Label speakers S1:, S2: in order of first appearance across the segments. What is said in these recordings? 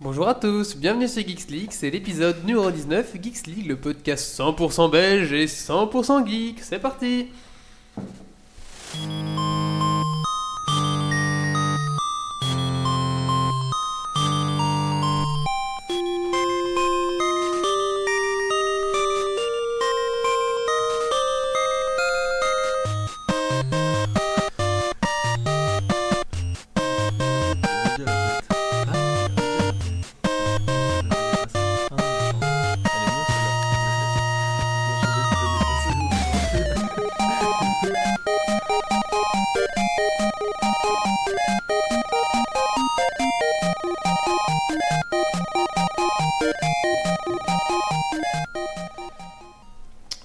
S1: Bonjour à tous, bienvenue sur Geeks League, c'est l'épisode numéro 19, Geeks League, le podcast 100% belge et 100% geek, c'est parti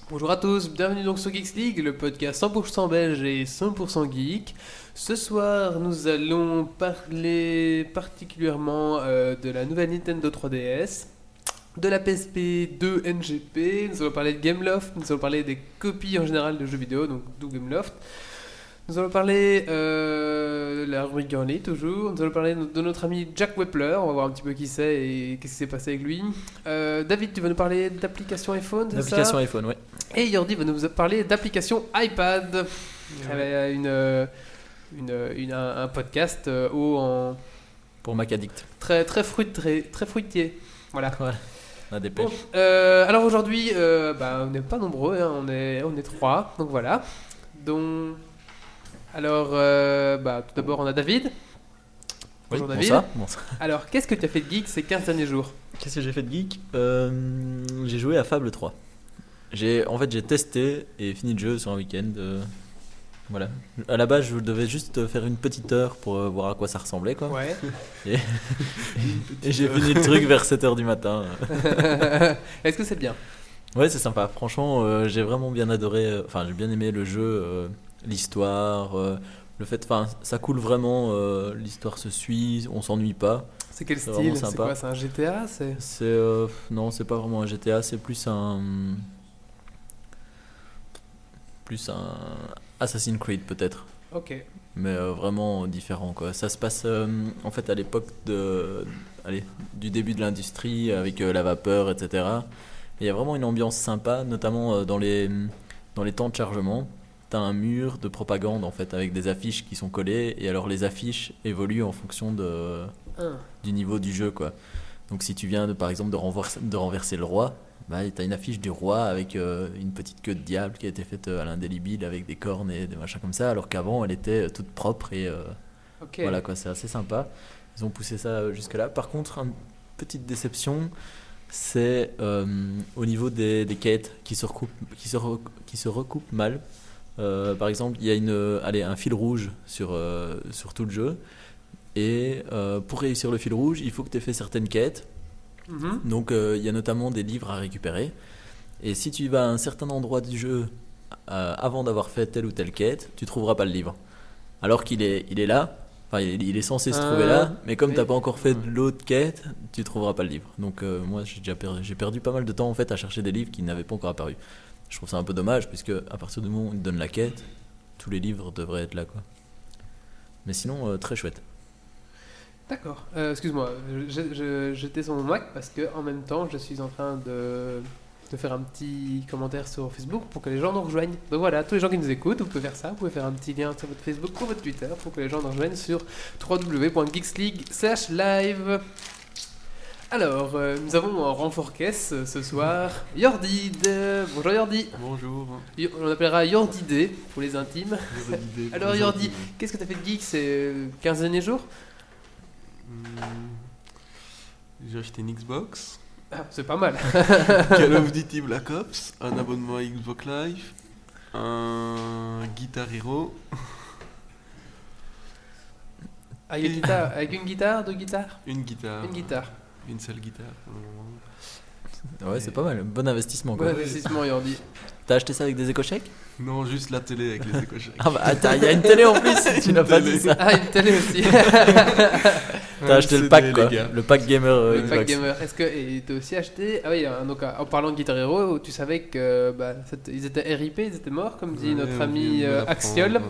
S1: Bonjour à tous, bienvenue donc sur Geeks League, le podcast 100% belge et 100% geek. Ce soir, nous allons parler particulièrement euh, de la nouvelle Nintendo 3DS, de la PSP 2 NGP, nous allons parler de Gameloft, nous allons parler des copies en général de jeux vidéo, donc d'où Gameloft. Nous allons parler euh, de la rubrique Girly, toujours. Nous allons parler de de notre ami Jack Wepler, on va voir un petit peu qui c'est et qu'est-ce qui s'est passé avec lui. Euh, David, tu vas nous parler d'application iPhone, c'est ça
S2: L'application iPhone, ouais.
S1: et Yordi va nous parler d'application iPad.
S2: Ah
S1: Elle a une, euh, une, euh, une- un, un podcast euh, haut en
S2: Pour Mac Addict.
S1: très, très, fruit, très, très fruitier. Voilà.
S2: Voilà. La dépêche.
S1: Bon, euh, alors aujourd'hui, euh, bah, on n'est pas nombreux, hein, on, est, on est trois, donc voilà. Donc, alors, euh, bah, tout d'abord, on a David. Bonjour, David.
S2: bonsoir. Bonsoir.
S1: Alors, qu'est-ce que tu as fait de geek ces 15 derniers jours
S2: Qu'est-ce que j'ai fait de geek Euh, J'ai joué à Fable 3. J'ai, en fait, j'ai testé et fini le jeu sur un week-end. euh, voilà. À la base, je devais juste faire une petite heure pour euh, voir à quoi ça ressemblait, quoi.
S1: Ouais.
S2: Et j'ai fini le truc vers 7h du matin. euh.
S1: Est-ce que c'est bien
S2: Ouais, c'est sympa. Franchement, euh, j'ai vraiment bien adoré. euh, Enfin, j'ai bien aimé le jeu, euh, l'histoire, euh, le fait. Enfin, ça coule vraiment. euh, l'histoire se suit, on s'ennuie pas.
S1: C'est quel style
S2: C'est vraiment
S1: C'est
S2: sympa.
S1: quoi C'est un GTA C'est
S2: C'est euh, non, c'est pas vraiment un GTA, c'est plus un plus un Assassin's Creed peut-être,
S1: Ok.
S2: mais euh, vraiment différent quoi. Ça se passe euh, en fait à l'époque de allez, du début de l'industrie avec euh, la vapeur etc. Et Il y a vraiment une ambiance sympa, notamment euh, dans les dans les temps de chargement. T'as un mur de propagande en fait avec des affiches qui sont collées et alors les affiches évoluent en fonction de
S1: Un.
S2: du niveau du jeu quoi. Donc si tu viens de, par exemple de renverser, de renverser le roi, bah t'as une affiche du roi avec euh, une petite queue de diable qui a été faite euh, à l'indélébile avec des cornes et des machins comme ça, alors qu'avant elle était euh, toute propre et euh,
S1: Ok.
S2: voilà quoi, c'est assez sympa. Ils ont poussé ça euh, jusque là. Par contre, une petite déception, c'est euh, au niveau des, des quêtes qui se recoupent, qui se, re- qui se recoupent mal. Euh, par exemple, il y a une, euh, allez, un fil rouge sur, euh, sur tout le jeu. Et euh, pour réussir le fil rouge, il faut que tu aies fait certaines quêtes.
S1: Mhm.
S2: Donc euh, il y a notamment des livres à récupérer. Et si tu vas à un certain endroit du jeu euh, avant d'avoir fait telle ou telle quête, tu trouveras pas le livre. Alors qu'il est, il est là, enfin il est, il est censé se
S1: Ah,
S2: trouver là, mais comme
S1: oui.
S2: t'as pas encore fait
S3: Ouais.
S2: l'autre quête, tu trouveras pas le livre. Donc euh, moi j'ai déjà perdu, j'ai perdu pas mal de temps en fait à chercher des livres qui n'avaient pas encore apparu. Je trouve ça un peu dommage puisque à partir du moment où on te donne la quête, tous les livres devraient être là quoi. Mais sinon euh, très chouette.
S1: D'accord. Euh, Excuse-moi, je- je- j'étais sur mon Mac parce que en même temps, je suis en train de, de faire un petit commentaire sur Facebook pour que les gens nous rejoignent. Donc voilà, tous les gens qui nous écoutent, vous pouvez faire ça. Vous pouvez faire un petit lien sur votre Facebook ou votre Twitter pour que les gens nous rejoignent sur www.geeksleague/live. Alors, euh, nous avons en renfort caisse euh, ce soir Yordi. de- Bonjour Yordi.
S3: Bonjour.
S1: Yo- On l'appellera Yordi D pour les intimes.
S3: Bonjour, Didier.
S1: Alors
S3: Bonjour,
S1: Yordi,
S3: Didier.
S1: qu'est-ce que t'as fait de geek ces 15 derniers jours
S3: Hmm. J'ai acheté une Xbox,
S1: Ah, C'est pas mal.
S3: Call of Duty Black Ops, un abonnement à Xbox Live, un Guitar Hero.
S1: Avec une guitare, avec une guitare, deux guitares
S3: Une guitare.
S1: Une guitare.
S3: Une seule guitare pour le moment.
S2: Ouais c'est pas mal, bon investissement
S1: Bon
S2: quoi.
S1: investissement, Yordi.
S2: T'as acheté ça avec des écochèques
S3: Non, juste la télé avec les écochèques.
S2: Ah bah attends, il y a une télé en plus, tu n'as pas
S3: Télé.
S2: dit ça.
S1: Ah, une télé aussi.
S2: T'as acheté le pack quoi, le pack gamer euh,
S1: le pack
S2: Xbox.
S1: gamer. Est-ce que et t'as aussi acheté Ah oui, euh, donc euh, en parlant de Guitar Hero, tu savais que bah, c'était- ils étaient RIP, ils étaient morts, comme dit notre ami euh, Axiol.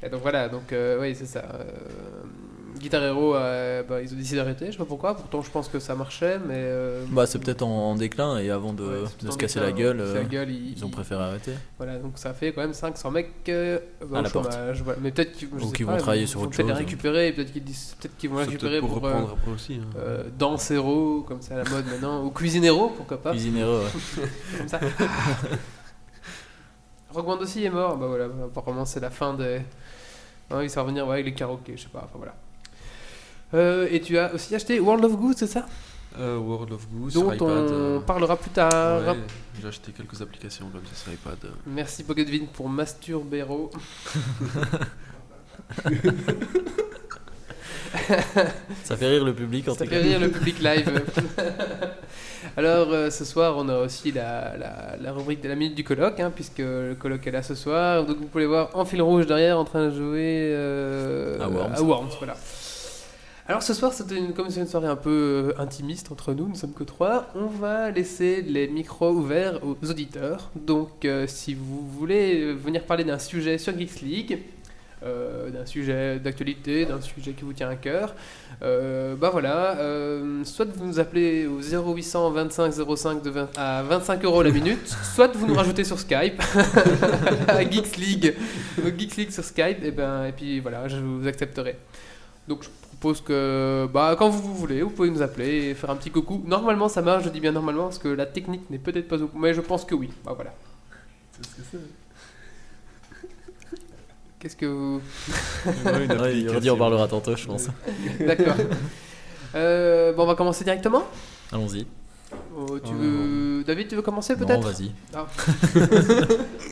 S1: Et donc voilà, donc euh, oui, c'est ça. Euh, Guitar Hero, euh, bah, ils ont décidé d'arrêter, je sais pas pourquoi. Pourtant, je pense que ça marchait, mais. euh,
S2: Bah, c'est peut-être en, en déclin et avant de,
S1: ouais,
S2: de
S1: c'est tout
S2: se
S1: en
S2: casser la
S1: déclin,
S2: gueule,
S1: casser la
S2: euh,
S1: gueule,
S2: ils ont préféré arrêter.
S1: Voilà, donc ça fait quand même 500 mecs euh,
S2: À
S1: au
S2: la porte.
S1: chômage. voilà. Mais peut-être qu'ils je
S2: Ou
S1: sais
S2: qu'ils
S1: pas,
S2: vont travailler
S1: ils
S2: sur
S1: vont
S2: autre
S1: peut-être les
S2: chose.
S1: récupérer, et peut-être qu'ils disent- peut-être qu'ils vont
S3: C'est
S1: les
S3: peut-être
S1: récupérer
S3: pour
S1: pour,
S3: reprendre après aussi. hein.
S1: euh, euh, Dansero, comme c'est à la mode maintenant, ou Cuisinero, pourquoi pas.
S2: Cuisinero, ouais.
S1: comme ça. Rock Band aussi est mort. Bah voilà, apparemment c'est la fin des. Hein, il va revenir ouais, avec les karaokés, je sais pas. Enfin voilà. Euh, et tu as aussi acheté World of Goo, c'est ça
S3: Euh, World of Goose,
S1: Dont
S3: sur iPad.
S1: on
S3: euh,
S1: parlera plus tard.
S3: ouais, J'ai acheté quelques applications comme ça sur iPad. euh.
S1: Merci Pocketwin pour Masturbero.
S2: Ça fait rire le public en
S1: Ça
S2: tout
S1: fait
S2: cas.
S1: rire le public live. Alors euh, ce soir, on a aussi la, la- la rubrique de la minute du colloque, hein, puisque le colloque est là ce soir. Donc vous pouvez le voir en fil rouge derrière en train de jouer euh,
S2: À Worms.
S1: voilà. Alors ce soir, c'était une, comme c'est une soirée un peu euh, intimiste entre nous, nous sommes que trois, on va laisser les micros ouverts aux auditeurs. Donc euh, si vous voulez euh, venir parler d'un sujet sur Geeks League, euh, d'un sujet d'actualité, d'un sujet qui vous tient à cœur, euh, bah voilà, euh, soit vous nous appelez au 0800 25 05 de 20 à 25 euros la minute, soit vous nous rajoutez sur Skype, à Geeks League, au Geeks League sur Skype, et, ben, et puis voilà, je vous accepterai. Donc je propose que, bah, quand vous voulez, vous pouvez nous appeler et faire un petit coucou. Normalement ça marche, je dis bien normalement, parce que la technique n'est peut-être pas au mais je pense que oui. Bah voilà. Qu'est-ce que vous...
S3: Ouais, une
S2: Ouais, Ah il
S1: hein,
S3: application.
S2: aurait dit, on parlera tantôt, je pense.
S1: D'accord. Euh, bon, on va commencer directement.
S2: Allons-y.
S1: Oh, tu
S2: Euh,
S1: veux... David, tu veux commencer
S2: Non,
S1: Ah, peut-être
S2: vas-y.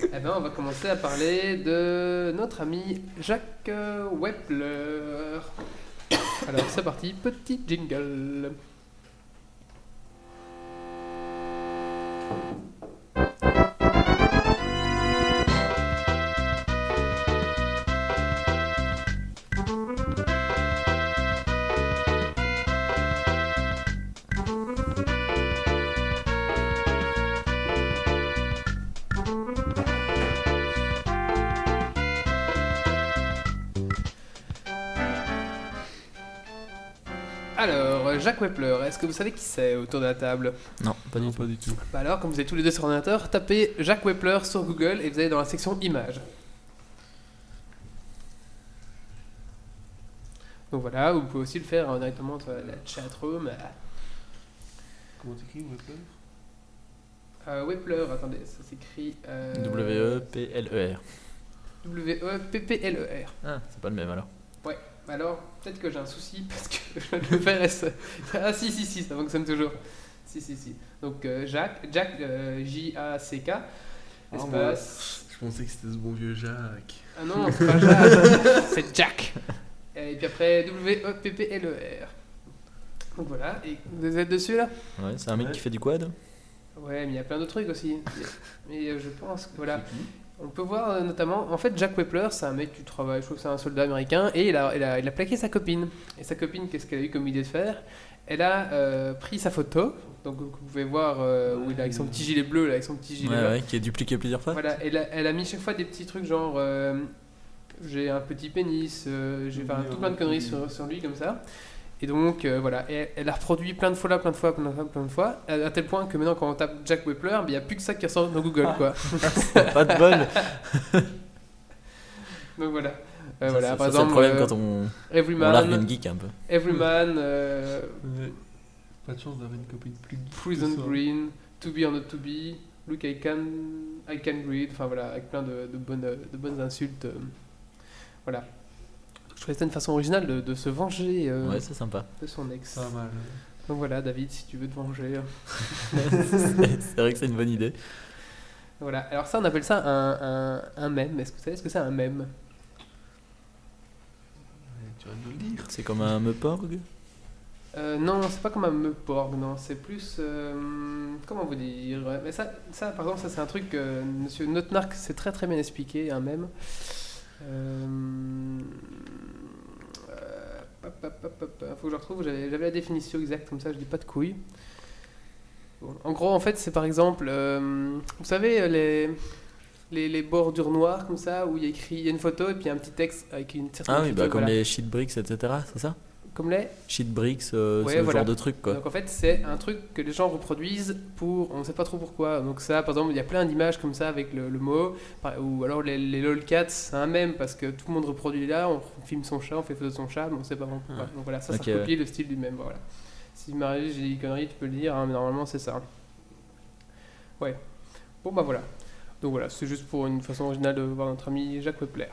S1: Eh ben, on va commencer à parler de notre ami Jacques euh, Wepler. Alors, c'est parti, petit jingle. Alors, Jacques Wepler, est-ce que vous savez qui c'est autour de la table
S2: Non, pas du
S3: Non,
S2: tout.
S3: pas du tout.
S1: Bah alors, comme vous êtes tous les deux sur ordinateur, tapez Jacques Wepler sur Google et vous allez dans la section images. Donc voilà, vous pouvez aussi le faire euh, directement sur la chatroom.
S3: Comment t'écris Webler
S1: Euh, Wepler, attendez, ça s'écrit euh,
S2: E.
S1: E
S2: W-E-P-L-E-R.
S1: W-E-P-P-L-E-R.
S2: Ah, c'est pas le même alors.
S1: Alors, peut-être que j'ai un souci parce que je viens de le faire. et ça- Ah, si, si, si, ça fonctionne toujours. Si, si, si. Donc, euh, Jacques, Jack, euh, J-A-C-K,
S3: Ah,
S1: espace.
S3: Je pensais que c'était ce bon vieux Jacques.
S1: Ah non, c'est pas Jacques, c'est Jack. Et puis après, E W-E-P-P-L-E-R. Donc voilà, et vous êtes dessus là
S2: Ouais, c'est un mec
S3: Ouais.
S2: qui fait du quad.
S1: Ouais, mais il y a plein d'autres trucs aussi. Mais euh, je pense que voilà.
S3: C'est qui
S1: On peut voir euh, notamment, en fait, Jack Wepler, c'est un mec du travail, je trouve que c'est un soldat américain, et il a, il, a, il a plaqué sa copine. Et sa copine, qu'est-ce qu'elle a eu comme idée de faire Elle a euh, pris sa photo, donc vous pouvez voir euh, où il est avec son petit gilet bleu, là, avec son petit gilet
S2: Ouais,
S1: vert.
S2: ouais, qui est dupliqué plusieurs fois.
S1: Voilà, elle a, elle a mis chaque fois des petits trucs genre euh, j'ai un petit pénis, euh, j'ai enfin,
S3: Oui,
S1: tout
S3: oui,
S1: plein de conneries
S3: oui.
S1: sur, sur lui comme ça. Et donc euh, voilà, et elle a reproduit plein de fois là, plein de fois, plein de fois, plein de fois, à, à tel point que maintenant quand on tape Jack Wepler, il n'y a plus que ça qui ressort dans Google
S3: Ah.
S1: quoi.
S2: pas de bol.
S1: Donc voilà. Euh,
S2: Ça,
S1: voilà,
S2: c'est-
S1: par
S2: ça, c'est le
S1: exemple,
S2: problème
S1: euh,
S2: quand on, on largue
S1: Everyman,
S2: une geek un peu.
S1: Everyman, euh,
S3: Ouais. Pas de chance d'avoir une copine plus geek que
S1: Prison
S3: ça.
S1: Green, To Be or Not To Be, Look I Can, I Can Read, enfin voilà, avec plein de, de bonnes, de bonnes insultes. euh, voilà. Je trouvais ça une façon originale de, de se venger euh,
S2: Ouais, c'est sympa.
S1: de son ex.
S3: Pas mal. hein.
S1: Donc voilà, David, si tu veux te venger. euh,
S2: c'est vrai que c'est une bonne idée.
S1: Voilà, alors ça on appelle ça un, un, un mème. Est-ce que vous savez ce que c'est un mème
S3: Ouais, Tu vas nous le dire.
S2: C'est comme un meuporg.
S1: Euh, non, c'est pas comme un meuporg, non, c'est plus. euh, comment vous dire Mais ça, ça, par exemple, ça c'est un truc que Monsieur Notnark c'est très très bien expliqué, un même. Euh, euh, hop, hop, hop, hop, faut que je retrouve, j'avais j'avais la définition exacte, comme ça je dis pas de couilles. Bon, en gros, en fait, c'est par exemple. euh, vous savez, euh, les. les, les bordures noires comme ça, où il y a écrit, il y a une photo et puis il y a un petit texte avec une certaine
S2: Ah oui,
S1: photo,
S2: bah, comme
S1: voilà.
S2: les sheet bricks, etc. C'est ça
S1: Comme les
S2: Sheet bricks, euh,
S1: Ouais,
S2: ce
S1: voilà.
S2: genre de truc quoi.
S1: Donc en fait, c'est un truc que les gens reproduisent pour, on ne sait pas trop pourquoi. Donc ça, par exemple, il y a plein d'images comme ça avec le, le mot, Par- ou alors les, les lolcats, c'est un même parce que tout le monde reproduit là, on filme son chat, on fait photo de son chat, mais on ne sait pas vraiment pourquoi.
S2: Ouais.
S1: Donc voilà, ça,
S2: Ah. Ok,
S1: ça recopie le style du même. Voilà. Si Marie, j'ai dit une connerie, tu peux le dire, hein, mais normalement c'est ça. Ouais. Bon bah voilà. Donc voilà, c'est juste pour une façon originale de voir notre ami Jacques Pepler.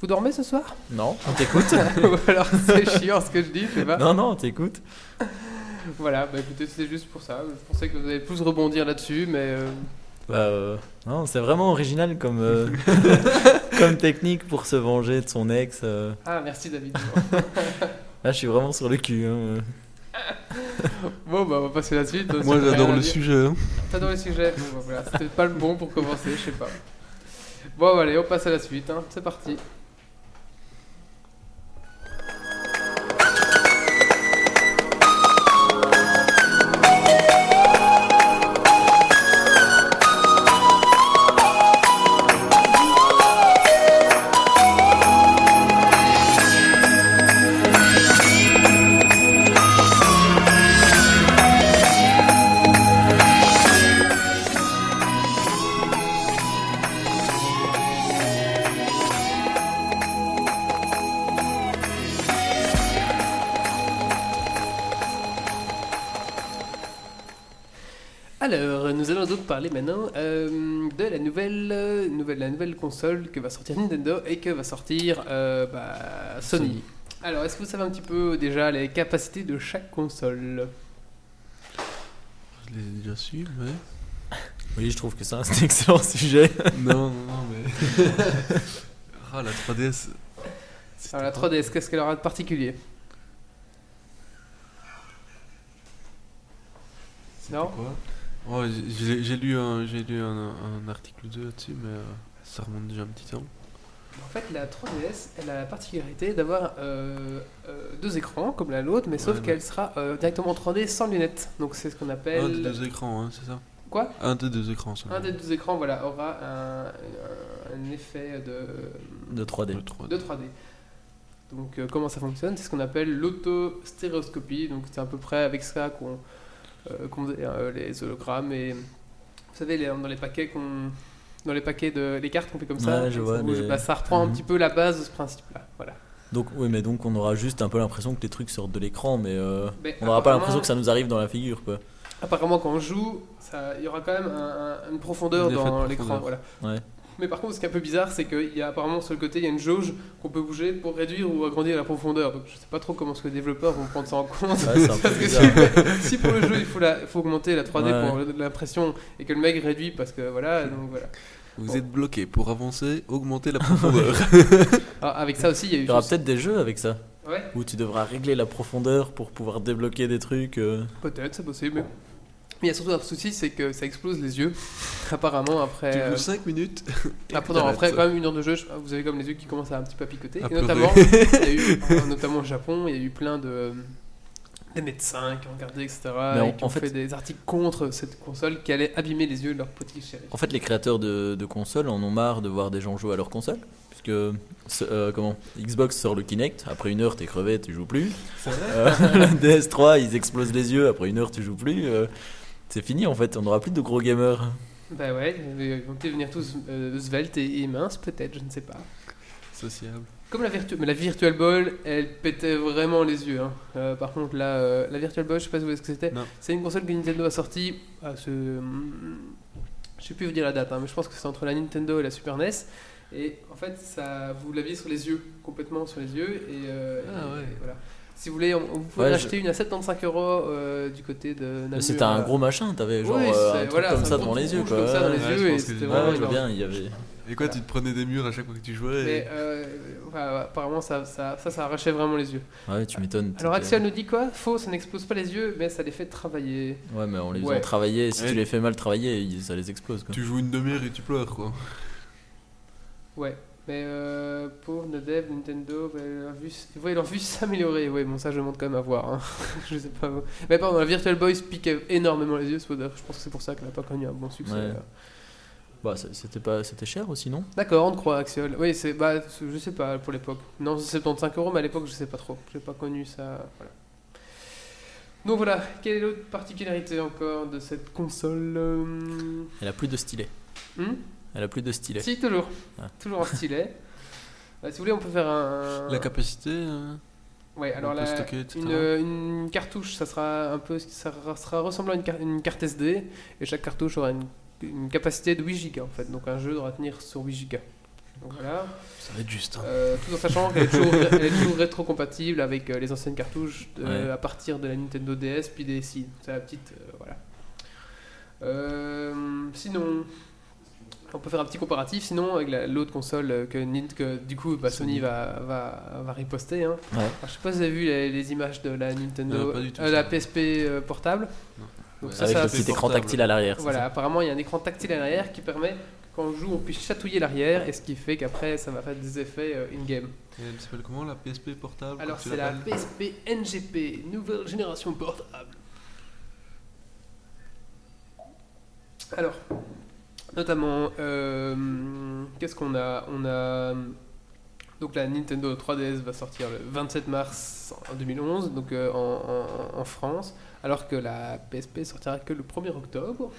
S1: Vous dormez ce soir
S2: Non, on t'écoute
S1: Ou alors c'est chiant ce que je dis, je sais pas.
S2: Non, non, on t'écoute.
S1: Voilà, bah écoutez, c'était juste pour ça. Je pensais que vous allez plus rebondir là-dessus, mais euh,
S2: Bah, euh, non, c'est vraiment original comme, euh, comme technique pour se venger de son ex. euh.
S1: ah merci David.
S2: Là, je suis vraiment sur le cul. hein.
S1: bon bah on va passer à la suite.
S3: Moi,
S1: Ça fait
S3: j'adore
S1: rien à
S3: le
S1: dire.
S3: sujet. hein.
S1: T'adores le sujet. Bon bah voilà, c'était pas le bon pour commencer, je sais pas. Bon bah, allez, on passe à la suite. hein. C'est parti. Alors, nous allons donc parler maintenant euh, de la nouvelle, euh, nouvelle, la nouvelle console que va sortir Nintendo et que va sortir euh, bah, Sony.
S2: Sony.
S1: Alors, est-ce que vous savez un petit peu déjà les capacités de chaque console
S3: Je l'ai déjà su, mais.
S2: Oui, je trouve que c'est un c'est un excellent sujet.
S3: non, non, non, mais. ah, la 3DS. c'était
S1: Alors, Ah, la
S3: pas-
S1: 3DS, qu'est-ce qu'elle aura de particulier
S3: c'était
S1: Non
S3: quoi Ouais, j'ai- j'ai j'ai lu, un, j'ai lu un, un article 2 là-dessus, mais euh, ça remonte déjà un petit temps.
S1: En fait, la 3DS, elle a la particularité d'avoir euh, euh, deux écrans comme la l'autre, mais sauf
S3: Ouais, mais-
S1: qu'elle sera euh, directement en 3D sans lunettes. Donc, c'est ce qu'on appelle.
S3: Un des deux écrans, hein, c'est ça
S1: Quoi
S3: Un des deux écrans, ça.
S1: Un des deux écrans voilà, aura un, un effet de,
S2: De 3D.
S3: Le 3D.
S1: de 3D. Donc euh, comment ça fonctionne C'est ce qu'on appelle l'autostéréoscopie. Donc c'est à peu près avec ça qu'on euh, qu'on faisait, euh, les hologrammes et vous savez les- dans les paquets qu'on dans les paquets de les cartes qu'on fait comme ça.
S2: Ouais, je vois,
S1: où-
S2: les-
S1: bah, ça reprend un
S2: Mhm.
S1: petit peu la base de ce principe-là. Voilà.
S2: Donc, oui, mais donc on aura juste un peu l'impression que les trucs sortent de l'écran, mais euh,
S1: Mais
S2: on n'aura pas
S1: apparemment-
S2: l'impression que ça nous arrive dans la figure quoi.
S1: Apparemment quand on joue, ça- il y aura quand même un- un- une profondeur
S3: Un effet de
S1: dans l'écran.
S3: profondeur.
S1: Voilà.
S2: Ouais.
S1: Mais par contre, ce qui est un peu bizarre, c'est qu'il y a apparemment sur le côté, il y a une jauge qu'on peut bouger pour réduire ou agrandir la profondeur. Donc je sais pas trop comment est-ce que les développeurs vont prendre ça en compte.
S2: Ouais, c'est un peu
S1: Parce que si,
S2: bizarre.
S1: si pour le jeu il faut, la- il faut augmenter la 3D
S2: Ouais.
S1: pour l'impression et que le mec réduit parce que voilà, donc voilà.
S3: Vous
S1: Bon.
S3: êtes bloqué pour avancer, augmenter la profondeur.
S1: Alors, avec ça aussi il y a eu.
S2: Il y aura
S1: juste-
S2: peut-être des jeux avec ça,
S1: Ouais,
S2: où tu devras régler la profondeur pour pouvoir débloquer des trucs. euh.
S1: peut-être, c'est possible. Mais mais il y a surtout un souci, c'est que ça explose les yeux. Apparemment après.
S3: tu
S1: euh,
S3: joues 5 minutes. et
S1: Après, non,
S3: t'arrêtes.
S1: après quand même une heure de jeu, je- vous avez comme les yeux qui commencent à un petit peu à picoter.
S3: À
S1: et
S3: pleurer.
S1: notamment, il y a eu, euh, notamment au Japon, il y a eu plein de euh, des médecins qui ont regardé, etc.
S2: Mais
S1: et
S2: en-
S1: qui
S2: en
S1: ont fait...
S2: fait-
S1: des articles contre cette console qui allait abîmer les yeux de leurs petits chéris.
S2: En fait, les créateurs de, de consoles en ont marre de voir des gens jouer à leur console. Puisque, ce- euh, comment Xbox sort le Kinect, après une heure t'es crevé, tu joues plus. Euh, la DS3, ils explosent les yeux, après une heure tu joues plus. euh, c'est fini en fait, on n'aura plus de gros gamers.
S1: Bah ouais, ils vont peut-être venir tous euh, sveltes et, et minces, peut-être, je ne sais pas.
S3: Sociable.
S1: Comme la Virtu- mais la Virtual Ball, elle pétait vraiment les yeux. hein. Euh, par contre, là, euh, la Virtual Ball, je sais pas si vous voyez ce que c'était.
S3: Non.
S1: C'est une console que Nintendo a sortie. à ce... Je sais plus vous dire la date, hein, mais je pense que c'est entre la Nintendo et la Super NES. Et en fait, ça, vous l'aviez sur les yeux, complètement sur les yeux. Et, euh,
S3: Ah
S1: et
S3: ouais.
S1: voilà. Si vous voulez, on, on- vous pouvez
S2: Ouais,
S1: en acheter une à 75 euros euh, du côté de Namur.
S2: C'était un gros machin, t'avais genre
S1: Oui,
S2: euh,
S1: c'est-
S2: un truc
S1: voilà,
S2: comme
S1: c'est un
S2: ça
S1: gros
S2: devant les
S1: trou
S2: yeux
S1: rouge
S2: quoi.
S1: Comme ça dans les
S3: Ouais, je
S1: yeux, et
S3: pense que
S1: c'était
S3: j'ai-
S2: Ouais,
S1: vraiment
S2: je vois
S1: énorme.
S2: bien, il y avait.
S3: Et quoi,
S1: Voilà.
S3: tu te prenais des murs à chaque fois que tu jouais
S1: Mais euh, voilà, apparemment, ça, ça, ça, ça arrachait vraiment les yeux.
S2: Ouais, tu m'étonnes.
S1: Alors
S2: c'était-
S1: Axel nous dit quoi Faux, ça n'explose pas les yeux, mais ça les fait travailler.
S2: Ouais, mais on les
S1: Ouais.
S2: faisant travailler, si
S3: Ouais.
S2: tu les fais mal travailler, ils- ça les explose quoi.
S3: Tu joues une demi-heure et tu pleures, quoi.
S1: Ouais. Mais euh, pauvre Nodeb, Nintendo, bah, il a vu- il voit- il a vu s'améliorer. Oui, bon, ça, je monte quand même à voir. hein. je sais pas. Mais pardon, la Virtual Boy se piquait énormément les yeux, ce modèle. Je pense que c'est pour ça qu'elle n'a pas connu un bon succès.
S2: Ouais.
S1: là.
S2: Bah, ça- c'était pas, c'était cher aussi, non
S1: D'accord, on te croit, Axiol. Oui, c'est. Bah, c'est- je sais pas pour l'époque. Non, c'est 75 euros, mais à l'époque, je sais pas trop. J'ai pas connu ça. Voilà. Donc voilà, quelle est l'autre particularité encore de cette console euh,
S2: Elle a plus de stylet.
S1: hmm
S2: Elle a plus de stylet.
S1: Si, toujours.
S2: Ah.
S1: Toujours en stylet. Bah, si vous voulez, on peut faire un.
S3: La capacité. euh,
S1: Ouais, alors
S3: peut
S1: la-
S3: stocker, etc.
S1: une, euh, une cartouche, ça sera un peu, ça sera ressemblant à une, car- une carte SD, et chaque cartouche aura une, une capacité de 8 Go en fait, donc un jeu devra tenir sur 8 Go. Donc voilà.
S3: Ça va être juste. hein.
S1: Euh, tout en sachant qu'elle est toujours, elle est toujours rétro-compatible avec euh, les anciennes cartouches euh,
S2: Ouais.
S1: à partir de la Nintendo DS puis des SI. C'est la petite. euh, voilà. Euh, sinon, on peut faire un petit comparatif. Sinon, avec la- l'autre console euh, que, Nin- que, du coup bah, Sony va, va, va riposter. hein.
S2: Ouais.
S1: Alors, je sais pas si vous avez vu les, les images de la Nintendo,
S3: Euh, pas du tout,
S1: euh, la
S3: ça.
S1: PSP euh, portable.
S3: Non.
S1: Donc
S3: Ouais,
S1: ça,
S2: Avec
S1: ça-
S2: le
S3: c'est
S2: petit écran
S3: portable.
S2: tactile à l'arrière. Ah, c'est
S1: voilà, apparemment il y a un écran tactile à l'arrière qui permet que quand on joue on puisse chatouiller l'arrière et ce qui fait qu'après ça va faire des effets euh, in-game.
S3: Et Elle s'appelle comment la PSP portable
S1: Alors
S3: comme tu
S1: c'est la
S3: l'appelles
S1: PSP NGP, nouvelle génération portable. Alors, notamment, euh, qu'est-ce qu'on a On a donc la Nintendo 3DS va sortir le 27 mars en 2011, donc euh, en, en- en France, alors que la PSP sortira que le 1er octobre.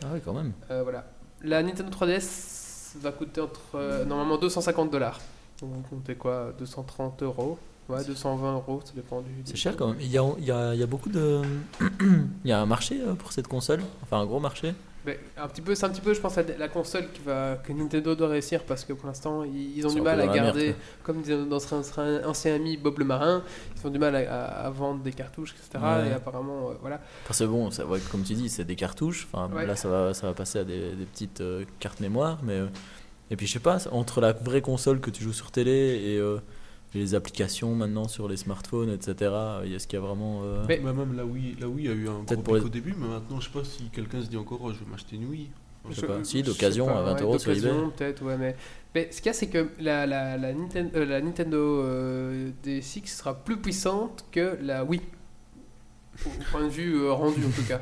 S2: ça Ah ouais, quand même.
S1: Euh, voilà. La Nintendo 3DS va coûter entre euh, normalement 250 dollars. Donc vous comptez quoi 230 euros Ouais, 220 euros, ça dépend du.
S2: C'est cher quand même. Il y a, il y a- il y a beaucoup de. Il y a un marché euh, pour cette console. Enfin, un gros marché.
S1: Mais un petit peu, c'est un petit peu, je pense, la, la console qui va, que Nintendo doit réussir parce que pour l'instant, ils, ils ont
S2: Ils sont
S1: du
S2: un
S1: mal
S2: peu
S1: à
S2: dans la merde,
S1: garder,
S2: quoi.
S1: comme disait notre ancien, ancien ami Bob le Marin, ils ont du mal à, à- à vendre des cartouches, etc.
S2: Ouais.
S1: Et apparemment, euh, voilà.
S2: Parce que bon, ça, ouais, comme tu dis, c'est des cartouches. Enfin,
S1: Ouais.
S2: là, ça va, ça va passer à des, des petites euh, cartes mémoire. Mais euh, et puis je sais pas, entre la vraie console que tu joues sur télé et euh, les applications maintenant sur les smartphones, etc. euh, Il y a ce qu'il y a vraiment. euh,
S1: Mais-
S3: Bah, même la Wii, la Wii a eu un gros
S2: Peut-être
S3: pic
S2: pour les-
S3: au début, mais maintenant je sais pas si quelqu'un se dit encore oh, je vais m'acheter une Wii.
S2: Je sais pas. Si, d'occasion,
S1: sais pas,
S2: à 20
S1: ouais,
S2: euros sur
S1: d'occasion,
S2: eBay.
S1: peut-être, ouais, mais. Mais ce qu'il y a, c'est que la, la, la, Ninten- euh, la Nintendo euh, DSX sera plus puissante que la Wii. Au au point de vue euh, rendu, en tout cas.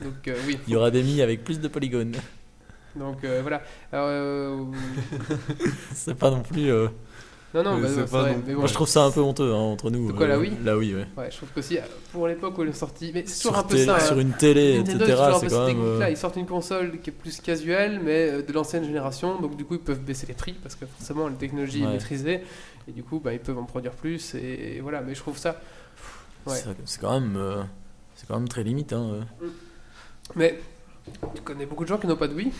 S1: Donc, euh, oui.
S2: Il y aura des mi avec plus de polygones.
S1: Donc, euh, voilà. Alors, euh,
S2: c'est pas non plus. euh,
S1: Non, non,
S3: Mais
S1: bah,
S3: c'est
S1: non,
S3: pas
S1: c'est vrai,
S3: non
S1: mais
S3: plus-
S1: bon.
S2: Moi, je trouve ça un peu honteux hein, entre nous.
S1: De quoi, la
S2: euh,
S1: Wii
S2: La Wii, ouais.
S1: Ouais, je trouve qu'aussi, euh, pour l'époque où elle est sortie, mais c'est toujours
S2: Sur,
S1: un peu
S2: télé-
S1: ça.
S2: sur
S1: hein.
S2: une télé,
S1: Nintendo,
S2: etc.
S1: c'est toujours un peu
S2: C'est
S1: cette
S2: quand même.
S1: technique-là.
S2: euh,
S1: Ils sortent une console qui est plus casuelle, mais euh, de l'ancienne génération, donc du coup, ils peuvent baisser les prix parce que forcément, la technologie est
S2: Ouais.
S1: maîtrisée, et du coup, bah, ils peuvent en produire plus, et, voilà. Mais je trouve ça. Ouais.
S2: c'est- C'est quand même. euh, C'est quand même très limite. Hein. euh.
S1: Mais tu connais beaucoup de gens qui n'ont pas de Wii,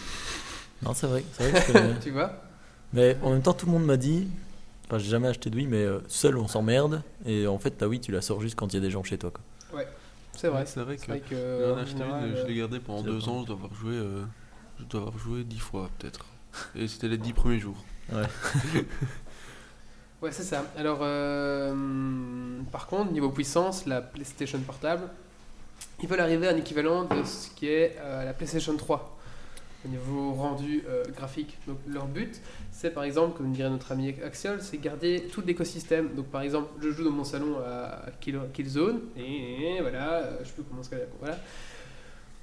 S2: Non, c'est vrai. C'est vrai que je connais-
S1: tu vois.
S2: Mais en même temps, tout le monde m'a dit. Enfin, j'ai jamais acheté de Wii, mais euh, seul on s'emmerde. Et en fait, ta Wii, tu la sors juste quand il y a des gens chez toi. Quoi.
S1: C'est vrai.
S3: C'est vrai
S1: C'est
S3: que.
S1: vrai que.
S3: J'en
S1: euh,
S3: ai
S1: en
S3: acheté
S1: général,
S3: une, je
S1: euh,
S3: l'ai gardée pendant
S2: c'est
S3: deux
S2: bon.
S3: ans, je dois avoir joué, euh, je dois avoir joué dix fois peut-être. Et c'était les dix premiers jours.
S1: Ouais, c'est ça. Alors, euh, par contre, niveau puissance, la PlayStation Portable, ils veulent arriver à un équivalent de ce qui est euh, la PlayStation 3 au niveau rendu euh, graphique. Donc, leur but, c'est par exemple, comme dirait notre ami Axiol, c'est garder tout l'écosystème. Donc, par exemple, je joue dans mon salon à Kill- Killzone, et voilà, euh, je sais plus comment ça s'appelle. Voilà.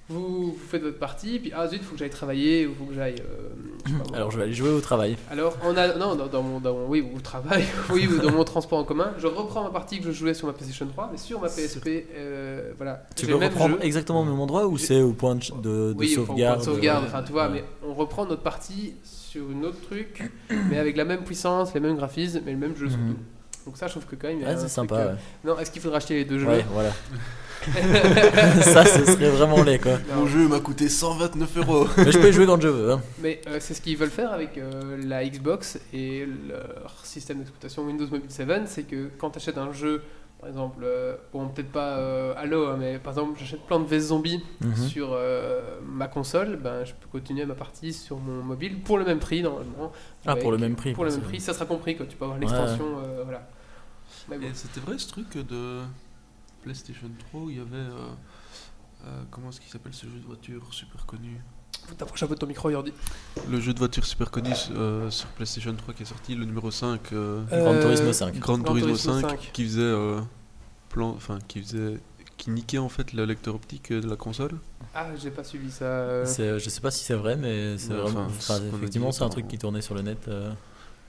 S1: Vous, vous faites votre partie, puis ah zut, faut que j'aille travailler, ou faut que j'aille. euh, je sais pas moi,
S2: Alors, je vais aller jouer au travail.
S1: alors, on a, non, dans, dans mon, dans mon- oui, au travail, oui, ou dans mon transport en commun, je reprends ma partie que je jouais sur ma PlayStation 3, mais sur ma PSP, euh, voilà.
S2: Tu
S1: J'ai
S2: peux
S1: le même
S2: reprendre
S1: jeu.
S2: exactement au même endroit ou
S1: J'ai-
S2: c'est au point de, ch- de, de
S1: oui, enfin, au point de
S2: sauvegarde euh,
S1: sauvegarde,
S2: ouais.
S1: enfin, tu vois,
S2: Ouais.
S1: mais on reprend notre partie sur une autre truc, mais avec la même puissance, les mêmes graphismes, mais le même jeu
S2: Mhm.
S1: surtout. Donc ça, je trouve que quand même. il y a
S2: Ouais,
S1: un
S2: c'est
S1: truc,
S2: sympa.
S1: euh,
S2: Ouais.
S1: Non, est-ce qu'il faudra acheter les deux jeux
S2: Ouais, voilà. ça, ce serait vraiment laid, quoi.
S1: Non.
S3: Mon jeu m'a coûté 129 euros.
S2: Mais je peux y jouer quand je veux. hein.
S1: Mais euh, c'est ce qu'ils veulent faire avec euh, la Xbox et leur système d'exploitation Windows Mobile 7, c'est que quand tu achètes un jeu, par exemple, euh, bon peut-être pas euh, Halo, hein, mais par exemple j'achète plein de vs zombies
S2: Mhm.
S1: sur euh, ma console, ben je peux continuer ma partie sur mon mobile pour le même prix normalement.
S2: Ah,
S1: Avec-
S2: pour le même prix,
S1: Pour le
S2: c'est-
S1: même prix, ça sera compris quoi. Tu peux avoir
S2: Ouais.
S1: l'extension, euh, voilà. Mais bon.
S3: Et c'était vrai ce truc de PlayStation 3 où il y avait. euh, euh, comment est-ce qu'il s'appelle ce jeu de voiture super connu
S1: Faut que t'approches un peu de ton micro, Jordi.
S3: Le jeu de voiture super connu euh, sur PlayStation 3 qui est sorti, le numéro 5, euh,
S1: Euh,
S2: Grand Turismo 5.
S3: Gran
S1: Gran
S3: Turismo
S1: Turismo
S3: 5,
S1: 5.
S3: qui faisait euh, plan, enfin qui faisait, qui niquait en fait le lecteur optique euh, de la console.
S1: Ah, j'ai pas suivi ça. euh.
S2: C'est- Je sais pas si c'est vrai, mais c'est
S3: Ouais,
S2: vraiment.
S3: enfin,
S2: enfin,
S3: c'est ce qu'on a
S2: effectivement,
S3: dit,
S2: c'est un
S3: enfin,
S2: truc qui tournait sur le net. euh.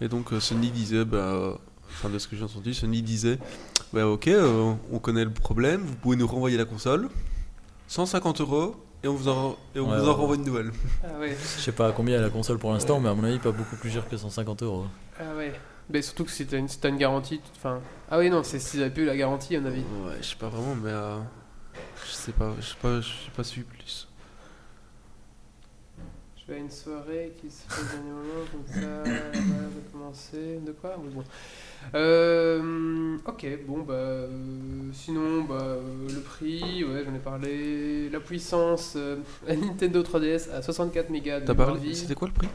S3: Et donc euh, Sony disait, bah, euh, enfin de ce que j'ai entendu, Sony disait, bah ok, euh, on connaît le problème, vous pouvez nous renvoyer la console, 150 euros et on vous en, et on
S2: Ouais,
S3: vous en
S2: ouais.
S3: renvoie une nouvelle.
S1: Ah ouais.
S2: Je sais pas à combien est la console pour l'instant, mais à mon avis, pas beaucoup plus cher que 150 euros.
S1: Ah ouais. Mais surtout que si t'as une, si t'as une garantie, tu- enfin. Ah oui, non, c'est s'ils avaient pas eu la garantie, à mon avis.
S3: Ouais, je sais pas vraiment, mais euh, je sais pas, je sais pas, je sais pas suivi plus.
S1: Je vais à une soirée qui se fait au dernier moment, comme ça, voilà, de commencer. De quoi Mais bon. Euh, ok, bon, bah. euh, sinon, bah, euh, le prix, ouais, j'en ai parlé. La puissance, euh, la Nintendo 3DS à 64 mégas de
S3: T'as parlé,
S1: vie.
S3: c'était quoi le prix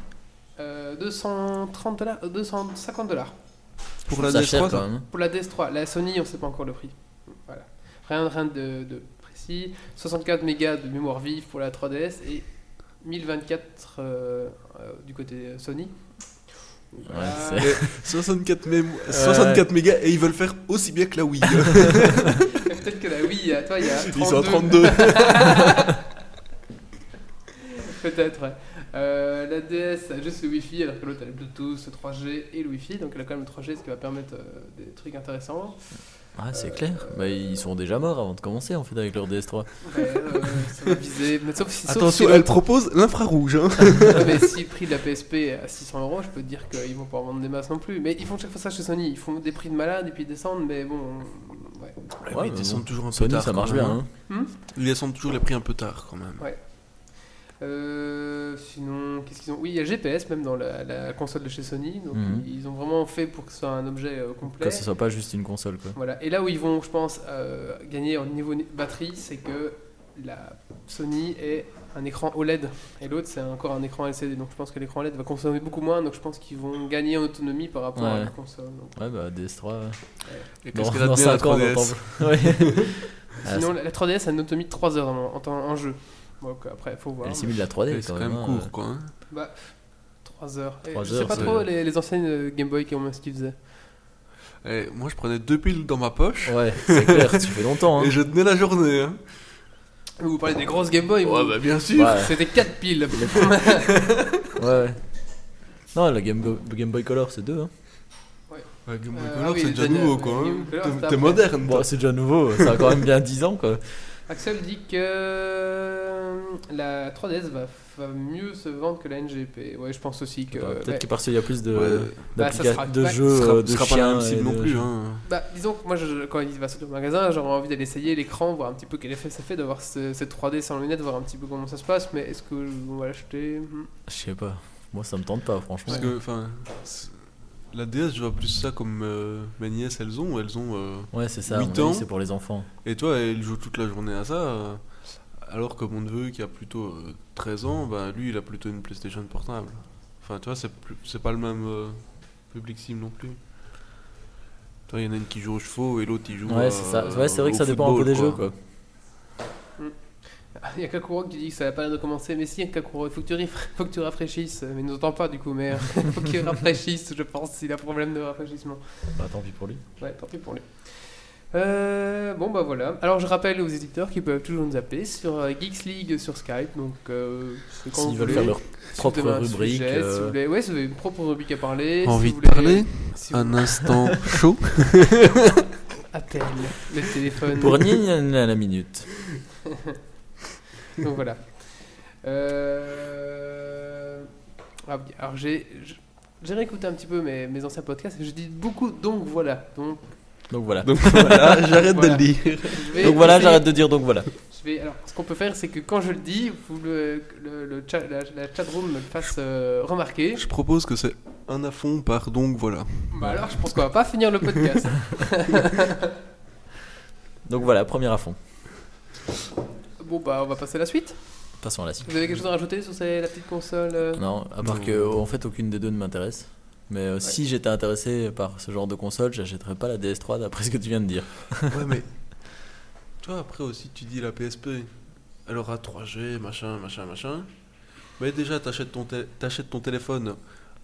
S1: Euh, 230 dollars, euh, 250 dollars.
S3: Pour
S2: Je
S3: la
S2: trouve ça hein.
S3: DS3,
S2: cher,
S3: ça
S2: quand même.
S1: Pour la DS3, la Sony, on sait pas encore le prix. Voilà. Rien, rien de, de précis. 64 mégas de mémoire vive pour la 3DS et 1024 euh, euh, du côté Sony. Ah, Voilà.
S2: c'est-
S3: 64, mémo- 64 mégas et ils veulent faire aussi bien que la Wii.
S1: Et Peut-être que la Wii, à toi, il y a 32.
S3: Ils sont à 32.
S1: Peut-être, ouais. Euh, la DS a juste le Wi-Fi, alors que l'autre a le Bluetooth, le 3G et le Wi-Fi. Donc elle a quand même le 3G, ce qui va permettre euh, des trucs intéressants.
S2: Ah, c'est clair. Bah, ils sont déjà morts avant de commencer en fait avec leur DS3.
S1: Ouais, euh, ça va viser. Mais sauf si, sauf
S3: Attention,
S1: si
S3: elle propose l'infrarouge. Hein.
S1: Ouais, Ah, mais si le prix de la PSP est à 600 euros, je peux te dire qu'ils vont pas en vendre des masses non plus. Mais ils font chaque fois ça chez Sony. Ils font des prix de malade et puis ils descendent, mais bon. Ouais.
S2: Ouais, mais
S3: ils descendent toujours un peu
S2: Sony,
S3: tard.
S2: ça
S3: quand
S2: marche
S3: même,
S2: bien.
S3: hein.
S2: hein.
S3: Ils descendent toujours les prix un peu tard quand même.
S1: Euh, sinon, qu'est-ce qu'ils ont Oui, il y a GPS même dans la, la console de chez Sony. Donc
S2: Mhm.
S1: ils ont vraiment fait pour que ce soit un objet euh, complet.
S2: Que ce soit pas juste une console, quoi.
S1: Voilà. Et là où ils vont, je pense, euh, gagner en niveau ni- batterie, c'est que la Sony est un écran OLED et l'autre c'est encore un écran LCD. Donc je pense que l'écran OLED va consommer beaucoup moins. Donc je pense qu'ils vont gagner en autonomie par rapport à
S2: Ouais.
S1: la console. Donc,
S2: Ouais, bah, DS3.
S3: Et
S2: Dans,
S3: qu'est-ce qu'elle a
S2: dans
S3: de bien, la
S2: 5 ans,
S3: 3DS?
S2: on entend. Ouais. Ah,
S1: Sinon, la la 3DS a une autonomie de 3 heures en, en temps- en jeu. Donc après, faut voir.
S2: Elle simule la
S3: Ouais,
S2: 3D
S3: C'est
S2: quand
S3: quand même
S2: hein.
S3: court quoi. hein.
S1: 3 heures. Et
S2: Trois
S1: je sais
S2: heures,
S1: pas
S2: c'est-
S1: trop les, les anciennes euh, Game Boy comment ce qu'ils faisaient.
S3: Eh, moi je prenais deux piles dans ma poche
S2: Ouais, c'est clair, tu fais longtemps. Hein.
S3: et je tenais la journée. Hein.
S1: Mais Vous parlez des grosses Game Boy.
S3: Ouais,
S1: vous.
S3: bah bien sûr.
S2: Ouais.
S1: C'était 4 piles.
S2: Ouais, ouais. Non, la Game, Go- Game Boy Color, c'est deux. Hein.
S3: Ouais, Game Boy
S1: Euh, ah
S3: Color,
S1: oui,
S3: c'est déjà
S1: déjà,
S3: nouveau
S1: ouais,
S3: quoi.
S1: Game
S3: hein.
S1: Color,
S3: T'es-
S1: c'est
S3: T'es
S1: après.
S3: moderne. toi.
S2: Bon, c'est déjà nouveau, ça a quand même bien 10 ans, quoi.
S1: Axel dit que la 3DS va, va mieux se vendre que la NGP. Ouais, je pense aussi que.
S2: Bah, Peut-être
S1: ouais.
S2: qu'il parce qu'il y a plus de,
S3: Ouais.
S1: Bah, ça
S2: d'applica-
S1: sera-
S2: de
S1: ouais.
S3: Ce
S2: jeux,
S3: sera,
S2: euh,
S3: ce
S2: de
S3: sera
S2: chiens.
S3: pas la même
S2: et
S3: cible
S2: de-
S3: non plus. Hein.
S1: Bah, disons que moi, je- quand il va sortir au magasin, j'aurais envie d'aller essayer l'écran, voir un petit peu quel effet ça fait d'avoir ce- cette 3D sans lunettes, voir un petit peu comment ça se passe. Mais est-ce que on va l'acheter Hmm.
S2: Je sais pas. Moi, ça me tente pas, franchement.
S3: Parce que, enfin, c'est- la DS, je vois plus ça comme euh, mes nièces, elles ont, elles ont. euh,
S2: Ouais, c'est ça, à mon
S3: Huit
S2: avis,
S3: ans.
S2: c'est pour les enfants.
S3: et toi, elle joue toute la journée à ça. euh, alors que mon neveu, qui a plutôt euh, 13 ans, bah, lui, il a plutôt une PlayStation portable. Enfin, tu vois, c'est plus- c'est pas le même euh, public cible non plus. Toi, il y en a une qui joue aux chevaux et l'autre, il joue.
S2: Ouais, c'est ça.
S3: euh,
S2: Ouais, c'est vrai
S3: au
S2: que ça dépend un peu
S3: football,
S2: des jeux, quoi.
S1: Il y a Kakurok qui dit que ça n'a pas l'air de commencer, mais si, Kakurok, faut que tu, rif- faut que tu rafraîchisses, mais il nous entend pas du coup, mais euh, faut qu'il rafraîchisse, je pense, s'il a problème de rafraîchissement.
S2: Bah, tant pis pour lui.
S1: Ouais, tant pis pour lui. Euh, bon bah voilà. Alors je rappelle aux éditeurs qu'ils peuvent toujours nous appeler sur euh, Geeks League sur Skype, donc euh, c'est quand vous
S2: S'ils veulent
S1: voulez.
S2: faire leur
S1: Si
S2: propre
S1: vous avez un
S2: rubrique,
S1: sujet, si
S2: euh,
S1: vous voulez, ouais, si vous avez une propre rubrique à parler. si
S3: Envie
S1: vous
S3: de
S1: voulez-
S3: parler
S1: si vous
S3: Un instant chaud.
S1: appelle le téléphone.
S2: Pour Nien à la minute.
S1: Donc voilà. Euh, ah oui, alors j'ai j'- j'ai réécouté un petit peu mes, mes anciens podcasts et je dis beaucoup donc voilà. Donc,
S2: Donc voilà.
S3: Donc voilà, j'arrête
S1: Voilà.
S3: de le dire.
S1: je vais
S2: Donc voilà,
S1: essayer-
S2: j'arrête de dire donc voilà.
S1: Je vais, alors, ce qu'on peut faire, c'est que quand je le dis, vous le, le, le chat, la, la chatroom me le fasse euh, remarquer.
S3: Je propose que c'est un à fond par donc voilà.
S1: Bah alors, je pense qu'on va pas finir le podcast.
S2: Donc voilà, première à fond.
S1: bon, bah, on va passer à la suite.
S2: Passons à la suite.
S1: Vous avez quelque chose à rajouter sur ces- la petite console euh
S2: Non, à part
S3: Non.
S2: que en fait aucune des deux ne m'intéresse. Mais euh, si j'étais intéressé par ce genre de console, j'achèterais pas la DS3 d'après ce que tu viens de dire.
S3: Ouais, mais toi, après aussi, tu dis la PSP, elle aura 3G, machin, machin, machin. Mais déjà, t'achètes ton, té- t'achètes ton téléphone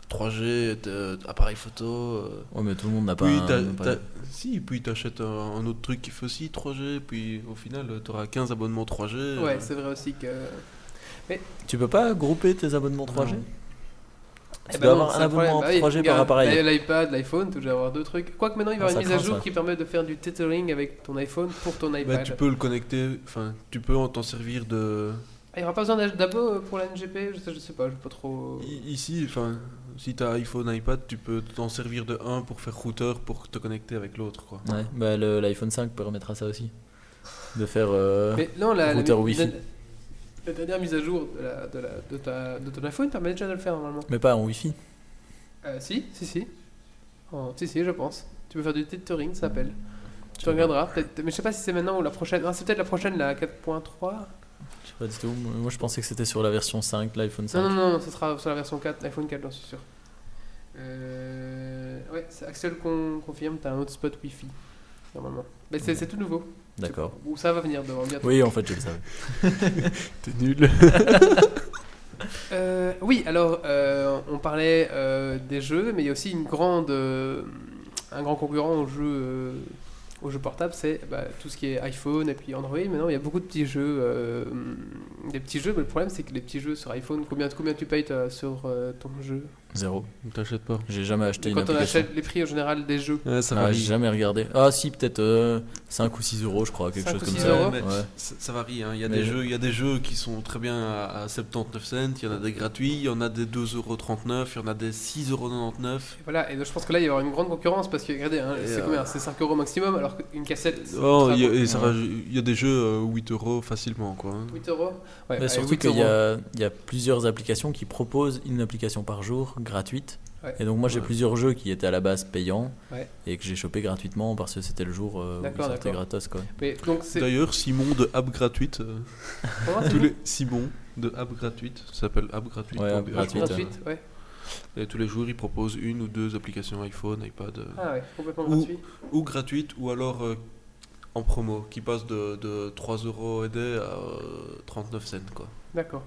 S3: 3G, t'as- t'as appareil photo. euh,
S2: Ouais, mais tout le monde n'a pas.
S3: puis
S2: un-
S3: t'as-
S2: n'a pas-
S3: t'as- Si, puis t'achètes un, un autre truc qui fait aussi 3G, puis au final, euh, t'auras 15 abonnements 3G. euh,
S1: Ouais, c'est vrai aussi que.
S2: Tu peux pas grouper tes abonnements 3G
S3: Non.
S2: Tu
S1: Eh ben
S2: dois
S1: non,
S2: avoir
S1: c'est
S2: un
S1: le problème.
S2: abonnement
S1: Bah oui,
S2: 3G par
S1: regarde,
S2: appareil.
S1: l'i- L'iPad, l'iPhone, tu dois avoir deux trucs. Quoique maintenant, il va y
S2: Ah,
S1: avoir une
S2: ça
S1: mise à
S2: craint,
S1: jour
S2: ça.
S1: qui permet de faire du tethering avec ton iPhone pour ton
S3: bah,
S1: iPad.
S3: tu peux le connecter, enfin, tu peux en t'en servir de.
S1: Ah, il n'y aura pas besoin d'ab- d'abo pour la NGP je sais, je sais pas, je sais pas trop.
S3: I- Ici, enfin, si t'as iPhone, iPad, tu peux t'en servir de un pour faire routeur pour te connecter avec l'autre, quoi.
S2: Ouais, bah, le- l'iPhone 5 permettra ça aussi. De faire. euh,
S1: Mais non, la, la-
S2: routeur
S1: la-
S2: Wi-Fi.
S1: la dernière mise à jour de, la- de la- de ta- de ton iPhone permet déjà de le faire normalement.
S2: Mais pas en Wi-Fi.
S1: Euh, si, si, si. En- si, si, je pense. Tu peux faire du tethering, ça s'appelle.
S2: Je
S1: Tu
S2: sais
S1: regarderas, peut-être. Mais je sais pas si c'est maintenant ou la prochaine. Ah, c'est peut-être la prochaine, la 4.3.
S2: Je sais pas du tout. Moi, je pensais que c'était sur la version 5, l'iPhone 5.
S1: Non, non, non, ce sera sur la version 4, iPhone 4, j'en suis sûr. Euh, Ouais, c'est Axel qu'on confirme, t'as un hotspot Wi-Fi, normalement. Mais c'est c'est tout nouveau.
S2: D'accord.
S1: Ou ça va venir devant, bientôt.
S2: Oui, en fait, je le savais.
S3: T'es nul.
S1: Euh, oui, alors, euh, on parlait euh, des jeux, mais il y a aussi une grande, euh, un grand concurrent aux jeux, euh, aux jeux portables, c'est bah, tout ce qui est iPhone et puis Android. Maintenant, il y a beaucoup de petits jeux, euh, des petits jeux, mais le problème, c'est que les petits jeux sur iPhone, combien, combien tu payes toi, sur euh, ton jeu
S2: Zéro.
S3: T'achètes pas.
S2: J'ai jamais acheté une
S1: Quand on
S2: application.
S1: achète les prix en général des jeux.
S3: Ouais, ça
S2: Ah,
S3: varie.
S2: j'ai jamais regardé. Ah, si, peut-être euh, 5 ou 6 euros, je crois, quelque
S1: 5
S2: chose
S1: ou
S2: comme
S1: 6
S2: ça.
S1: euros.
S2: Ouais.
S3: Mais Ça, ça varie, hein. il, y a
S2: Mais
S3: des
S2: je-
S3: jeux, il y a des jeux qui sont très bien à, à 79 cents, il y en a des gratuits, il y en a des 2,39€, il y en a des 6,99€.
S1: Et Voilà, et donc je pense que là, il va y avoir une grande concurrence parce que regardez, hein,
S3: Et,
S1: c'est
S3: euh,
S1: combien C'est 5 euros maximum, alors qu'une cassette. c'est
S3: Oh,
S1: ultra
S3: il y a,
S1: bon.
S3: et ça
S2: Ouais.
S3: va- il y a des jeux euh, 8 euros facilement quoi. hein.
S1: 8 euros Ouais,
S2: Mais
S1: allez,
S2: surtout
S1: 8
S2: qu'il y,
S1: Ah, euros.
S2: a- il y a plusieurs applications qui proposent une application par jour gratuite.
S1: Ouais.
S2: Et donc, moi, j'ai
S3: Ouais.
S2: plusieurs jeux qui étaient à la base payants
S1: Ouais.
S2: et que j'ai chopé gratuitement parce que c'était le jour euh, où
S1: D'accord,
S2: ils sortaient
S1: d'accord.
S2: gratos. Quoi.
S1: Mais donc, c'est.
S3: D'ailleurs, Simon de App Gratuite, euh,
S1: Comment c'est
S3: tous
S1: bon
S3: les Simon de App Gratuite, ça s'appelle App Gratuite.
S2: Ouais,
S3: pour
S2: App
S3: BH.
S2: Gratuite,
S1: Gratuite, ouais.
S3: Et tous les jours, ils proposent une ou deux applications iPhone, iPad, euh,
S1: Ah ouais, complètement
S3: Ou-
S1: gratuit.
S3: ou gratuites ou alors euh, en promo, qui passent de, de 3 euros et des à euh, 39 cents quoi.
S1: D'accord.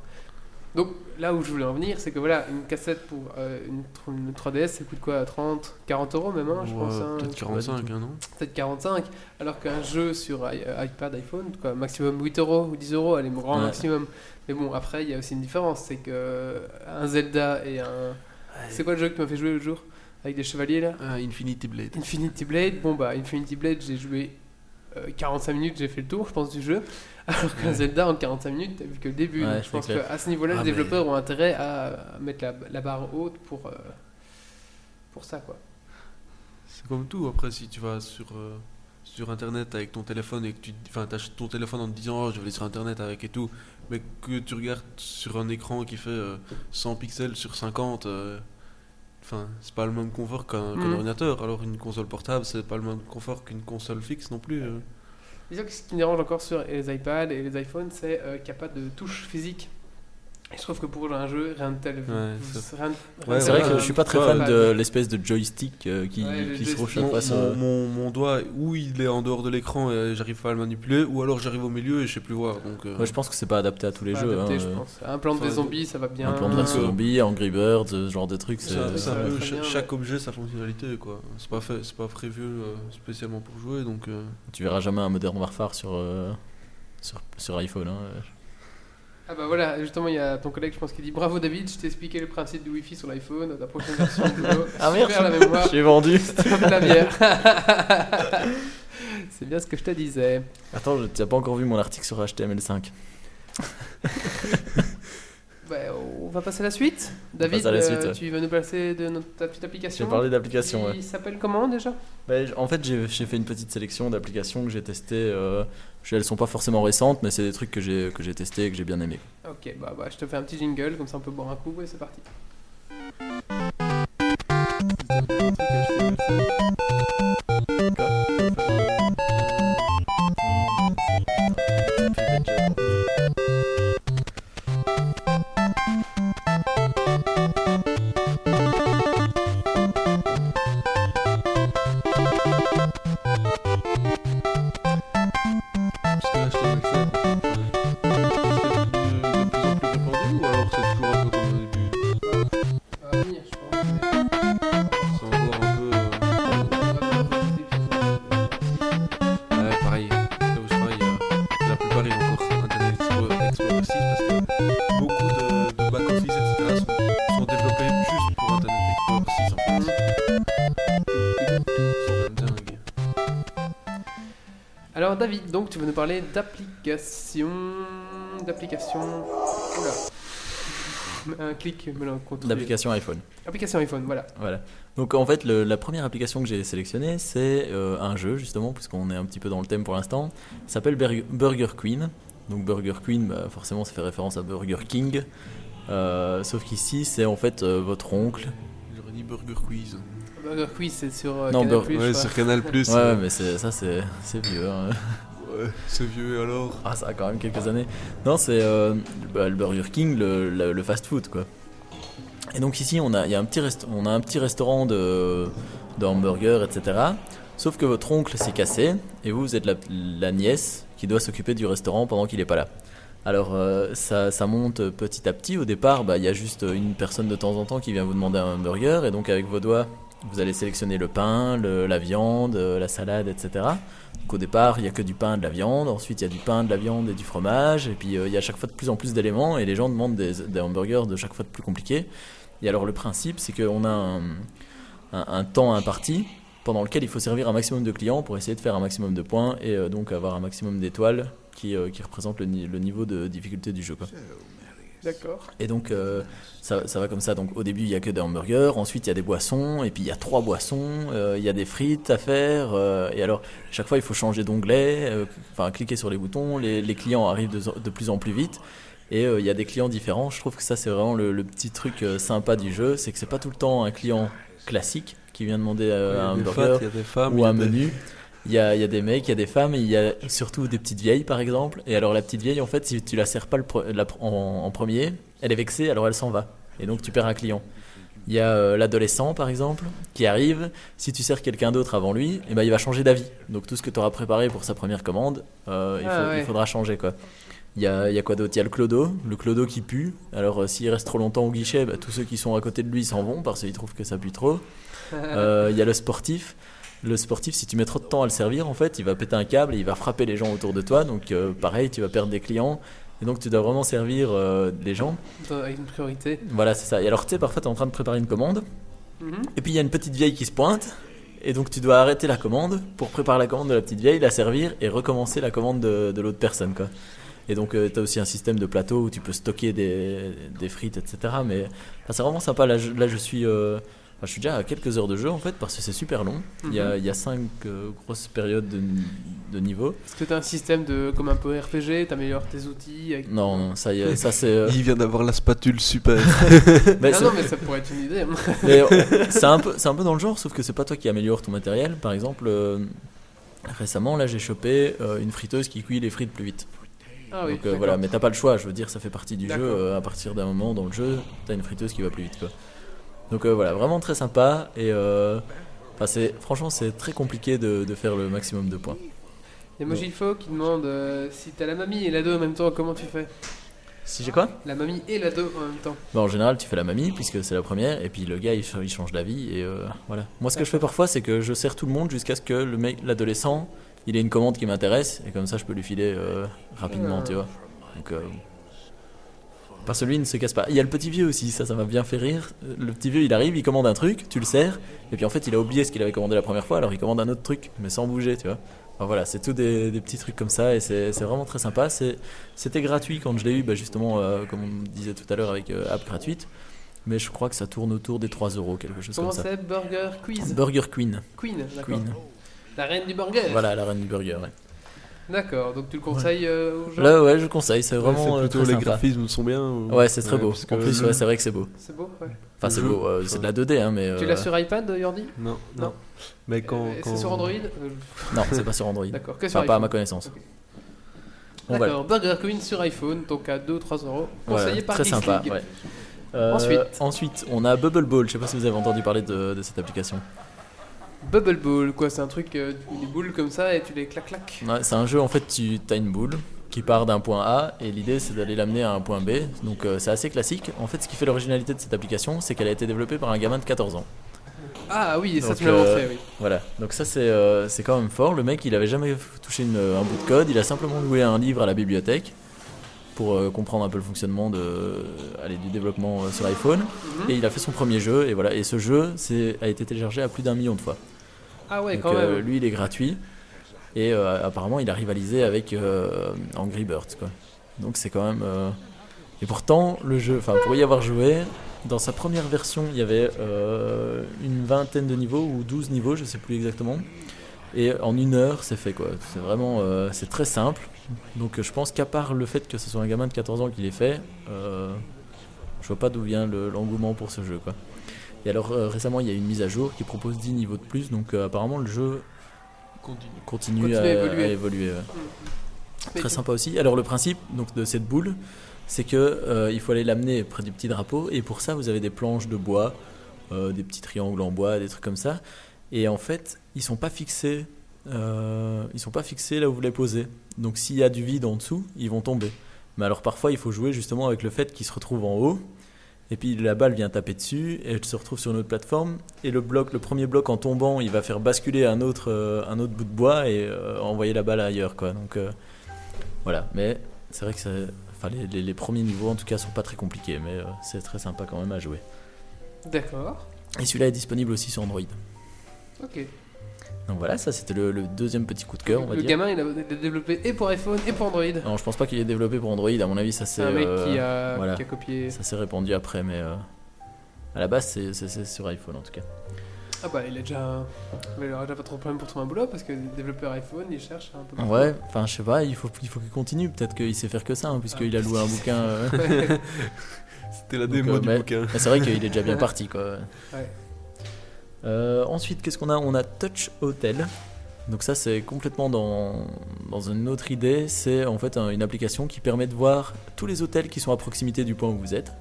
S1: Donc là où je voulais en venir, c'est que voilà, une cassette pour euh, une, tr- une 3DS, ça coûte quoi 30, 40 euros même, hein, je
S3: Ou,
S1: pense.
S3: euh,
S1: hein,
S3: Peut-être
S2: sais pas du
S3: 45, hein, non
S1: peut-être 45. Alors qu'un jeu sur i- euh, iPad, iPhone, quoi, maximum 8 euros ou 10 euros, elle est grand
S2: Ouais.
S1: maximum. Mais bon, après, il y a aussi une différence, c'est que euh, un Zelda et un. C'est quoi le jeu que tu m'as fait jouer l'autre jour Avec des chevaliers là
S3: Ah, Infinity Blade.
S1: Infinity Blade, bon bah Infinity Blade j'ai joué euh, 45 minutes, j'ai fait le tour je pense du jeu, alors qu'un
S3: Ouais.
S1: Zelda en 45 minutes t'as vu que le début,
S2: Ouais,
S1: donc je
S2: c'est
S1: pense
S2: clair.
S1: qu'à ce niveau-là
S3: Ah,
S1: les
S3: mais-
S1: développeurs ont intérêt à mettre la, la barre haute pour, euh, pour ça quoi.
S3: C'est comme tout. Après, si tu vas sur, euh, sur Internet avec ton téléphone et que tu enfin, t'achètes ton téléphone en te disant oh, je vais aller sur Internet avec et tout, mais que tu regardes sur un écran qui fait euh, 100 pixels sur 50, euh, enfin, c'est pas le même confort qu'un qu'un
S1: Mhm.
S3: ordinateur. Alors, une console portable, c'est pas le même confort qu'une console fixe non plus. euh.
S1: Disons que ce qui me dérange encore sur les iPads et les iPhones c'est euh, qu'il n'y a pas de touche physique. Et je trouve que pour un jeu, rien de tel.
S3: Ouais,
S1: rien de-
S3: Ouais,
S1: rien de tel-
S2: c'est vrai
S3: voilà.
S2: que je suis pas très
S3: Ouais.
S2: fan de l'espèce de joystick euh, qui,
S1: Ouais, le
S2: qui se
S1: joystick. euh,
S2: roule à
S3: Mon,
S2: face.
S3: mon- mon- mon doigt, ou il est en dehors de l'écran et j'arrive pas à le manipuler, ou alors j'arrive au milieu et je sais plus voir. Donc, euh,
S2: Moi, je pense que c'est pas adapté à tous les
S1: pas
S2: jeux.
S1: adapté,
S2: hein,
S1: je
S2: euh,
S1: pense. Un plan de
S3: enfin,
S1: des zombies, ça va bien.
S2: Un plan de
S3: Euh,
S2: versus zombie, Angry Birds, ce genre de trucs.
S1: Ça,
S2: c'est- euh,
S3: C'est un- c'est un
S1: va
S3: peu
S1: très
S3: cha-
S1: bien,
S3: chaque,
S1: mais-
S3: objet sa fonctionnalité quoi. C'est pas fait, c'est pas prévu euh, spécialement pour jouer donc. euh,
S2: Tu verras jamais un Modern Warfare sur, euh, sur, sur iPhone. hein.
S1: Ah bah voilà, justement, il y a ton collègue, je pense, qui dit Bravo David, je t'ai expliqué le principe du Wi-Fi sur l'iPhone, la prochaine version. Bleu, super
S2: Ah, merci.
S1: la mémoire,
S2: J'ai vendu.
S1: top la bière. C'est bien ce que je te disais.
S2: Attends, je- tu n'as pas encore vu mon article sur HTML5.
S1: Bah, on va passer à la suite. David,
S2: passe à la suite,
S1: euh,
S2: ouais.
S1: tu vas nous passer de notre, ta petite application.
S2: J'ai parlé d'applications. ouais.
S1: Il s'appelle comment déjà
S2: Ben, j- en fait, j'ai j'ai fait une petite sélection d'applications que j'ai testées. euh, je- elles sont pas forcément récentes, mais c'est des trucs que j'ai que j'ai testés et que j'ai bien aimé.
S1: Ok, bah, bah je te fais un petit jingle, comme ça on peut boire un coup, et c'est parti.
S3: Parce que là, je t'en accède. C'est de de plus en plus répandu ou alors c'est toujours un euh,
S1: euh, Alors David, donc tu veux nous parler d'applications... D'applications... Oula. Un clic me l'a contrôlé.
S2: L'application iPhone.
S1: Application iPhone, voilà.
S2: Voilà. Donc en fait, le- la première application que j'ai sélectionnée, c'est euh, un jeu justement, puisqu'on est un petit peu dans le thème pour l'instant. Ça s'appelle Berg- Burger Queen. Donc Burger Queen, bah, forcément, ça fait référence à Burger King. Euh, sauf qu'ici, c'est en fait euh, votre oncle.
S3: J'aurais dit Burger Quiz.
S1: Burger Quiz, c'est sur euh,
S2: Non,
S1: Canal+,
S2: Bur-
S1: je
S3: Ouais,
S1: crois.
S3: sur Canal Plus. euh,
S2: Ouais, ouais, mais c'est- ça, c'est c'est vieux. hein.
S3: c'est vieux alors.
S2: Ah, ça a quand même quelques années. Non, c'est euh, bah, le Burger King, le, le- le fast-food, quoi. Et donc ici, on a, il y a un petit rest- on a un petit restaurant de, de hamburgers, etc. Sauf que votre oncle s'est cassé et vous, vous êtes la, la nièce qui doit s'occuper du restaurant pendant qu'il n'est pas là. Alors euh, ça, ça monte petit à petit. Au départ, bah, il y a juste une personne de temps en temps qui vient vous demander un hamburger et donc avec vos doigts, vous allez sélectionner le pain, le- la viande, euh, la salade, etc. Donc au départ, il n'y a que du pain, de la viande. Ensuite, il y a du pain, de la viande et du fromage. Et puis, euh, il y a à chaque fois de plus en plus d'éléments. Et les gens demandent des, des hamburgers de chaque fois de plus compliqués. Et alors, le principe, c'est qu'on a un, un- un temps imparti pendant lequel il faut servir un maximum de clients pour essayer de faire un maximum de points et euh, donc avoir un maximum d'étoiles qui, euh, qui représente le, ni- le niveau de difficulté du jeu. quoi.
S1: D'accord.
S2: Et donc, euh, ça, ça va comme ça. Donc, au début, il n'y a que des hamburgers, ensuite, il y a des boissons, et puis il y a trois boissons, euh, il y a des frites à faire. euh, et alors, chaque fois, il faut changer d'onglet, euh, enfin, cliquer sur les boutons. Les, les clients arrivent de, de plus en plus vite, et euh, il y a des clients différents. Je trouve que ça, c'est vraiment le, le petit truc euh, sympa du jeu c'est que c'est pas tout le temps un client classique qui vient demander euh, un
S3: il y a des
S2: hamburger
S3: fats, il y a des femmes. il y
S2: ou
S3: a
S2: un
S3: des-
S2: menu. Il y, a, il y a des mecs, il y a des femmes, et il y a surtout des petites vieilles par exemple. Et alors la petite vieille, en fait, si tu la sers pas le pre- la pr- en, en premier, elle est vexée, alors elle s'en va. Et donc tu perds un client. Il y a euh, l'adolescent par exemple qui arrive. Si tu sers quelqu'un d'autre avant lui, eh ben, il va changer d'avis. Donc tout ce que tu auras préparé pour sa première commande, euh, il,
S1: Ah,
S2: faut- il
S1: ouais.
S2: faudra changer quoi. Il y a, il y a quoi d'autre Il y a le clodo, le clodo qui pue. Alors euh, s'il reste trop longtemps au guichet, bah, tous ceux qui sont à côté de lui s'en vont parce qu'ils trouvent que ça pue trop. Euh, Il y a le sportif. Le sportif, si tu mets trop de temps à le servir, en fait, il va péter un câble et il va frapper les gens autour de toi. Donc, euh, pareil, tu vas perdre des clients. Et donc, tu dois vraiment servir euh, les gens.
S1: Attends, Avec une priorité.
S2: Voilà, c'est ça. Et alors, tu sais, parfois, tu es en train de préparer une commande.
S1: Mhm.
S2: Et puis, il y a une petite vieille qui se pointe. Et donc, tu dois arrêter la commande pour préparer la commande de la petite vieille, la servir et recommencer la commande de, de l'autre personne, quoi. Et donc, tu as aussi un système de plateau où tu peux stocker des, des frites, etc. Mais enfin, c'est vraiment sympa. Là, je, là, je suis. euh, enfin, je suis déjà à quelques heures de jeu en fait parce que c'est super long. Il y
S1: Mhm.
S2: a- il y a cinq euh, grosses périodes de, de niveau.
S1: Est-ce que t'as un système de, comme un peu RPG, t'améliores tes outils avec-
S2: Non, non, ça, y est, ça c'est. euh,
S3: Il vient d'avoir la spatule super.
S2: mais
S1: Ah
S2: c'est-
S1: non, mais ça pourrait être une idée. hein.
S2: Mais on- c'est un peu, c'est un peu dans le genre, sauf que c'est pas toi qui améliore ton matériel. Par exemple, euh, récemment, là, j'ai chopé euh, une friteuse qui cuit les frites plus vite.
S1: Ah oui,
S2: Donc euh,
S1: d'accord.
S2: voilà, mais t'as pas le choix. Je veux dire, ça fait partie du jeu.
S1: D'accord.
S2: euh, à partir d'un moment dans le jeu, t'as une friteuse qui va plus vite, quoi. Donc euh, voilà, vraiment très sympa et. euh, enfin, c'est- franchement, c'est très compliqué de, de faire le maximum de points.
S1: Il y a Mojifo qui demande euh, si t'as la mamie et l'ado en même temps, comment tu fais
S2: Si j'ai quoi
S1: La mamie et l'ado en même temps.
S2: Bah, en général, tu fais la mamie puisque c'est la première, et puis le gars il, ch- il change d'avis et euh, voilà. Moi, ce que je fais parfois, c'est que je sers tout le monde jusqu'à ce que le mec, l'adolescent, il ait une commande qui m'intéresse, et comme ça, je peux lui filer euh, rapidement, tu vois. Donc, euh, parce que lui, il ne se casse pas. Il y a le petit vieux aussi, ça, ça m'a bien fait rire. Euh, Le petit vieux, il arrive, il commande un truc, tu le sers, et puis en fait, il a oublié ce qu'il avait commandé la première fois, alors il commande un autre truc, mais sans bouger, tu vois. Enfin, voilà, c'est tout des, des petits trucs comme ça, et c'est c'est vraiment très sympa. C'est c'était gratuit quand je l'ai eu, bah, justement, euh, comme on disait tout à l'heure avec euh, app gratuite. Mais je crois que ça tourne autour des 3 euros, quelque chose
S1: Comment
S2: comme ça.
S1: c'est Burger Quiz
S2: Burger Queen.
S1: Queen, d'accord.
S2: Queen.
S1: La reine du burger.
S2: Voilà, la reine du burger. ouais.
S1: D'accord, donc tu le conseilles euh, aux gens
S2: Là, ouais, je conseille, c'est
S3: C'est
S2: vraiment euh,
S3: plutôt
S2: très
S3: les
S2: sympa.
S3: graphismes sont bien. ou-
S2: euh. Ouais, c'est très beau.
S3: parce que
S2: En plus,
S3: le-
S2: ouais, c'est vrai que c'est beau.
S1: C'est beau, ouais.
S2: Enfin, c'est
S3: Le
S2: beau, euh,
S3: jeu,
S2: c'est de la 2D, hein, mais.
S1: Tu
S2: euh,
S1: l'as sur iPad, Yordi
S3: Non,
S1: Non.
S3: non. Mais quand.
S1: Et
S3: quand-
S1: C'est sur Android Euh,
S2: Non, c'est pas sur Android.
S1: D'accord, que sur
S2: Enfin, pas à ma
S1: iPhone.
S2: connaissance.
S1: Ok.
S2: Bon, voilà.
S1: D'accord, Burger Queen sur iPhone, donc à 2 ou 3 euros.
S2: Ouais,
S1: Conseillé par
S2: très
S1: Geeks
S2: sympa.
S1: League.
S2: ouais. Euh,
S1: Ensuite.
S2: ensuite, on a Bubble Ball. Je sais pas si vous avez entendu parler de, de cette application.
S1: Bubble Ball, quoi, c'est un truc, euh, où des boules comme ça et tu les clac-clac.
S2: Ouais, c'est un jeu, en fait, tu as une boule qui part d'un point A et l'idée c'est d'aller l'amener à un point B. Donc euh, c'est assez classique. En fait, ce qui fait l'originalité de cette application, c'est qu'elle a été développée par un gamin de 14 ans.
S1: Ah oui, ça
S2: Donc,
S1: tu me l'as
S2: euh,
S1: montré, oui.
S2: Voilà, donc ça c'est euh, c'est quand même fort. Le mec, il avait jamais f- touché une- euh, un bout de code, il a simplement loué un livre à la bibliothèque pour euh, comprendre un peu le fonctionnement de, allez, du développement euh, sur iPhone.
S1: Mhm.
S2: Et il a fait son premier jeu, et voilà. Et ce jeu c'est- a été téléchargé à plus d'un million de fois.
S1: Ah ouais,
S2: Donc,
S1: quand
S2: euh,
S1: même.
S2: lui, il est gratuit. Et euh, apparemment, il a rivalisé avec euh, Angry Birds. Quoi. Donc c'est quand même. euh, Et pourtant, le jeu, enfin pour y avoir joué, dans sa première version, il y avait euh, une vingtaine de niveaux ou 12 niveaux, je sais plus exactement. Et en une heure, c'est fait quoi. C'est vraiment, euh, c'est très simple. Donc euh, je pense qu'à part le fait que ce soit un gamin de 14 ans qui l'ait fait, euh, je vois pas d'où vient le- l'engouement pour ce jeu quoi. Et alors euh, récemment, il y a une mise à jour qui propose 10 niveaux de plus. Donc euh, apparemment, le jeu
S3: Continue.
S2: continue,
S1: Continue à
S2: à,
S1: évoluer.
S2: à évoluer, ouais.
S1: Mais
S2: Très
S1: tu-
S2: sympa aussi. Alors le principe donc de cette boule, c'est que euh, il faut aller l'amener près du petit drapeau et pour ça vous avez des planches de bois, euh, des petits triangles en bois, des trucs comme ça. Et en fait, ils sont pas fixés, euh, ils sont pas fixés là où vous les posez. Donc s'il y a du vide en dessous, ils vont tomber. Mais alors parfois il faut jouer justement avec le fait qu'ils se retrouvent en haut. Et puis la balle vient taper dessus et elle se retrouve sur une autre plateforme. Et le bloc, le premier bloc en tombant, il va faire basculer un autre, euh, un autre bout de bois et euh, envoyer la balle ailleurs quoi. Donc euh, voilà, mais c'est vrai que ça- enfin, les, les- les premiers niveaux en tout cas sont pas très compliqués, mais euh, c'est très sympa quand même à jouer.
S1: D'accord.
S2: Et celui-là est disponible aussi sur Android.
S1: Ok.
S2: Donc voilà, ça c'était le, le deuxième petit coup de cœur, on va
S1: le
S2: dire.
S1: gamin, il a, il a développé et pour iPhone et pour Android.
S2: Non, je pense pas qu'il est développé pour Android, à mon avis ça s'est
S1: C'est un mec
S2: euh,
S1: qui, a,
S2: voilà.
S1: qui a copié.
S2: ça s'est répandu après, mais euh, à la base c'est- c'est c'est sur iPhone en tout cas.
S1: Ah bah, il a déjà. mais Il aura déjà pas trop de problème pour trouver un boulot parce que les développeurs iPhone, ils cherchent un peu. partout.
S2: Ouais, enfin je sais pas, il faut, il faut qu'il continue, peut-être qu'il sait faire que ça, hein, puisqu'il a loué un bouquin. euh.
S3: C'était la
S2: Donc,
S3: démo
S2: euh,
S3: du
S2: mais-
S3: bouquin.
S2: Mais c'est vrai qu'il est déjà bien parti quoi.
S1: Ouais.
S2: Euh, ensuite, qu'est-ce qu'on a On a Touch Hotel. Donc ça, c'est complètement dans, dans une autre idée. C'est en fait un- une application qui permet de voir tous les hôtels qui sont à proximité du point où vous êtes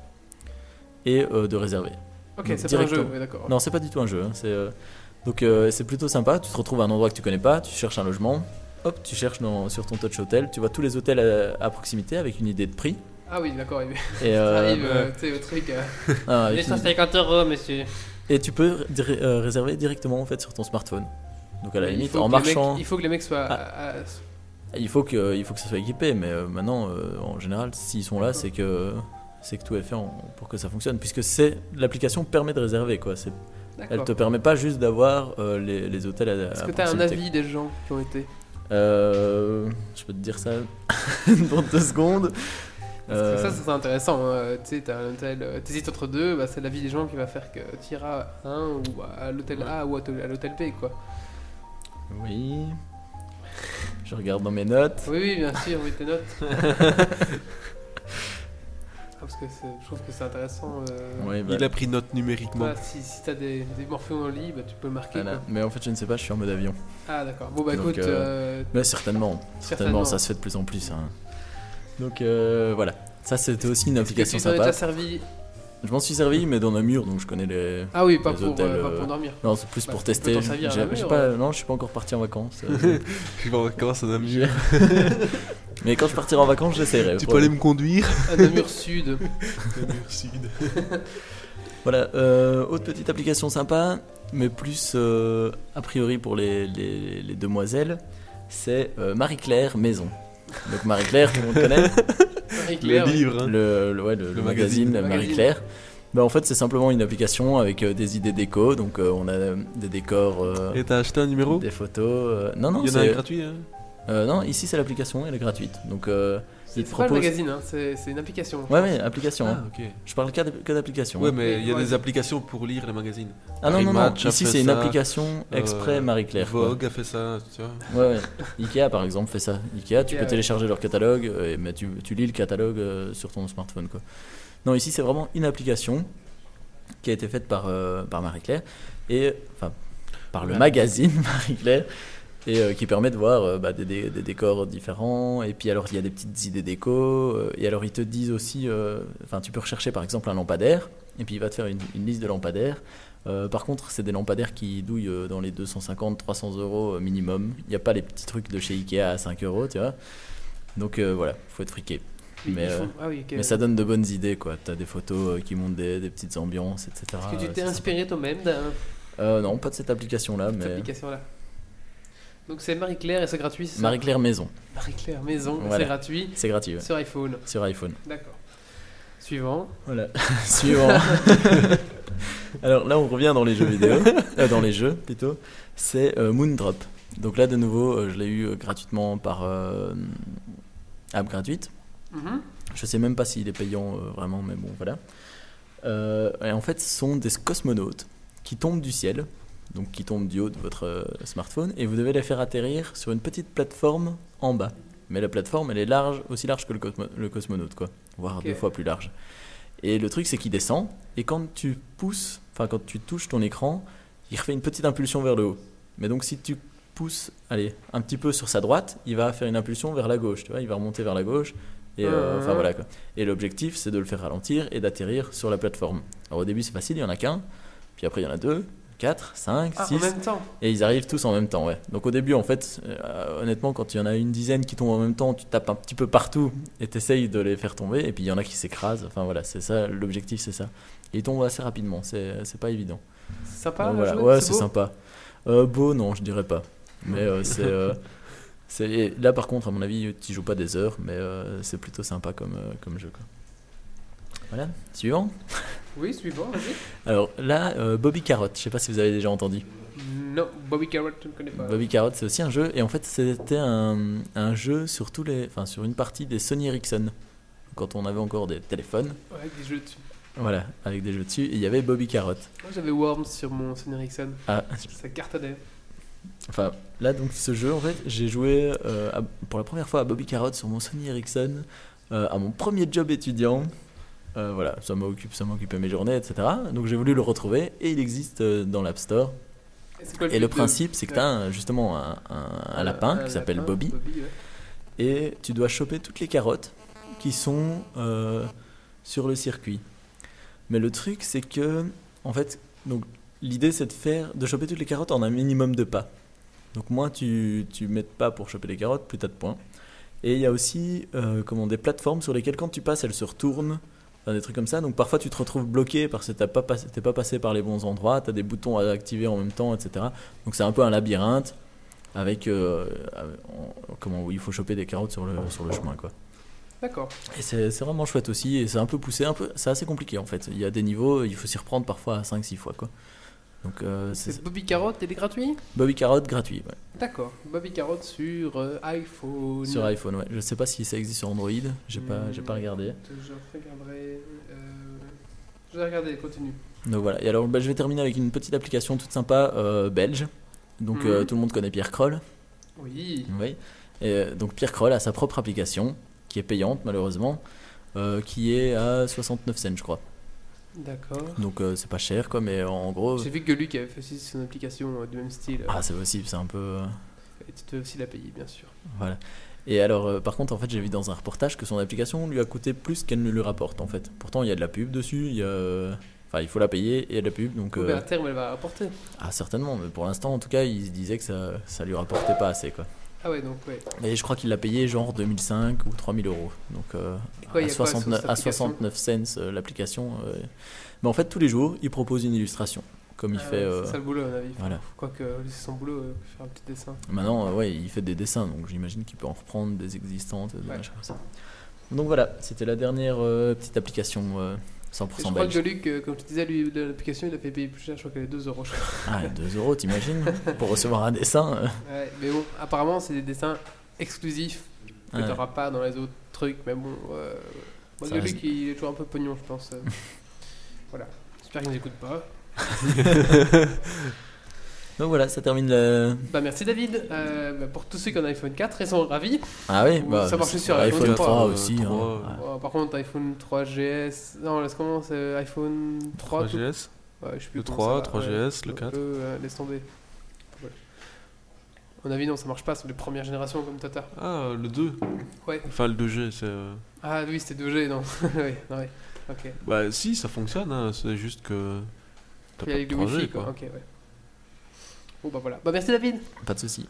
S2: et euh, de réserver.
S1: Ok,
S2: Donc,
S1: c'est pas un jeu,
S2: directement.
S1: ouais, d'accord.
S2: Non, c'est pas du tout un jeu. hein, c'est, euh, Donc euh, c'est plutôt sympa. Tu te retrouves à un endroit que tu connais pas, tu cherches un logement. Hop, tu cherches dans- sur ton Touch Hotel. Tu vois tous les hôtels euh, à, à proximité avec une idée de prix.
S1: Ah oui, d'accord, il
S2: Et, euh,
S1: arrive, euh, tu sais, le truc. euh,
S2: ah, avec une-
S1: 250 euros, monsieur.
S2: et tu peux dir- euh, réserver directement en fait sur ton smartphone. Donc à la
S1: Il
S2: limite,
S1: faut
S2: en
S1: que les mecs-
S2: marchant. Ah.
S1: il faut que les mecs soient. à- à-
S2: Il faut que, il faut que ça soit équipé, mais euh, maintenant, euh, en général, s'ils sont là, c'est que c'est que tout est fait en- pour que ça fonctionne, puisque c'est l'application permet de réserver quoi. C'est- Elle
S1: D'accord.
S2: te permet pas juste d'avoir euh, les, les hôtels à.
S1: Est-ce
S2: à
S1: que t'as un
S2: proximité.
S1: avis des gens qui ont été
S2: Euh, Je peux te dire ça dans deux secondes.
S1: Parce que
S2: Euh,
S1: ça, ça, c'est intéressant. hein. Tu sais, t'as un hôtel, euh, t'hésites entre deux, bah, c'est l'avis des gens qui va faire que t'iras à un ou à l'hôtel A ou à à l'hôtel B, quoi.
S2: Euh, Oui. Je regarde dans mes notes.
S1: Oui, oui, bien sûr, oui, tes notes. Ah, Parce que c'est- je trouve que c'est intéressant. euh,
S2: Ouais, bah,
S3: Il a pris note numériquement.
S1: voilà, si si t'as des, des morphons en lit, bah, tu peux le marquer.
S2: voilà.
S1: quoi.
S2: Mais en fait, je ne sais pas. Je suis en mode avion.
S1: Ah, d'accord. Bon, bah
S2: Donc,
S1: écoute, euh,
S2: Mais certainement, certainement,
S1: certainement.
S2: ça se fait de plus en plus. hein. Donc euh, voilà. Ça, c'était aussi une
S1: Est-ce que
S2: application
S1: tu t'en es
S2: sympa.
S1: déjà servi
S2: Je m'en suis servi, mais dans nos murs, donc je connais les.
S1: Ah oui, pas,
S2: Les
S1: pour,
S2: hôtels,
S1: euh, pas
S2: euh,
S1: pour dormir.
S2: Non, c'est plus
S1: Bah,
S2: pour
S1: tu peux
S2: tester.
S1: t'en servir à
S2: J'ai-
S1: Namur,
S2: j'ai pas- non, je suis pas encore parti en vacances. euh,
S3: Je suis en vacances à Namur.
S2: mais quand je partirai en vacances, j'essaierai.
S3: Tu peux aller me conduire
S1: Un Namur Sud.
S3: Namur Sud.
S2: Voilà, euh, autre petite application sympa, mais plus euh, a priori pour les, les- les demoiselles, c'est euh, Marie-Claire Maison. Donc Marie-Claire, tout le monde connaît.
S1: Marie
S3: Le
S1: Claire,
S3: livre. hein.
S2: le, le- ouais, le- le magazine,
S3: magazine.
S2: la
S1: Le
S2: Marie
S1: magazine.
S2: Claire. Bah, en fait, c'est simplement une application avec euh, des idées déco. Donc, euh, on a euh, des décors, euh,
S3: Et t'as acheté un numéro
S2: des photos. euh, Non, non,
S3: Il y en a un
S2: c'est-
S3: gratuit. hein.
S2: euh, non, ici c'est l'application, elle est gratuite. Donc, euh,
S1: C'est
S2: te
S1: c'est pas le
S2: propose-
S1: magazine, hein, c'est c'est une application.
S2: ouais, ouais, application.
S3: Ah,
S2: hein.
S3: ok.
S2: Je parle que d'ap- que d'application.
S3: Ouais,
S2: hein.
S3: mais il y a
S1: Ouais.
S3: des applications pour lire les magazines.
S2: Ah non, non, non,
S3: Match a
S2: ici
S3: fait
S2: c'est une
S3: ça,
S2: application exprès
S3: euh,
S2: Marie Claire. quoi.
S3: Vogue a fait ça, tu vois.
S2: Ouais, ouais. Ikea par exemple fait ça. Ikea, tu
S1: Ikea,
S2: peux
S1: ouais.
S2: télécharger leur catalogue, euh, et- mais tu, tu lis le catalogue euh, sur ton smartphone. Quoi. Non, ici c'est vraiment une application qui a été faite par, euh, par Marie-Claire, et enfin par le
S3: Ouais.
S2: magazine Marie-Claire, et euh, qui permet de voir euh, bah, des, des- des décors différents. Et puis alors il y a des petites idées déco, euh, et alors ils te disent aussi, euh, enfin tu peux rechercher par exemple un lampadaire, et puis il va te faire une, une liste de lampadaires. Euh, par contre, c'est des lampadaires qui douillent euh, dans les 250-300 euros euh, minimum. Il n'y a pas les petits trucs de chez Ikea à 5 euros, tu vois. Donc euh, voilà, faut être friqué.
S1: Oui,
S2: mais,
S1: ils
S2: euh,
S1: font- ah oui, ok.
S2: Mais ça donne de bonnes idées, quoi. T'as des photos euh, qui montrent des, des petites ambiances, etc.
S1: Est-ce que tu
S2: Euh,
S1: t'es
S2: c'est
S1: inspiré toi-même d'un-
S2: sympa. Euh, Non, pas de cette application-là,
S1: cette
S2: mais euh,
S1: application-là Donc c'est Marie-Claire et c'est gratuit, c'est ça
S2: Marie-Claire Maison.
S1: Marie-Claire Maison,
S2: Voilà.
S1: c'est gratuit
S2: C'est gratuit, ouais.
S1: sur iPhone.
S2: sur iPhone.
S1: D'accord. Suivant.
S2: Voilà. Suivant. Alors là, on revient dans les jeux vidéo, Euh, dans les jeux plutôt. C'est euh, Moondrop. Donc là, de nouveau, euh, je l'ai eu euh, gratuitement par euh, app gratuite.
S1: Mhm.
S2: Je sais même pas s'il est payant euh, vraiment, mais bon, voilà. Euh, et en fait, ce sont des cosmonautes qui tombent du ciel, donc qui tombent du haut de votre euh, smartphone, et vous devez les faire atterrir sur une petite plateforme en bas. Mais la plateforme, elle est large, aussi large que le, cosmo- le cosmonaute, quoi, voire
S1: Ok.
S2: deux fois plus large. Et le truc, c'est qu'il descend, et quand tu pousses, enfin, quand tu touches ton écran, il refait une petite impulsion vers le haut. Mais donc, si tu pousses, allez, un petit peu sur sa droite, il va faire une impulsion vers la gauche, tu vois, il va remonter vers la gauche, et euh,
S1: Mhm.
S2: enfin, voilà, quoi. Et l'objectif, c'est de le faire ralentir et d'atterrir sur la plateforme. Alors au début, c'est facile, il y en a qu'un. Puis après, il y en a deux, quatre, cinq,
S1: Ah, en
S2: six.
S1: même temps.
S2: Et ils arrivent tous en même temps, ouais. Donc au début, en fait, euh, honnêtement, quand il y en a une dizaine qui tombent en même temps, tu tapes un petit peu partout et t'essayes de les faire tomber. Et puis il y en a qui s'écrasent. Enfin voilà, c'est ça, l'objectif, c'est ça. Et ils tombent assez rapidement, c'est c'est pas évident.
S1: C'est sympa.
S2: Donc,
S1: à
S2: voilà.
S1: jouer,
S2: Ouais, c'est
S1: beau.
S2: sympa. Euh, beau, non, je dirais pas. Mais euh, c'est. euh, c'est- et Là par contre, à mon avis, tu joues pas des heures, mais euh, c'est plutôt sympa comme, euh, comme jeu. Quoi. Voilà, suivant.
S1: Oui, suivant, vas-y.
S2: Alors là, euh, Bobby Carrot, je sais pas si vous avez déjà entendu.
S1: Non, Bobby Carrot, je ne connais pas.
S2: Bobby Carrot, c'est aussi un jeu, et en fait, c'était un, un jeu sur, tous les, enfin, sur une partie des Sony Ericsson, quand on avait encore des téléphones,
S1: Ouais, avec des jeux dessus.
S2: voilà, avec des jeux dessus, et il y avait Bobby Carrot.
S1: Moi, j'avais Worms sur mon Sony Ericsson.
S2: Ah,
S1: Ça cartonnait.
S2: Enfin, là, donc, ce jeu, en fait, j'ai joué euh, à- pour la première fois à Bobby Carrot sur mon Sony Ericsson, euh, à mon premier job étudiant. Euh, voilà, ça m'a occupé, ça m'a occupé mes journées, etc. Donc, j'ai voulu le retrouver, et il existe euh, dans l'App Store.
S1: c'est quoi but
S2: Et le
S1: de- Euh,
S2: principe, c'est que tu as justement un, un- un lapin qui s'appelle
S1: lapin,
S2: Bobby,
S1: ouais.
S2: et tu dois choper toutes les carottes qui sont euh, sur le circuit. Mais le truc, c'est que, en fait, donc l'idée, c'est de faire, de choper toutes les carottes en un minimum de pas. Donc moins tu, tu mets de pas pour choper les carottes, plus t'as de points. Et il y a aussi, euh, comment, des plateformes sur lesquelles quand tu passes, elles se retournent, enfin, des trucs comme ça. Donc parfois tu te retrouves bloqué parce que t'as pas passé- t'es pas passé par les bons endroits, t'as des boutons à activer en même temps, etc. Donc c'est un peu un labyrinthe avec euh, euh, en- comment oui, il faut choper des carottes sur le, sur le chemin quoi.
S1: D'accord.
S2: Et c'est c'est vraiment chouette aussi et c'est un peu poussé un peu c'est assez compliqué en fait. Il y a des niveaux, il faut s'y reprendre parfois 5 6 fois quoi. Donc euh, c'est
S1: C'est Bobby Carrot, il est gratuit
S2: Bobby Carrot gratuit ouais,
S1: D'accord. Bobby Carrot sur euh, iPhone.
S2: sur iPhone ouais. Je sais pas si ça existe sur Android, j'ai pas j'ai pas
S1: Hmm.
S2: regardé.
S1: Je regarderai. euh, Je vais regarder, continue.
S2: Donc voilà. Et alors bah, je vais terminer avec une petite application toute sympa euh, belge. Donc
S1: Mhm.
S2: euh, tout le monde connaît Pierre Kroll.
S1: Oui.
S2: Oui. Et, euh, donc Pierre Kroll a sa propre application qui est payante malheureusement euh, qui est à 69 cents je crois.
S1: D'accord.
S2: Donc euh, c'est pas cher quoi, mais en gros.
S1: J'ai vu que Luc avait fait aussi son application euh, du même style.
S2: Oh. Ah c'est possible, c'est un peu. euh,
S1: Et tu devais aussi la payer, bien sûr.
S2: Voilà. Et alors, euh, par contre, en fait, j'ai vu dans un reportage que son application lui a coûté plus qu'elle ne lui rapporte, en fait. Pourtant, il y a de la pub dessus, il y a, euh, Enfin, il faut la payer et il y a de la pub, donc...
S1: Oui,
S2: euh,
S1: mais à terme, elle va rapporter.
S2: Ah, certainement, mais pour l'instant, en tout cas, il se disait que ça, ça lui rapportait pas assez, quoi.
S1: Ah ouais, donc ouais.
S2: Et je crois qu'il l'a payé genre 2005 ou 3000 euros. Donc, euh,
S1: Et quoi, il
S2: à,
S1: y a quoi sur cette
S2: 69, à
S1: application
S2: 69 cents euh, l'application. euh, Mais en fait, tous les jours, il propose une illustration, comme il
S1: Ah
S2: fait...
S1: ouais,
S2: euh,
S1: C'est ça le boulot, à mon avis.
S2: Voilà.
S1: Quoique, lui, c'est son boulot, euh, faire un petit dessin.
S2: Maintenant, euh, ouais, il fait des dessins, donc j'imagine qu'il peut en reprendre des existantes, des
S1: Ouais.
S2: machins comme ça. Donc voilà, c'était la dernière euh, petite application euh,
S1: Et je
S2: 100%
S1: crois que
S2: belge.
S1: Luc, euh, comme je te disais, lui, de l'application, il a fait payer plus cher, je crois qu'elle est 2 euros. je crois.
S2: Ah, 2 euros, t'imagines Pour recevoir un dessin euh,
S1: Ouais, mais bon, apparemment, c'est des dessins exclusifs que
S2: ouais.
S1: t'auras pas dans les autres trucs, mais bon. Euh... Moi,
S2: Ça
S1: Luc,
S2: reste-
S1: il est toujours un peu pognon, je pense. euh. voilà. J'espère qu'il nous écoute pas.
S2: Donc voilà, ça termine le.
S1: Bah, merci David. Euh, bah, pour tous ceux qui ont un iPhone 4, ils sont ravis.
S2: Ah oui,
S1: Ou
S2: bah,
S1: ça marchait sur
S2: iPhone
S1: iPhone
S2: 3,
S1: trois,
S2: aussi.
S3: euh,
S2: hein.
S3: trois,
S2: Ah.
S1: Bon, Oh, par contre, iPhone 3GS. Non, laisse comment c'est euh, iPhone 3 tout-
S3: 3GS,
S1: Ouais, je sais plus
S3: le
S1: comment
S3: 3,
S1: ça va, ouais.
S3: 3GS, le
S1: Un
S3: 4.
S1: peu, euh, laisse tomber. Ouais. À mon avis, non, ça marche pas sur les premières générations comme Tata.
S3: Ah, le 2
S1: Ouais.
S3: Enfin, le 2G, c'est. euh,
S1: Ah oui, c'était 2G, non. oui, non, oui. Ok.
S3: Bah, si, ça fonctionne, hein, c'est juste que. T'as
S1: Puis
S3: pas de
S1: avec le
S3: 3G,
S1: Wi-Fi,
S3: quoi.
S1: quoi. Ok, ouais. Bon, bah voilà. Bah merci David.
S2: Pas de soucis.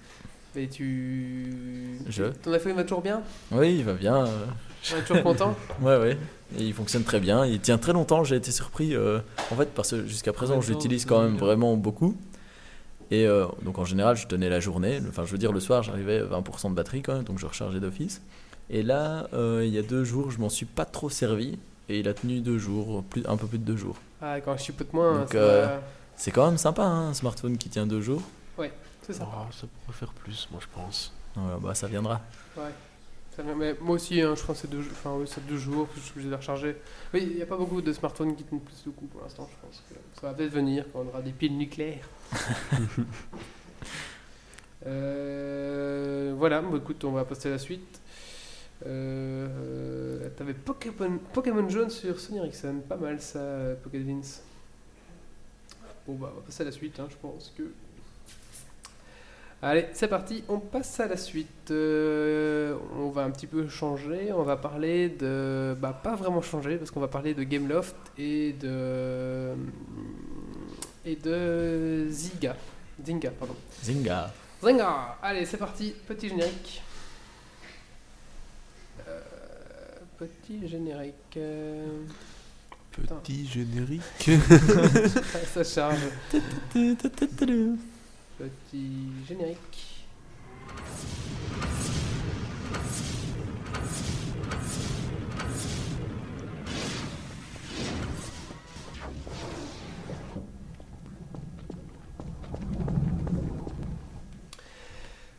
S1: Et tu.
S2: Je.
S1: Ton iPhone va toujours bien
S2: Oui, il va bien. euh,
S1: On est toujours content
S2: Ouais, ouais. Et il fonctionne très bien. Il tient très longtemps. J'ai été surpris. euh, en fait, parce que jusqu'à présent, je
S3: Maintenant,
S2: l'utilise
S3: c'est
S2: quand même
S3: bien.
S2: vraiment beaucoup. Et euh, donc, en général, je tenais la journée. Enfin, je veux dire, le soir, j'arrivais à 20% de batterie quand même. Donc, je rechargeais d'office. Et là, euh, il y a deux jours, je m'en suis pas trop servi. Et il a tenu deux jours, plus, un peu plus de deux jours.
S1: Ah, quand je chipote moins.
S2: Donc,
S1: ça
S2: euh,
S1: va.
S2: C'est quand même sympa, hein, un smartphone qui tient deux jours.
S1: Ouais. C'est ça.
S3: Ah, ça pourrait faire plus, moi je pense.
S2: Voilà, bah, ça viendra.
S1: Ouais. Ça vient- mais moi aussi, hein, je pense que c'est deux, jou- enfin, ouais, c'est deux jours que je suis obligé de recharger. Oui, il n'y a pas beaucoup de smartphones qui tiennent plus le coup pour l'instant, je pense. que ça va peut-être venir quand on aura des piles nucléaires. Euh, voilà, bon, écoute, on va passer à la suite. Euh, euh, T'avais Pokémon, Pokémon Jaune sur Sony Ericsson, pas mal ça, euh, Pocket Vince. Bon, bah, on va passer à la suite, hein, je pense que. Allez, c'est parti, on passe à la suite. Euh, on va un petit peu changer, on va parler de... Bah pas vraiment changer, parce qu'on va parler de Gameloft et de... Et de Ziga. Zynga, pardon.
S2: Zinga.
S1: Zynga Allez, c'est parti, petit générique. Euh, petit générique. euh, Putain.
S3: Petit générique.
S1: ça charge. Petit générique.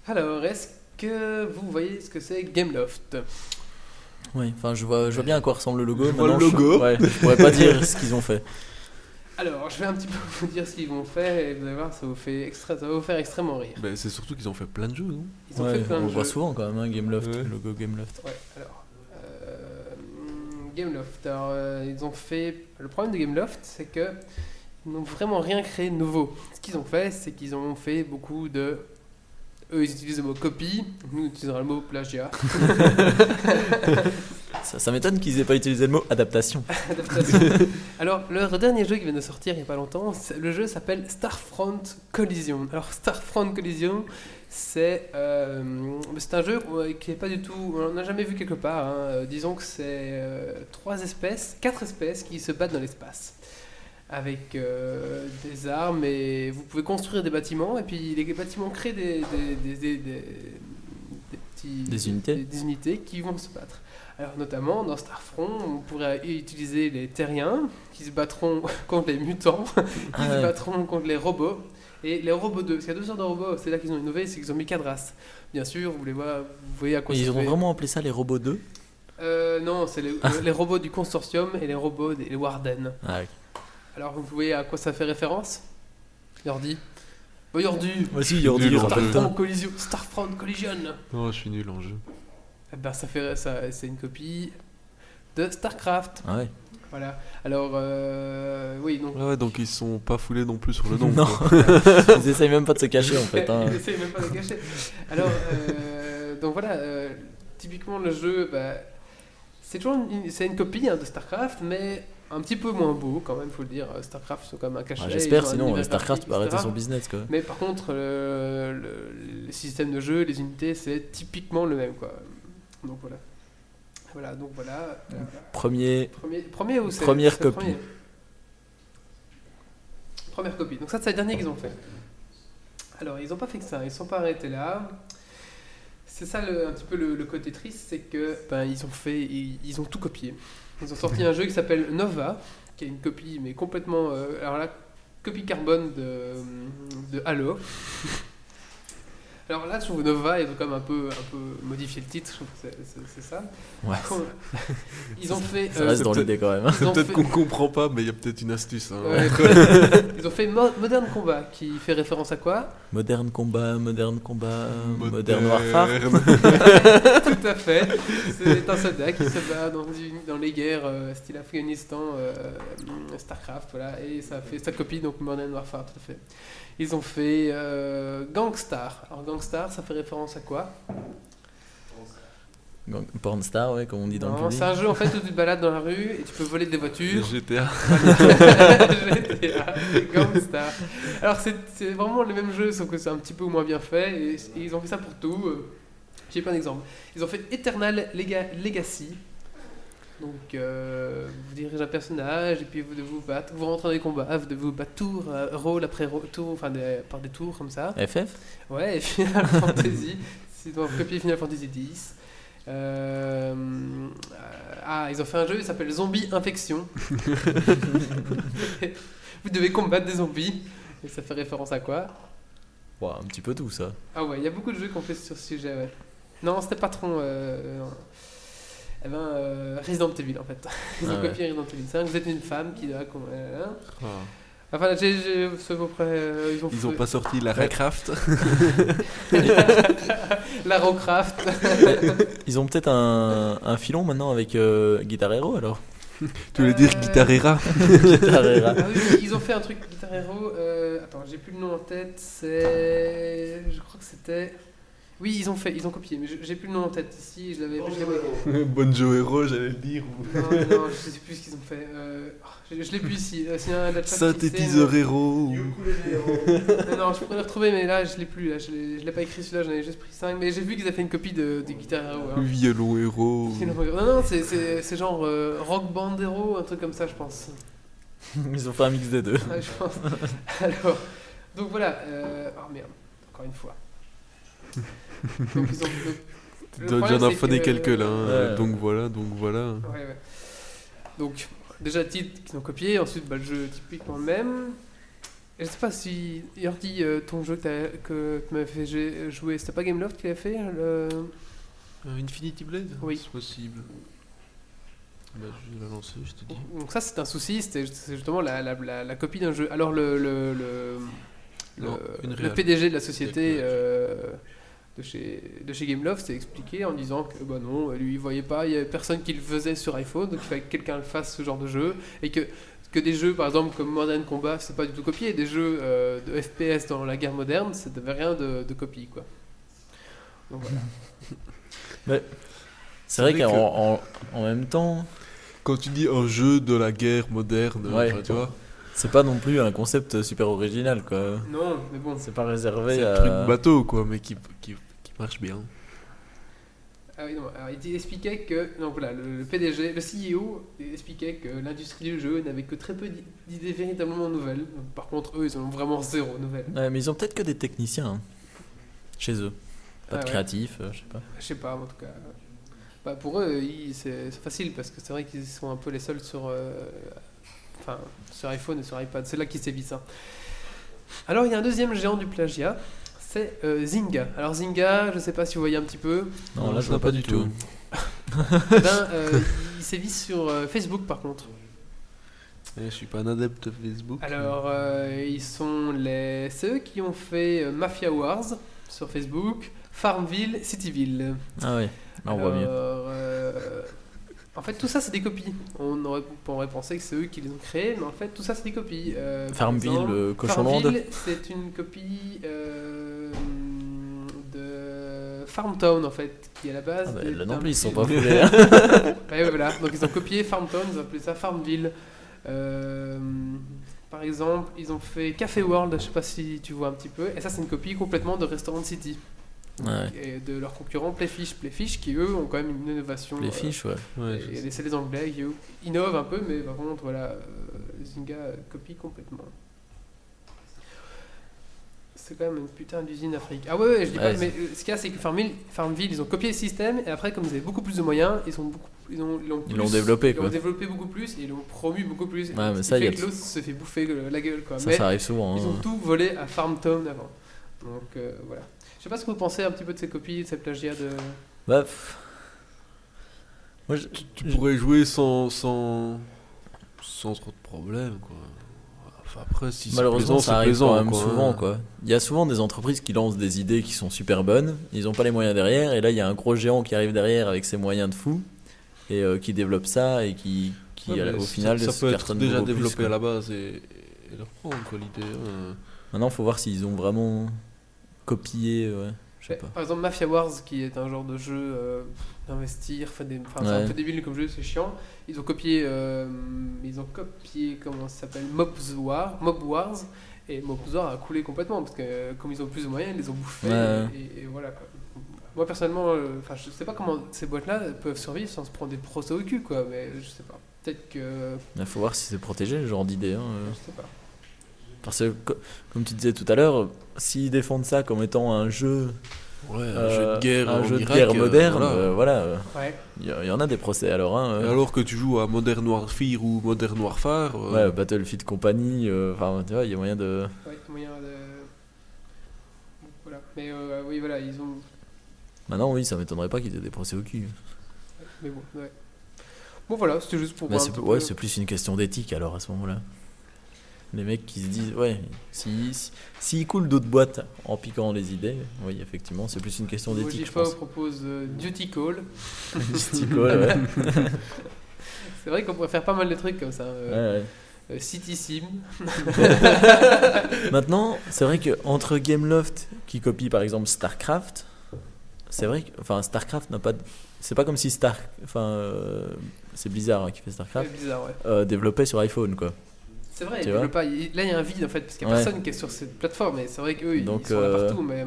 S1: Alors, est-ce que vous voyez ce que c'est Gameloft
S2: Oui, enfin, je vois, je vois bien à quoi ressemble le logo.
S3: Je vois le
S2: Maintenant, je-
S3: logo.
S2: ouais, je pourrais pas dire ce qu'ils ont fait.
S1: Alors, je vais un petit peu vous dire ce qu'ils vont faire et vous allez voir, ça, vous fait extra- ça va vous faire extrêmement rire.
S3: Ben, c'est surtout qu'ils ont fait plein de jeux, non
S1: Ils ont
S2: Ouais,
S1: fait plein
S2: on
S1: de
S2: voit
S1: jeux.
S2: souvent quand même, hein, Gameloft,
S3: Ouais.
S2: le logo Gameloft.
S1: Ouais, alors. euh, Gameloft. Alors, euh, ils ont fait. Le problème de Gameloft, c'est que. Ils n'ont vraiment rien créé de nouveau. Ce qu'ils ont fait, c'est qu'ils ont fait beaucoup de. Eux, ils utilisent le mot copie, nous, on utilisera le mot plagiat.
S2: Ça, ça m'étonne qu'ils aient pas utilisé le mot adaptation.
S1: Ah, Adaptation. Alors, leur dernier jeu qui vient de sortir il n'y a pas longtemps, c'est- le jeu s'appelle Starfront Collision. Alors, Starfront Collision, c'est euh, c'est un jeu qu'on- qui n'est pas du tout. On n'a jamais vu quelque part. hein. Euh, Disons que c'est euh, trois espèces, quatre espèces qui se battent dans l'espace. Avec euh, des armes et vous pouvez construire des bâtiments et puis les bâtiments créent des, des, des, des- des- des petits,
S2: Des unités.
S1: des- des unités qui vont se battre. Alors notamment dans Starfront, on pourrait y utiliser les terriens qui se battront contre les mutants, qui
S2: Ah
S1: se
S2: ouais.
S1: battront contre les robots. Et les robots 2, parce qu'il y a deux sortes de robots, c'est là qu'ils ont innové, c'est qu'ils ont mis quatre races. Bien sûr, vous, les voyez, vous voyez à quoi
S2: Mais
S1: ça
S2: ils ont
S1: fait.
S2: vraiment Ah. appelé ça les robots 2
S1: Euh, non, c'est les, les robots du consortium et les robots des les Warden.
S2: ah, ok.
S1: Alors vous voyez à quoi ça fait référence Yordi Bon, Yordi
S2: Moi aussi, Yordi,
S3: Nul, en
S2: rappelle-toi.
S1: Starfront Collision Starfront Collision
S3: Non, je suis nul en jeu.
S1: Eh ben ça fait ça, c'est une copie de Starcraft.
S2: Ah ouais.
S1: Voilà. Alors, euh, oui, donc.
S3: Ouais, Ah ouais, donc ils se sont pas foulés non plus sur le nom.
S2: Non.
S3: quoi.
S2: ils essayent même pas de se cacher en fait. hein.
S1: Il essaie même pas de le cacher. Alors, euh, donc voilà, euh, typiquement le jeu, bah, c'est toujours une, une- c'est une copie hein, de StarCraft, mais un petit peu moins beau quand même, faut le dire. StarCraft, c'est quand même un cachet.
S2: Ah,
S1: ils
S2: J'espère,
S1: ont un
S2: sinon euh,
S1: univers
S2: Starcraft
S1: graphique,
S2: peut arrêter
S1: bah, etc.
S2: son business quoi.
S1: Mais par contre, euh, le, le système de jeu, les unités, c'est typiquement le même, quoi. Donc voilà. Voilà, donc voilà. voilà, voilà.
S2: Premier.
S1: Premier, premier ou c'est-
S2: Première
S1: c'est le
S2: copie.
S1: premier Première copie. Donc ça, c'est le dernier qu'ils ont fait. Alors, ils n'ont pas fait que ça. Ils ne sont pas arrêtés là. C'est ça le- un petit peu le, le côté triste, c'est que ben, ils ont fait, ils, ils ont tout copié. Ils ont sorti un jeu qui s'appelle Nova, qui est une copie, mais complètement, euh, alors là, copie carbone de, de Halo. Alors là, je trouve Nova, ils ont quand même un peu, un peu modifié le titre. Je trouve que c'est- c'est- c'est ça.
S2: Ouais.
S1: Ils ont fait.
S2: Ça
S1: euh,
S2: reste
S3: c'est
S2: dans
S3: peut-être-
S2: l'idée quand même. hein.
S1: Ils
S3: C'est
S1: ont
S3: peut-être
S1: fait-
S3: qu'on comprend pas, mais il y a peut-être une astuce. hein.
S1: Ouais. Ils ont fait Mo- Modern Combat qui fait référence à quoi
S2: Moderne combat, moderne combat, moderne warfare.
S1: Tout à fait. C'est un soldat qui se bat dans, une- dans les guerres euh, style Afghanistan, euh, Starcraft, voilà. Et ça fait sa copie, donc Modern Warfare, tout à fait. Ils ont fait euh, Gangstar. Alors Gangstar, ça fait référence à quoi
S2: Gang- Pornstar, ouais, comme on dit dans
S1: Non,
S2: le public.
S1: C'est un jeu en fait où tu te balades dans la rue et tu peux voler des voitures.
S3: GTA.
S1: GTA, Gangstar. Alors c'est c'est vraiment le même jeu, sauf que c'est un petit peu moins bien fait. Et, et ils ont fait ça pour tout. euh, J'ai plein d'exemples. Ils ont fait Eternal Lega- Legacy. Donc euh, vous dirigez un personnage et puis vous devez vous battre, vous rentrez dans les combats, vous devez vous battre tour, euh, rôle après rôle, tour, enfin des- par des tours comme ça.
S2: FF
S1: Ouais, et Final Fantasy. C'est donc copier Final Fantasy X. Euh, euh, ah, ils ont fait un jeu, il s'appelle Zombie Infection. Vous devez combattre des zombies. Et ça fait référence à quoi
S2: Ouah, un petit peu tout ça.
S1: Ah ouais, il y a beaucoup de jeux qu'on fait sur ce sujet, ouais. Non, c'était pas trop. Euh, non. eh ben, euh, Resident Evil en fait. Ils ont
S2: Ah ouais.
S1: copié Resident Evil. C'est vrai que vous êtes une femme qui doit. qu'on- euh, hein.
S3: Ah.
S1: Enfin, j'ai, j'ai, c'est à peu près, euh, ils ont.
S3: Ils ont
S1: fait-
S3: pas sorti la
S2: Ouais.
S3: Raycraft.
S1: La Rockraft.
S2: Ils ont peut-être un, un filon maintenant avec euh, Guitar Hero alors
S3: tu voulais dire
S1: Euh,
S3: Guitarera
S2: Guitar Hero.
S1: Ah oui, ils ont fait un truc Guitar Hero. euh, attends, j'ai plus le nom en tête. C'est. Je crois que c'était. Oui, ils ont fait, ils ont copié, mais je- j'ai plus le nom en tête ici. Je l'avais. je l'avais-
S3: Oh, Bonjo Hero, j'allais le dire. ou-
S1: Non, non, je sais plus ce qu'ils ont fait. euh, oh, je je l'ai plus ici. Euh, s'il y a un- la chat qui sait,
S3: Synthétiseur Hero. ou-
S1: Non, non, je pourrais le retrouver, mais là, je l'ai plus. Là, je l'ai je l'ai pas écrit celui-là, j'en avais juste pris 5. Mais j'ai vu qu'ils avaient fait une copie de, de Guitar Hero.
S3: Mmh.
S1: hein.
S3: Violon Hero. ou-
S1: Non, non, c'est- c'est c'est genre euh, Rock Band Hero, un truc comme ça, je pense.
S2: Ils ont fait un mix des deux.
S1: Ah, je pense. Alors, donc voilà. Euh... Oh merde, encore une fois. Donc, ils ont- le- le
S3: J'en
S1: problème,
S3: j'en ai
S1: c'est
S3: fait des
S1: que- euh,
S3: quelques là. hein.
S2: Ouais.
S3: Donc voilà, donc voilà.
S1: Ouais, ouais. Donc, déjà, le titre qu'ils ont copié, ensuite, bah, le jeu typiquement le même. Et je sais pas si, Yordi, euh, ton jeu que t'as- que tu m'avais fait j'ai- jouer, c'était pas Gameloft qui l'avait fait le...
S3: Euh, Infinity Blade
S1: Oui.
S3: C'est possible. Bah, je vais la lancer, je te dis.
S1: Donc, ça, c'est un souci, c'était- c'est justement la, la, la- la copie d'un jeu. Alors, le, le, le, le-
S3: Non, une
S1: le
S3: réelle.
S1: PDG de la société
S3: Technologie.
S1: euh, de, chez, de chez Gameloft s'est expliqué en disant que bah non, lui il voyait pas, il y avait personne qui le faisait sur iPhone, donc il fallait que quelqu'un le fasse ce genre de jeu et que que des jeux par exemple comme Modern Combat c'est pas du tout copié, des jeux euh, de FPS dans la guerre moderne ça devait rien de, de copie quoi. Donc voilà.
S2: C'est vrai
S3: vrai
S2: qu'en en, en même temps,
S1: E.
S3: Quand tu dis un jeu de la guerre moderne,
S2: Ouais.
S3: enfin, tu vois,
S2: c'est pas non plus un concept super original quoi.
S1: Non mais bon.
S2: C'est pas réservé
S3: c'est un
S2: à.
S3: truc bateau quoi, mais qui, qui, qui marche bien.
S1: Ah oui, non, alors, il dit- expliquait que donc voilà, le, le PDG, le CEO expliquait que l'industrie du jeu n'avait que très peu d'i- d'idées véritablement nouvelles. Par contre, eux, ils en ont vraiment zéro nouvelle.
S2: Ouais, mais ils ont peut-être que des techniciens hein, chez eux.
S1: Ah
S2: Pas de
S1: ouais.
S2: créatifs, euh, je sais pas.
S1: Je sais pas, en tout cas. Bah, pour eux, ils- c'est c'est facile parce que c'est vrai qu'ils sont un peu les seuls sur, euh, enfin, sur iPhone et sur iPad. C'est là qu'ils sévissent. hein. Alors, il y a un deuxième géant du plagiat, c'est euh, Zynga. Alors, Zynga, je sais pas si vous voyez un petit peu.
S2: Non, là je
S3: vois
S2: vois pas du tout.
S1: Eh ben, euh, ils sévissent sur euh, Facebook par contre.
S3: Eh, je suis pas un adepte Facebook.
S1: Alors, euh, ils sont les. C'est eux qui ont fait euh, Mafia Wars sur Facebook, Farmville, Cityville.
S2: Ah ouais, là on voit
S1: Alors,
S2: mieux.
S1: euh, En fait, tout ça, c'est des copies. On aurait, on aurait pensé que c'est eux qui les ont créés, mais en fait, tout ça, c'est des copies. Euh, par
S2: Farmville,
S1: exemple,
S2: euh, Cochonland.
S1: Farmville, c'est une copie euh, de Farmtown, en fait, qui est à la base.
S2: Ah bah,
S1: est
S2: là
S1: un
S2: non plus, ils sont
S1: petit-
S2: pas foulés. hein.
S1: Ouais, ouais, voilà. Donc ils ont copié Farmtown, ils ont appelé ça Farmville. Euh, par exemple, ils ont fait Café World, je sais pas si tu vois un petit peu. Et ça, c'est une copie complètement de Restaurant City
S2: Ah, Ouais,
S1: et de leur concurrent Playfish. Playfish qui, eux, ont quand même une innovation.
S2: les
S1: euh,
S2: fiches, ouais.
S3: Ouais, je
S1: et
S3: sais.
S1: les- c'est les Anglais qui eux, innovent un peu, mais par contre, voilà, euh, Zynga euh, copie complètement. C'est quand même une putain d'usine d'Afrique. Ah ouais, ouais, je dis pas,
S2: Ouais,
S1: mais euh, ce qu'il y a, c'est que Farmville, Farmville, ils ont copié le système, et après, comme ils avaient beaucoup plus de moyens, ils ont beaucoup, ils ont, l'ont
S2: Ils
S1: plus-
S2: l'ont développé,
S1: Ils l'ont
S2: quoi.
S1: développé beaucoup plus, et ils l'ont promu beaucoup plus.
S2: Ouais, mais
S1: Ce qui
S2: ça, il y
S1: fait
S2: a-
S1: que l'autre se fait bouffer euh, la gueule, quoi.
S2: Ça,
S1: mais
S2: ça arrive souvent.
S1: ils ont
S2: hein.
S1: tout volé à Farmtown avant. Donc euh, voilà. Je sais pas ce que vous pensez un petit peu de ces copies, de ces plagiats de.
S2: Bah, pff. Moi, je-
S3: Tu pourrais jouer sans, sans, sans trop de problèmes quoi. Enfin, après, si c'est
S2: Malheureusement,
S3: plaisant,
S2: ça
S3: c'est
S2: arrive
S3: plaisant
S2: quand même
S3: quoi,
S2: souvent.
S3: hein.
S2: Quoi. Il y a souvent des entreprises qui lancent des idées qui sont super bonnes, ils n'ont pas les moyens derrière, et là, il y a un gros géant qui arrive derrière avec ses moyens de fou, et euh, qui développe ça, et qui, qui
S3: Ouais,
S2: à la-
S3: mais
S2: au
S3: ça-
S2: final,
S3: ça,
S2: se
S3: peut être
S2: cartonne
S3: déjà
S2: beaucoup plus,
S3: développé
S2: quoi.
S3: à la base et, et leur prendre quoi l'idée. hein.
S2: Maintenant, faut voir s'ils ont vraiment copié. euh, Ouais, je sais
S1: Mais,
S2: pas.
S1: Bah, Par exemple, Mafia Wars, qui est un genre de jeu euh, d'investir, enfin, des- enfin, c'est un
S2: Ouais.
S1: peu débile comme jeu, c'est chiant. Ils ont copié, euh, ils ont copié, comment ça s'appelle, Mobs War, Mob Wars, et Mobs War a coulé complètement parce que euh, comme ils ont plus de moyens, ils les ont bouffés.
S2: Ouais, ouais.
S1: Et, et voilà. quoi. Moi personnellement, euh, enfin, je sais pas comment ces boîtes-là peuvent survivre sans se prendre des procès au cul, quoi. Mais je sais pas. Peut-être que,
S2: Il faut voir si c'est protégé, le genre d'idée. hein, euh.
S1: je sais pas.
S2: Parce que, co- comme tu disais tout à l'heure, s'ils défendent ça comme étant un jeu,
S3: Ouais, un jeu
S2: euh,
S3: de guerre,
S2: un
S3: en
S2: jeu de
S3: Irak,
S2: guerre
S3: euh,
S2: moderne,
S3: voilà.
S2: euh, voilà, euh,
S1: Ouais.
S2: il y a- il y, en a des procès alors. hein, euh.
S3: Et Alors que tu joues à Modern Warfare ou Modern Warfare, euh,
S2: Ouais, Battlefield Company, euh, enfin tu vois, il y a moyen de.
S1: Ouais, moyen de. Mais euh, oui, voilà, ils ont.
S2: Maintenant, Bah oui, ça m'étonnerait pas qu'ils aient des procès au cul.
S1: Mais bon, ouais. Bon, voilà, c'était juste pour
S2: Mais
S1: voir un
S2: Bah, c'est
S1: peu
S2: ouais,
S1: plus-
S2: c'est plus une question d'éthique alors à ce moment-là. Les mecs qui se disent, ouais, s'ils si, s'ils coulent d'autres boîtes en piquant les idées, oui, effectivement, c'est plus une question d'éthique, je
S1: Mojifa
S2: pense.
S1: propose euh, Duty Call.
S2: Mystique, ouais, ouais. Ouais,
S1: C'est vrai qu'on pourrait faire pas mal de trucs comme ça. euh,
S2: ouais.
S1: euh, City Sim.
S2: Maintenant, c'est vrai que entre Gameloft qui copie par exemple Starcraft, c'est vrai que enfin Starcraft n'a pas de- c'est pas comme si Star enfin euh, c'est Blizzard hein, qui fait
S1: C'est
S2: Starcraft
S1: bizarre, ouais.
S2: euh, développé sur iPhone quoi.
S1: C'est vrai,
S2: Tu
S1: ils
S2: vois
S1: veulent pas. Ils- Là, il y a un vide en fait, parce qu'il y a
S2: Ouais.
S1: personne qui est sur cette plateforme. Et c'est vrai qu'eux, ils
S2: Donc,
S1: sont là
S2: euh,
S1: partout. Mais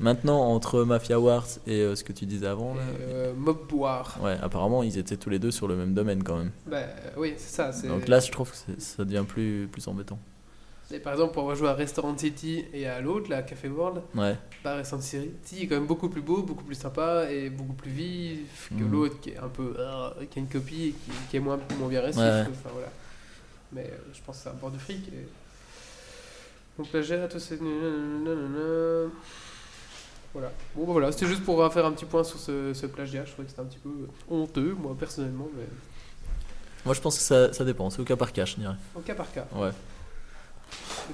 S2: Maintenant entre Mafia Wars et euh, ce que tu disais avant là,
S1: euh, Mob War,
S2: ouais, apparemment ils étaient tous les deux sur le même domaine quand même.
S1: bah euh, oui, c'est ça. c'est-
S2: Donc là, je trouve que c'est- ça devient plus plus embêtant.
S1: Et par exemple, pour avoir joué à Restaurant City et à l'autre, là, Café World,
S2: Ouais.
S1: bah, Restaurant City est quand même beaucoup plus beau, beaucoup plus sympa et beaucoup plus vif que
S2: Mhm.
S1: l'autre qui est un peu. euh, qui a une copie et qui, qui est moins, moins bien réussi.
S2: Ouais,
S1: je
S2: ouais.
S1: trouve. Enfin, voilà. Mais euh, je pense que c'est un bord de fric. Et... Donc là, j'ai tout ces. nanana. Voilà. Bon, bah voilà, c'était juste pour faire un petit point sur ce, ce plagiat. Je trouvais que c'était un petit peu honteux, moi, personnellement, mais
S2: Moi, je pense que ça, ça dépend, c'est au cas par cas, je dirais.
S1: au cas par cas.
S2: Ouais.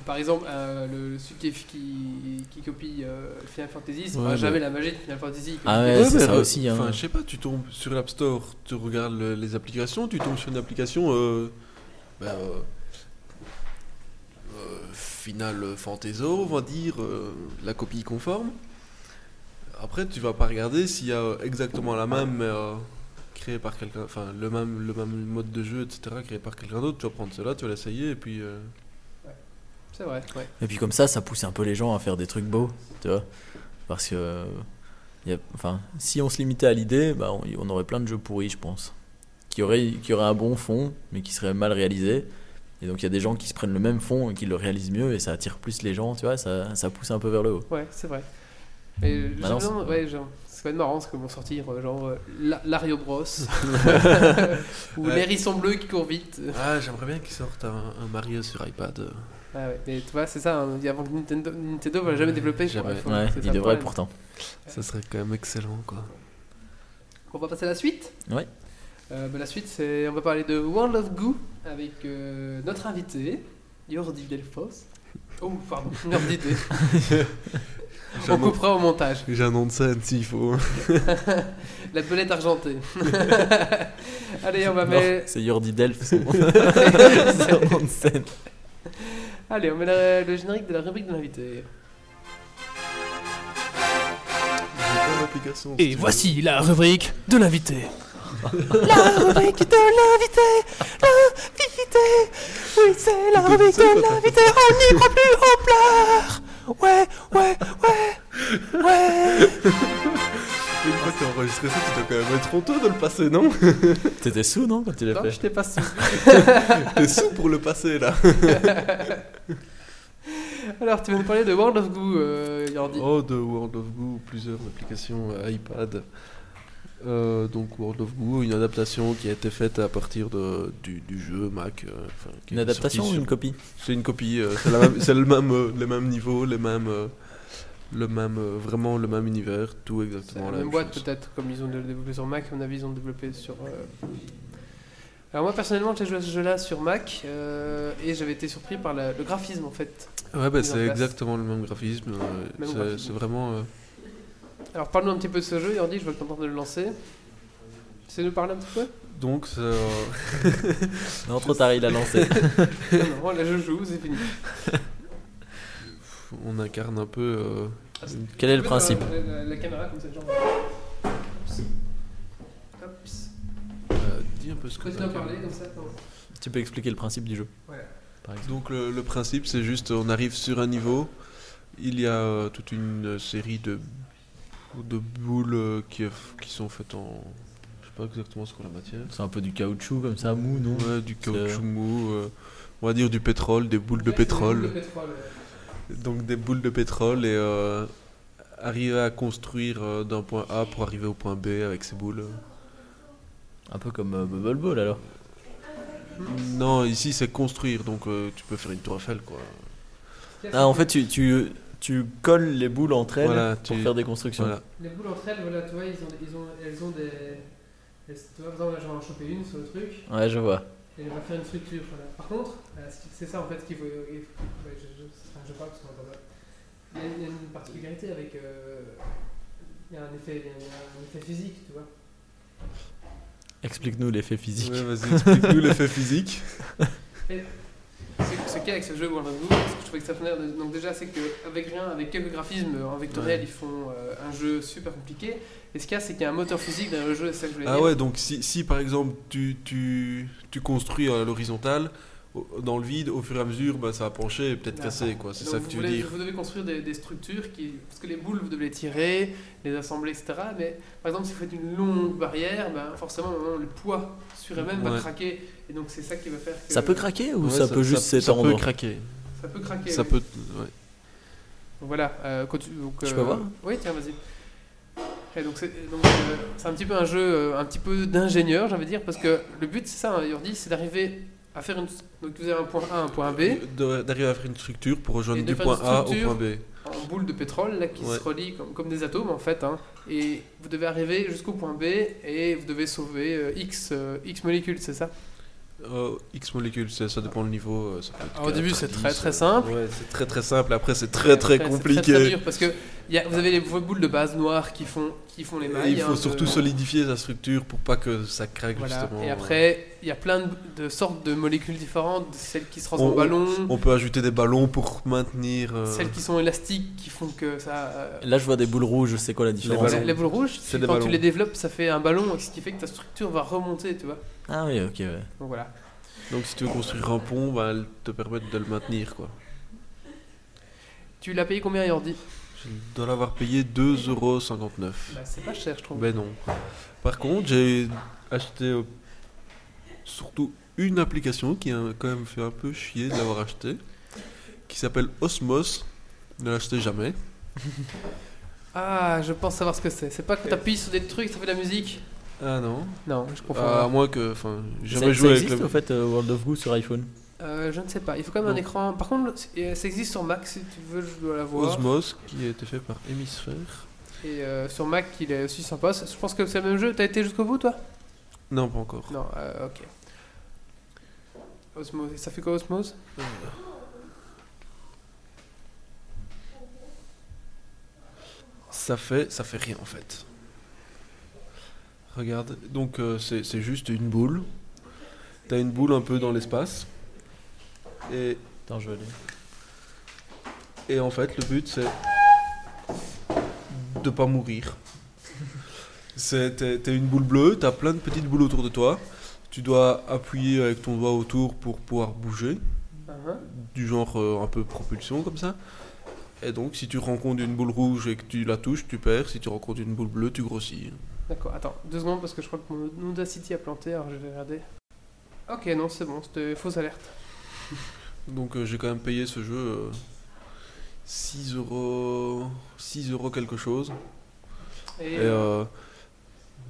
S1: Par exemple, euh, le Sukef qui, qui copie euh, Final Fantasy, c'est
S3: Ouais,
S1: pas
S3: mais-
S1: jamais la magie de Final Fantasy.
S2: Ah
S1: Comme-
S2: ouais,
S3: Ouais,
S2: c'est
S3: mais,
S2: ça
S3: euh,
S2: aussi hein.
S3: Enfin, je sais pas, tu tombes sur l'App Store, tu regardes le- les applications, tu tombes sur une application. euh, bah, euh, euh, Final Fantasy, on va dire, euh, la copie conforme. Après, tu vas pas regarder s'il y a euh, exactement la même, mais euh, créée par quelqu'un. Enfin, le même, le même mode de jeu, etc., créé par quelqu'un d'autre. Tu vas prendre cela, tu vas l'essayer, et puis. euh,
S1: C'est vrai, ouais.
S2: Et puis comme ça, ça pousse un peu les gens à faire des trucs beaux, tu vois. Parce que, euh, y a- enfin, si on se limitait à l'idée, bah, on, on aurait plein de jeux pourris, je pense, qui auraient, qui auraient un bon fond, mais qui seraient mal réalisés. Et donc il y a des gens qui se prennent le même fond et qui le réalisent mieux, et ça attire plus les gens, tu vois. Ça, ça pousse un peu vers le haut.
S1: Ouais, c'est vrai. Mais euh,
S2: Bah non,
S1: j'aime bien-
S2: c'est-
S1: ouais, genre, c'est quand même marrant ce que vont sortir, euh, genre euh, la- Lario Bros. ou
S3: Ouais.
S1: l'hérisson bleu qui court vite.
S3: Ah, j'aimerais bien qu'ils sortent un, un Mario sur iPad. euh.
S1: Ah ouais, mais tu vois, c'est ça, hein, avant que Nintendo, Nintendo va jamais développer sur
S3: Jamais.
S1: iPhone,
S2: Ouais,
S1: c'est ça
S2: il
S1: le
S2: devrait
S1: problème.
S2: pourtant.
S3: Ça serait quand même excellent, quoi.
S1: On va passer à la suite
S2: Ouais.
S1: Euh, bah, la suite, c'est on va parler de World of Goo avec euh, notre invité, Jordi Delfos. Oh, pardon, Jordi D. On
S3: J'annonce-
S1: coupera au montage.
S3: J'annonce ça s'il faut.
S1: La belette argentée. Allez,
S3: bah,
S1: on va
S2: Non,
S1: mettre.
S2: C'est Jordi Delph, c'est bon. C'est bon de scène.
S1: Allez, on met la- le générique de la rubrique de l'invité.
S4: Et voici la rubrique de l'invité.
S3: la rubrique de l'invité. Oh,
S4: Ouais, ouais,
S3: Une fois que t'as enregistré ça, tu dois quand même être honteux de le passer, non
S2: T'étais sous, non, quand tu l'as
S1: Non, je
S2: fait
S1: t'ai pas su.
S3: T'es sous pour le passer, là.
S1: Alors, tu vas nous parler de World of Goo, euh, Jordi.
S3: Oh, de World of Goo, plusieurs applications euh, iPad. Euh, donc World of Goo, une adaptation qui a été faite à partir de, du, du jeu Mac. euh, enfin, qui
S2: Une
S3: est
S2: adaptation ou
S3: sorti sur-
S2: une copie
S3: C'est une copie, euh, c'est la même- c'est le même, euh, les mêmes niveaux, les mêmes, euh, le même, euh, vraiment le même univers, tout
S1: C'est
S3: exactement
S1: la
S3: la
S1: même boîte,
S3: chose.
S1: peut-être, comme ils ont développé sur Mac, à mon avis, ils ont développé sur. euh, Alors, moi, personnellement, j'ai joué à ce jeu-là sur Mac euh, et j'avais été surpris par la- le graphisme, en fait.
S3: Ouais, bah,
S1: mise en
S3: c'est
S1: place.
S3: exactement le même graphisme. euh,
S1: Même
S3: c'est-
S1: graphisme.
S3: c'est vraiment. euh,
S1: Alors, parle-nous un petit peu de ce jeu, Jordi, je vois que t'es en train de le lancer. Tu sais nous parler un petit peu
S3: donc, c'est, euh,
S2: Non, trop tard, il a lancé.
S1: Non, non, là, je joue, c'est fini.
S3: on incarne un peu. euh,
S2: Quel est le principe
S1: La, Euh, la- la caméra, comme ça, genre. euh, Oups. Oups.
S3: euh, dis un peu ce que
S1: Laisse-la
S3: t'incarnes.
S1: parler, comme ça, attends.
S2: Tu peux expliquer le principe du jeu
S1: Ouais.
S2: par exemple.
S3: Donc le, le principe, c'est juste, on arrive sur un niveau, il y a euh, toute une euh, série de, de boules euh, qui, qui sont faites en... Je sais pas exactement ce qu'on la matière.
S2: C'est un peu du caoutchouc comme ça, mou, non
S3: Ouais, du
S2: C'est, euh,
S3: caoutchouc mou, euh, on va dire du pétrole, des boules de
S1: Ouais, c'est une
S3: pétrole.
S1: boule de pétrole, ouais.
S3: Donc des boules de pétrole et euh, arriver à construire euh, d'un point A pour arriver au point B avec ces boules.
S2: Un peu comme euh, Bubble Ball alors.
S3: Hmm. Non, ici c'est construire, donc euh, tu peux faire une tour Eiffel quoi.
S2: Ah, en Ah, fait, tu, tu, tu colles les boules entre elles
S3: Voilà,
S2: pour
S3: tu-
S2: faire des constructions.
S3: Voilà.
S1: Les boules entre elles, voilà, tu vois, ils ont, ils ont, elles ont des. Elles, tu vois, par exemple, là, je vais en choper une sur le truc.
S2: Ouais, je vois.
S1: Et on va faire une structure. voilà. Par contre, euh, c'est c'est ça en fait qu'il faut. il faut- ouais, je, je, enfin, je parle parce qu'on entend pas. Il y, a- il y a une particularité avec. euh, il y a un effet, il y a un effet physique, tu vois.
S2: Explique-nous l'effet physique.
S3: Ouais, vas-y, explique-nous l'effet physique.
S1: Ce, ce qu'il y a avec ce jeu World of Goo, ce que je trouvais extraordinaire, de- donc déjà c'est qu'avec rien, avec quelques graphismes en vectoriel,
S3: Ouais.
S1: ils font euh, un jeu super compliqué. Et ce qu'il y a, c'est qu'il y a un moteur physique dans le jeu, c'est ça que je voulais
S3: Ah
S1: dire.
S3: ouais, donc si, si par exemple tu, tu, tu construis à l'horizontale, au- dans le vide, au fur et à mesure, bah, ça va pencher et peut-être
S1: Ah.
S3: casser, quoi. C'est
S1: Donc
S3: ça
S1: vous
S3: que tu veux
S1: voulez-
S3: dire.
S1: Vous devez construire des, des structures qui. Parce que les boules, vous devez les tirer, les assembler, etc. Mais par exemple, si vous faites une longue barrière, ben, forcément, à un moment, le poids sur elle-même va
S3: Ouais.
S1: craquer. Et donc, c'est ça qui va faire que.
S2: Ça peut craquer ou
S3: Ouais,
S2: ça, peut juste s'étendre
S3: Ça peut craquer.
S1: Ça peut craquer.
S3: Ça
S1: oui.
S3: peut. ouais.
S1: Donc Voilà. euh, quand tu- donc,
S2: Je
S1: euh,
S2: peux voir
S1: Oui, tiens, vas-y. Et donc, c'est donc, euh, c'est un petit peu un jeu, euh, un petit peu d'ingénieur, j'avais dire, parce que le but, c'est ça, hein, Yordi, c'est d'arriver à faire une. Donc, vous avez un point A, un point B.
S3: De- D'arriver à faire une structure pour rejoindre
S1: Et de
S3: du
S1: faire une
S3: point A au
S1: structure.
S3: point B.
S1: en boule de pétrole là, qui
S3: Ouais.
S1: se relie comme, comme des atomes en fait. hein. et vous devez arriver jusqu'au point B et vous devez sauver euh, X, euh, X molécules, c'est ça
S3: Euh, X molécules, ça, ça dépend le niveau. euh, ça peut être
S1: Alors, Ah, au
S3: quatre,
S1: début, c'est
S3: dix,
S1: très, très
S3: euh,
S1: simple.
S3: Ouais, c'est très très simple. Après, c'est très très
S1: Après, c'est
S3: compliqué.
S1: Très, très dur parce que y a- vous avez les vos boules de base noires qui font, qui font les
S3: Et
S1: mailles.
S3: il faut
S1: hein,
S3: surtout
S1: de-
S3: solidifier sa structure pour pas que ça craque
S1: Voilà.
S3: justement.
S1: Et après, il y a plein de, de sortes de molécules différentes, celles qui se transforment en
S3: On-
S1: ballon,
S3: On peut ajouter des ballons pour maintenir. euh,
S1: celles qui sont élastiques qui font que ça. euh,
S2: Là, je vois des boules rouges, c'est quoi la différence
S3: ballons.
S1: les, les boules rouges,
S3: C'est
S1: quand
S3: des
S1: tu
S3: ballons.
S1: les développes, ça fait un ballon, ce qui fait que ta structure va remonter, tu vois.
S2: Ah oui, ok, ouais.
S1: Donc voilà.
S3: Donc si tu veux construire un pont, bah, elles te permettent de le maintenir. quoi.
S1: Tu l'as payé combien, Yordi
S3: Je dois l'avoir payé 2,59€.
S1: Bah, c'est pas cher, je trouve.
S3: Ben non. Par contre, j'ai acheté euh, surtout une application qui a quand même fait un peu chier de l'avoir acheté, qui s'appelle Osmos. Ne l'achetez jamais.
S1: Ah, je pense savoir ce que c'est. C'est pas que t'appuies sur des trucs, ça fait de la musique
S3: Ah non.
S1: Non, je confonds.
S3: À moins que, enfin, j'ai
S2: ça,
S3: jamais joué
S2: ça
S3: avec
S2: existe,
S3: le.
S2: en fait euh, World of Goo sur iPhone.
S1: Euh, je ne sais pas. Il faut quand même un
S3: Non.
S1: écran. Par contre, c'est- euh, ça existe sur Mac si tu veux, je dois l'avoir.
S3: Osmos, qui a été fait par Hémisphère.
S1: Et euh, sur Mac, il est aussi sympa. C'est- Je pense que c'est le même jeu. T'as été jusqu'au bout, toi
S3: Non, pas encore.
S1: Non, euh, ok. Osmose. Et ça fait quoi, Osmose
S3: Ça fait, ça fait rien en fait. Regarde, donc euh, c'est c'est juste une boule. T'as une boule un peu dans l'espace. Et
S2: Attends, je vais aller.
S3: Et en fait, le but, c'est de pas mourir. C'est- T'es t'es une boule bleue, t'as plein de petites boules autour de toi. Tu dois appuyer avec ton doigt autour pour pouvoir bouger,
S1: Uh-huh.
S3: du genre euh, un peu propulsion comme ça. Et donc, si tu rencontres une boule rouge et que tu la touches, tu perds. Si tu rencontres une boule bleue, tu grossis.
S1: D'accord, attends, deux secondes parce que je crois que mon mon Audacity a planté, alors je vais regarder. Ok, non, c'est bon, c'était fausse alerte.
S3: Donc, euh, j'ai quand même payé ce jeu euh, 6 euros, 6 euros quelque chose.
S1: Et,
S3: Et euh,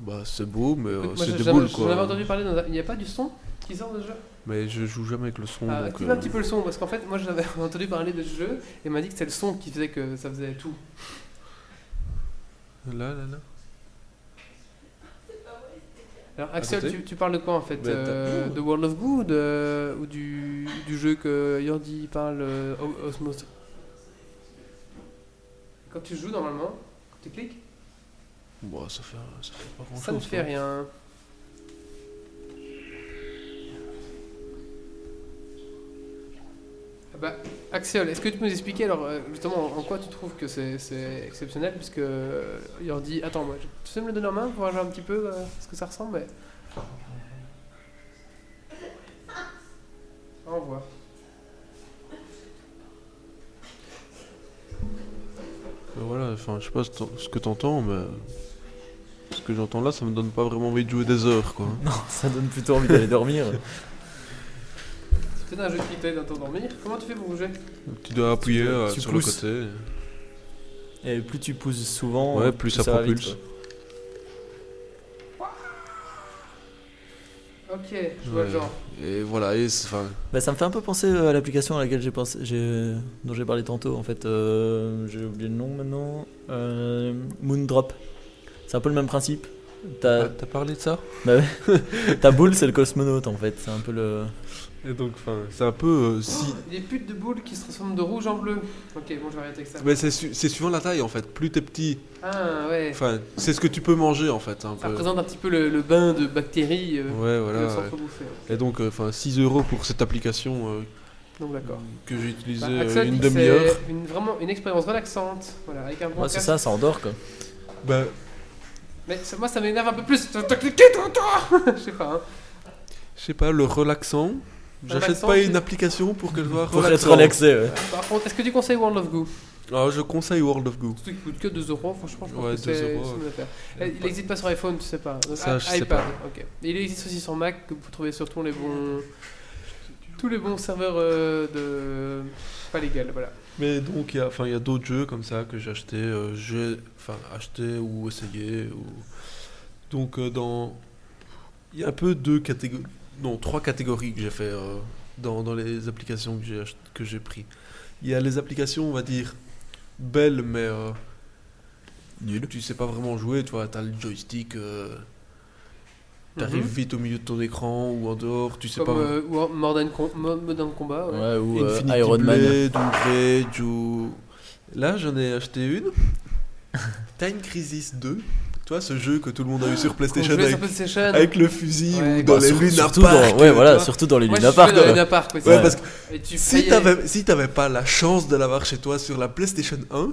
S3: bah, c'est beau, mais euh,
S1: écoute, moi,
S3: c'est
S1: j'en-
S3: des
S1: j'en-
S3: boules
S1: j'en avais
S3: quoi.
S1: entendu parler, dans un- il n'y a pas du son qui sort de ce jeu
S3: Mais je joue jamais avec le son.
S1: Ah,
S3: donc,
S1: active
S3: euh,
S1: un petit peu le son parce qu'en fait moi j'avais entendu parler de ce jeu et m'a dit que c'était le son qui faisait que ça faisait tout.
S3: Là, là, là.
S1: Alors Axel,
S3: Attendez.
S1: tu, tu parles de quoi en fait
S3: Ben,
S1: euh,
S3: t'as-
S1: De World of Goo ou, de- ou du, du jeu que Yordi parle euh, O- Osmos Quand tu joues normalement, quand tu cliques,
S3: Bon, Bah, ça fait, euh, ça fait pas grand
S1: ça ne
S3: chose.
S1: fait rien. Ah Bah, Axel, est-ce que tu peux nous expliquer alors euh, justement en en quoi tu trouves que c'est c'est exceptionnel puisque euh, Yordi, attends moi, je- tu sais me le donner en main pour voir un petit peu euh, ce que ça ressemble mais... Ah, On voit.
S3: Mais voilà, enfin, je sais pas ce t'en- ce que t'entends, mais. Ce que j'entends là, ça me donne pas vraiment envie de jouer des heures, quoi.
S2: Non, ça donne plutôt envie d'aller dormir.
S1: C'est peut-être un jeu qui t'aide à t'endormir. Comment tu fais pour bouger
S3: Donc, tu dois appuyer
S2: Tu-
S3: euh,
S2: tu
S3: sur
S2: pousses.
S3: le côté.
S2: Et plus tu pousses souvent,
S3: Ouais, plus ça
S2: va vite,
S3: propulse.
S2: quoi.
S1: Ok, je vois le
S3: Ouais.
S1: genre.
S3: Et voilà, et c'est- enfin,
S2: Bah, ça me fait un peu penser euh, à l'application à laquelle j'ai pensé, j'ai- dont j'ai parlé tantôt. En fait, Euh, j'ai oublié le nom maintenant. Euh, Moondrop. C'est un peu le même principe. Ta,
S3: t'as parlé de ça
S2: ta boule, c'est le cosmonaute en fait. C'est un peu le.
S3: Et donc, enfin, c'est un peu. euh, si...
S1: Des putes de boules qui se transforment de rouge en bleu. Ok, bon, je vais arrêter avec ça.
S3: Mais c'est su- c'est suivant la taille en fait. Plus t'es petit,
S1: Ah ouais.
S3: enfin, c'est ce que tu peux manger en fait. Un
S1: Ça
S3: peu.
S1: représente un petit peu le, le bain de bactéries euh,
S3: Ouais,
S1: qui
S3: Euh, voilà.
S1: doivent
S3: ouais.
S1: s'entrebouffer. ouais.
S3: Et donc, euh, enfin, 6 euros pour cette application euh,
S1: Donc d'accord.
S3: que j'ai utilisée
S1: Bah,
S3: euh,
S1: Axel
S3: une
S1: dit que
S3: demi-heure.
S1: c'est une- vraiment une expérience relaxante. Voilà, avec un bon
S2: Ouais, c'est
S1: casque.
S2: ça, ça endort quoi.
S3: Bah,
S1: Mais ça- moi ça m'énerve un peu plus. T'as t'as cliqué, toi, toi Je sais pas. Hein.
S3: je sais pas, le relaxant. J'achète
S1: Relaxant,
S3: pas
S1: tu-
S3: une application pour qu'elle soit
S2: Pour être
S3: relaxante.
S2: relaxé, ouais.
S1: Par contre, est-ce que tu conseilles World of Goo
S3: Alors, Ah, je conseille World of Goo.
S1: Surtout qu'il coûte que 2 euros, franchement, je pense
S3: Ouais,
S1: que
S3: 2
S1: c'est
S3: euros,
S1: c'est une
S3: ouais.
S1: affaire. Eh, Il n'existe pas sur iPhone, tu sais pas. Donc,
S3: Ça,
S1: i-
S3: je sais
S1: iPad,
S3: pas.
S1: ok. Et il existe aussi sur Mac, que vous trouvez sur tous les bons, tous les bons serveurs euh, de pas légal, voilà.
S3: Mais donc, il y a, enfin, il y a d'autres jeux comme ça que j'ai acheté, euh, j'ai enfin, acheté ou essayé. Ou... Donc, euh, dans. Il y a un peu deux catégories. Non, trois catégories que j'ai fait euh, dans, dans les applications que j'ai ach- que j'ai pris. Il y a les applications, on va dire, belles, mais. euh,
S2: Nul.
S3: Tu sais pas vraiment jouer, tu vois, t'as le joystick. euh, T'arrives
S1: Mhm.
S3: vite au milieu de ton écran ou en dehors, tu sais
S1: Comme
S3: pas. hein.
S1: euh, ou en Modern, Com- Mo- Modern Combat. ouais.
S2: Ouais, ou euh,
S3: Infinity
S2: Iron Man.
S3: Blade, ou Rage, ou- Là, j'en ai acheté une. Time Crisis 2. Toi, ce jeu que tout le monde a eu sur
S1: Quand je
S3: PlayStation
S1: jouais sur
S3: avec,
S1: PlayStation.
S3: avec le fusil
S1: Ouais,
S3: ou dans
S2: Bah,
S3: les
S2: sur-
S3: Luna
S2: surtout
S3: Park,
S2: dans, ouais,
S3: euh,
S2: voilà,
S3: toi.
S2: surtout dans les
S1: Moi, je
S2: Luna Park.
S1: jouais dans
S2: quoi.
S1: Luna Park, ouais, c'est
S3: Ouais,
S1: vrai.
S3: parce que
S1: Et tu
S3: si
S1: payais-
S3: t'avais si t'avais pas la chance de l'avoir chez toi sur la PlayStation 1,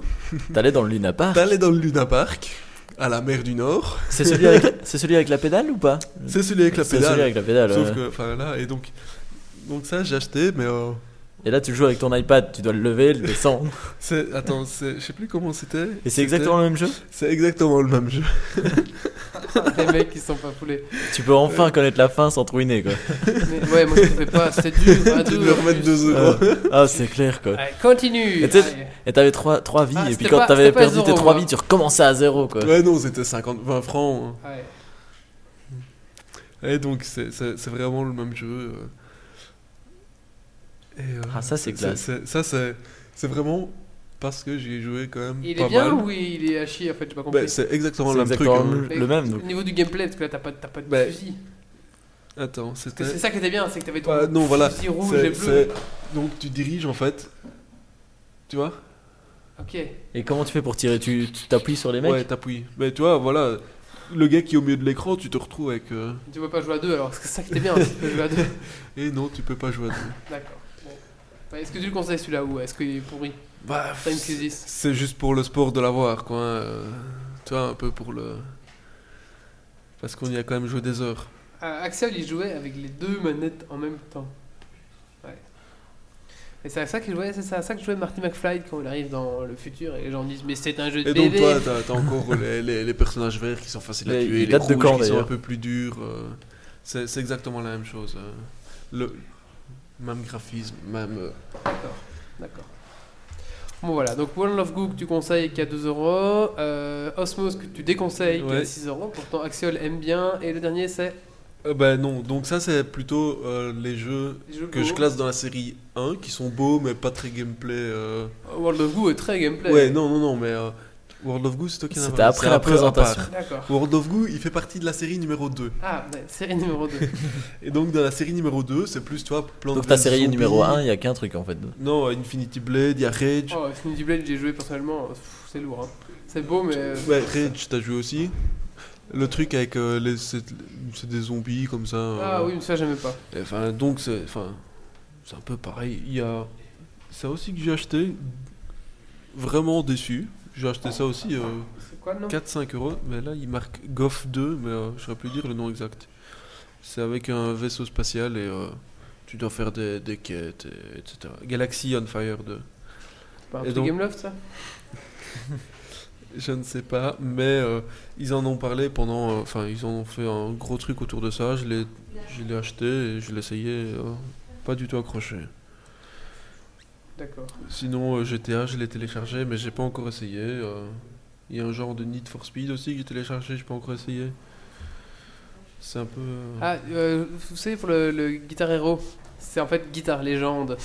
S2: T'allais dans le Luna Park.
S3: t'allais dans le Luna Park, à la mer du Nord.
S2: C'est celui, avec- c'est celui avec la pédale ou pas
S3: C'est celui avec la
S2: C'est celui
S3: pédale.
S2: avec la pédale.
S3: Sauf
S2: ouais.
S3: que, enfin là, et donc. Donc ça, j'ai acheté, mais. euh,
S2: Et là, tu joues avec ton iPad, tu dois le lever, le descendre.
S3: c'est- Attends, c'est- je sais plus comment c'était.
S2: Et c'est
S3: C'était-
S2: exactement le même jeu
S3: C'est exactement le même jeu.
S1: des mecs qui se sont pas foulés.
S2: Tu peux enfin connaître la fin sans te ruiner quoi.
S1: Mais, ouais, moi je ne fais pas, c'était dur. à
S3: Tu
S1: deux,
S3: dois
S1: en
S3: remettre
S1: plus.
S3: 2 euros.
S2: Ah, ah, c'est clair quoi.
S1: Allez, continue.
S2: Et tu sais-
S1: Allez.
S2: Et t'avais 3, trois vies,
S1: Ah,
S2: et
S1: c'était
S2: puis quand
S1: pas-
S2: t'avais
S1: c'était pas
S2: perdu
S1: zéro,
S2: tes 3
S1: moi.
S2: vies, tu recommençais à zéro quoi.
S3: Ouais, non, c'était 50, 20 francs. hein.
S1: Ouais.
S3: Et donc, c'est- c'est c'est vraiment le même jeu. euh. Et, euh,
S2: Ah, ça, c'est classe.
S3: c'est- Ça, c'est c'est vraiment parce que j'y ai joué quand même.
S1: Il
S3: pas
S1: est bien
S3: mal.
S1: ou il est à chier en fait, j'ai pas compris.
S3: Bah, C'est exactement
S2: C'est
S3: le même truc.
S2: exactement
S3: hein.
S2: le- le même. donc.
S1: Au niveau du gameplay, parce que là t'as pas, t'as pas de
S3: Bah,
S1: fusil.
S3: Attends,
S1: Parce que
S3: c'était.
S1: c'est ça qui était bien, c'est que t'avais ton
S3: Bah, non, voilà.
S1: fusil rouge
S3: C'est-
S1: et bleu.
S3: c'est- Donc, tu diriges en fait. Tu vois
S1: Ok.
S2: Et comment tu fais pour tirer Tu tu t'appuies sur les mecs
S3: Ouais, t'appuies. Mais tu vois, voilà. Le gars qui est au milieu de l'écran, tu te retrouves avec. euh,
S1: Tu peux pas jouer à deux alors, parce que c'est ça qui était bien, tu peux jouer à deux.
S3: Et non, tu peux pas jouer à deux.
S1: D'accord. Bon. Bah, Est-ce que tu le conseilles celui-là ou est-ce qu'il est pourri
S3: Bah,
S1: Time Crisis.
S3: C'est juste pour le sport de l'avoir, quoi. hein, euh, tu vois, un peu pour le. Parce qu'on y a quand même joué des heures.
S1: Ah, Axel il jouait avec les deux manettes en même temps. Ouais. Et c'est à ça qu'il jouait, c'est à ça que jouait Marty McFly quand il arrive dans le futur et les gens disent mais c'est un jeu de
S3: Et donc,
S1: bébé.
S3: toi, t'as t'as encore les, les- les personnages verts qui sont faciles à
S2: Les-
S3: tuer,
S2: ils
S3: les
S2: datent
S3: rouges
S2: de quand,
S3: qui sont un
S2: d'ailleurs
S3: peu plus durs. euh, c'est c'est exactement la même chose. euh, le même graphisme, même. euh,
S1: D'accord, d'accord. Bon voilà, donc One Love Goo que tu conseilles qui est à 2 euros, euh, Osmos que tu déconseilles qui est à
S3: Ouais.
S1: 6 euros, pourtant Axiol aime bien, et le dernier c'est
S3: euh, ben non, donc ça, c'est plutôt euh, les jeux
S1: les jeux
S3: que
S1: Go.
S3: je classe dans la série 1, qui sont beaux, mais pas très gameplay. euh.
S1: World of Goo est très gameplay.
S3: Ouais, non, non, non, mais euh, World of Goo, c'est toi qui en as
S2: C'était
S3: parlé,
S2: après
S3: c'est
S2: la
S3: un peu à part.
S2: présentation.
S1: D'accord.
S3: World of Goo, il fait partie de la série numéro 2.
S1: Ah, ouais, série numéro 2.
S3: Et donc dans la série numéro 2, c'est plus, tu vois, plein
S2: Donc
S3: de
S2: ta
S3: vs
S2: série
S3: zombies.
S2: numéro 1, il y a qu'un truc en fait.
S3: Non, euh, Infinity Blade, il y a Rage.
S1: oh, Infinity Blade, j'ai joué personnellement, pff, c'est lourd. hein. C'est beau, mais. euh,
S3: Ouais, Rage, t'as joué aussi. Le truc avec euh, les... C'est c'est des zombies comme ça.
S1: Ah
S3: euh.
S1: oui, mais ça j'aimais pas.
S3: Et Enfin, donc c'est... Enfin, c'est un peu pareil. Il y a... Ça aussi que j'ai acheté. Vraiment déçu. J'ai acheté ça aussi euh,
S1: C'est quoi le nom
S3: 4-5 euros. Mais là, il marque Goff 2, mais euh, je saurais plus dire le nom exact. C'est avec un vaisseau spatial et... euh, tu dois faire des, des quêtes, et- etc. Galaxy on Fire 2.
S1: C'est pas un
S3: Et
S1: truc
S3: donc-
S1: Game Loft ça
S3: Je ne sais pas, mais euh, ils en ont parlé pendant. euh, Enfin, ils en ont fait un gros truc autour de ça. Je l'ai, je l'ai acheté et je l'ai essayé. euh, pas du tout accroché.
S1: D'accord.
S3: Sinon, euh, GTA, je l'ai téléchargé, mais j'ai pas encore essayé. euh. Il y a un genre de Need for Speed aussi que j'ai téléchargé, j'ai pas encore essayé. C'est un peu. euh,
S1: Ah, euh, vous savez, pour le, le Guitar Hero, c'est en fait Guitar Légende.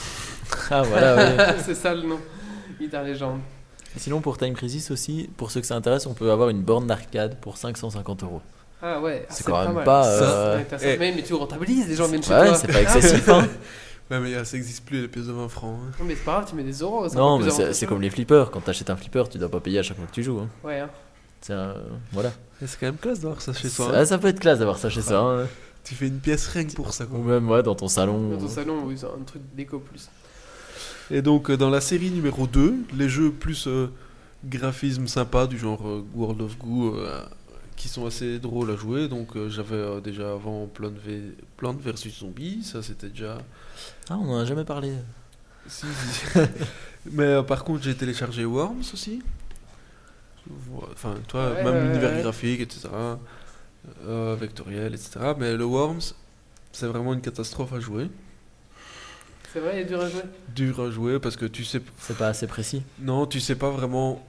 S2: Ah voilà, oui.
S1: c'est ça le nom. Guitar Légende.
S2: Et Sinon, pour Time Crisis aussi, pour ceux que ça intéresse, on peut avoir une borne d'arcade pour 550 euros.
S1: Ah ouais, ah,
S2: C'est quand même
S1: mal.
S2: pas.
S3: Ça,
S2: euh,
S1: Ouais, t'as ça.
S3: eh.
S1: Mais, mais tu rentabilises, les gens viennent chez
S2: Ouais,
S1: toi. Ah,
S2: c'est pas excessif. hein.
S3: Ouais, mais euh, ça existe plus les pièces de 20 francs. hein.
S1: Non, Mais c'est pas grave, tu mets des euros. c'est
S2: Non,
S1: encore
S2: mais
S1: plus
S2: c'est
S1: avantageux.
S2: c'est comme les flippers. Quand t'achètes un flipper, tu dois pas payer à chaque fois que tu joues. hein.
S1: Ouais, hein.
S2: C'est un- Voilà.
S3: Et C'est quand même classe d'avoir ça chez
S2: Ça,
S3: toi. hein.
S2: ça peut être classe d'avoir ça chez soi. hein.
S3: Tu fais une pièce rien que pour ça. quoi.
S2: Ou même ouais, dans ton salon.
S1: Dans ton salon, oui, c'est un truc déco plus.
S3: Et donc, euh, dans la série numéro 2, les jeux plus euh, graphisme sympa, du genre euh, World of Goo, euh, qui sont assez drôles à jouer. Donc, euh, j'avais euh, déjà avant Plant, v... Plant versus Zombie, ça c'était déjà.
S2: Ah, on en a jamais parlé.
S3: Si, si. Mais euh, par contre, j'ai téléchargé Worms aussi. Voilà, Enfin, toi,
S1: Ouais,
S3: même
S1: ouais,
S3: l'univers
S1: ouais.
S3: graphique, etc. euh, vectoriel, etc. Mais le Worms, c'est vraiment une catastrophe à jouer.
S1: C'est vrai, il est dur à jouer.
S3: Dur à jouer parce que tu sais
S2: C'est pas assez précis.
S3: Non, tu sais pas vraiment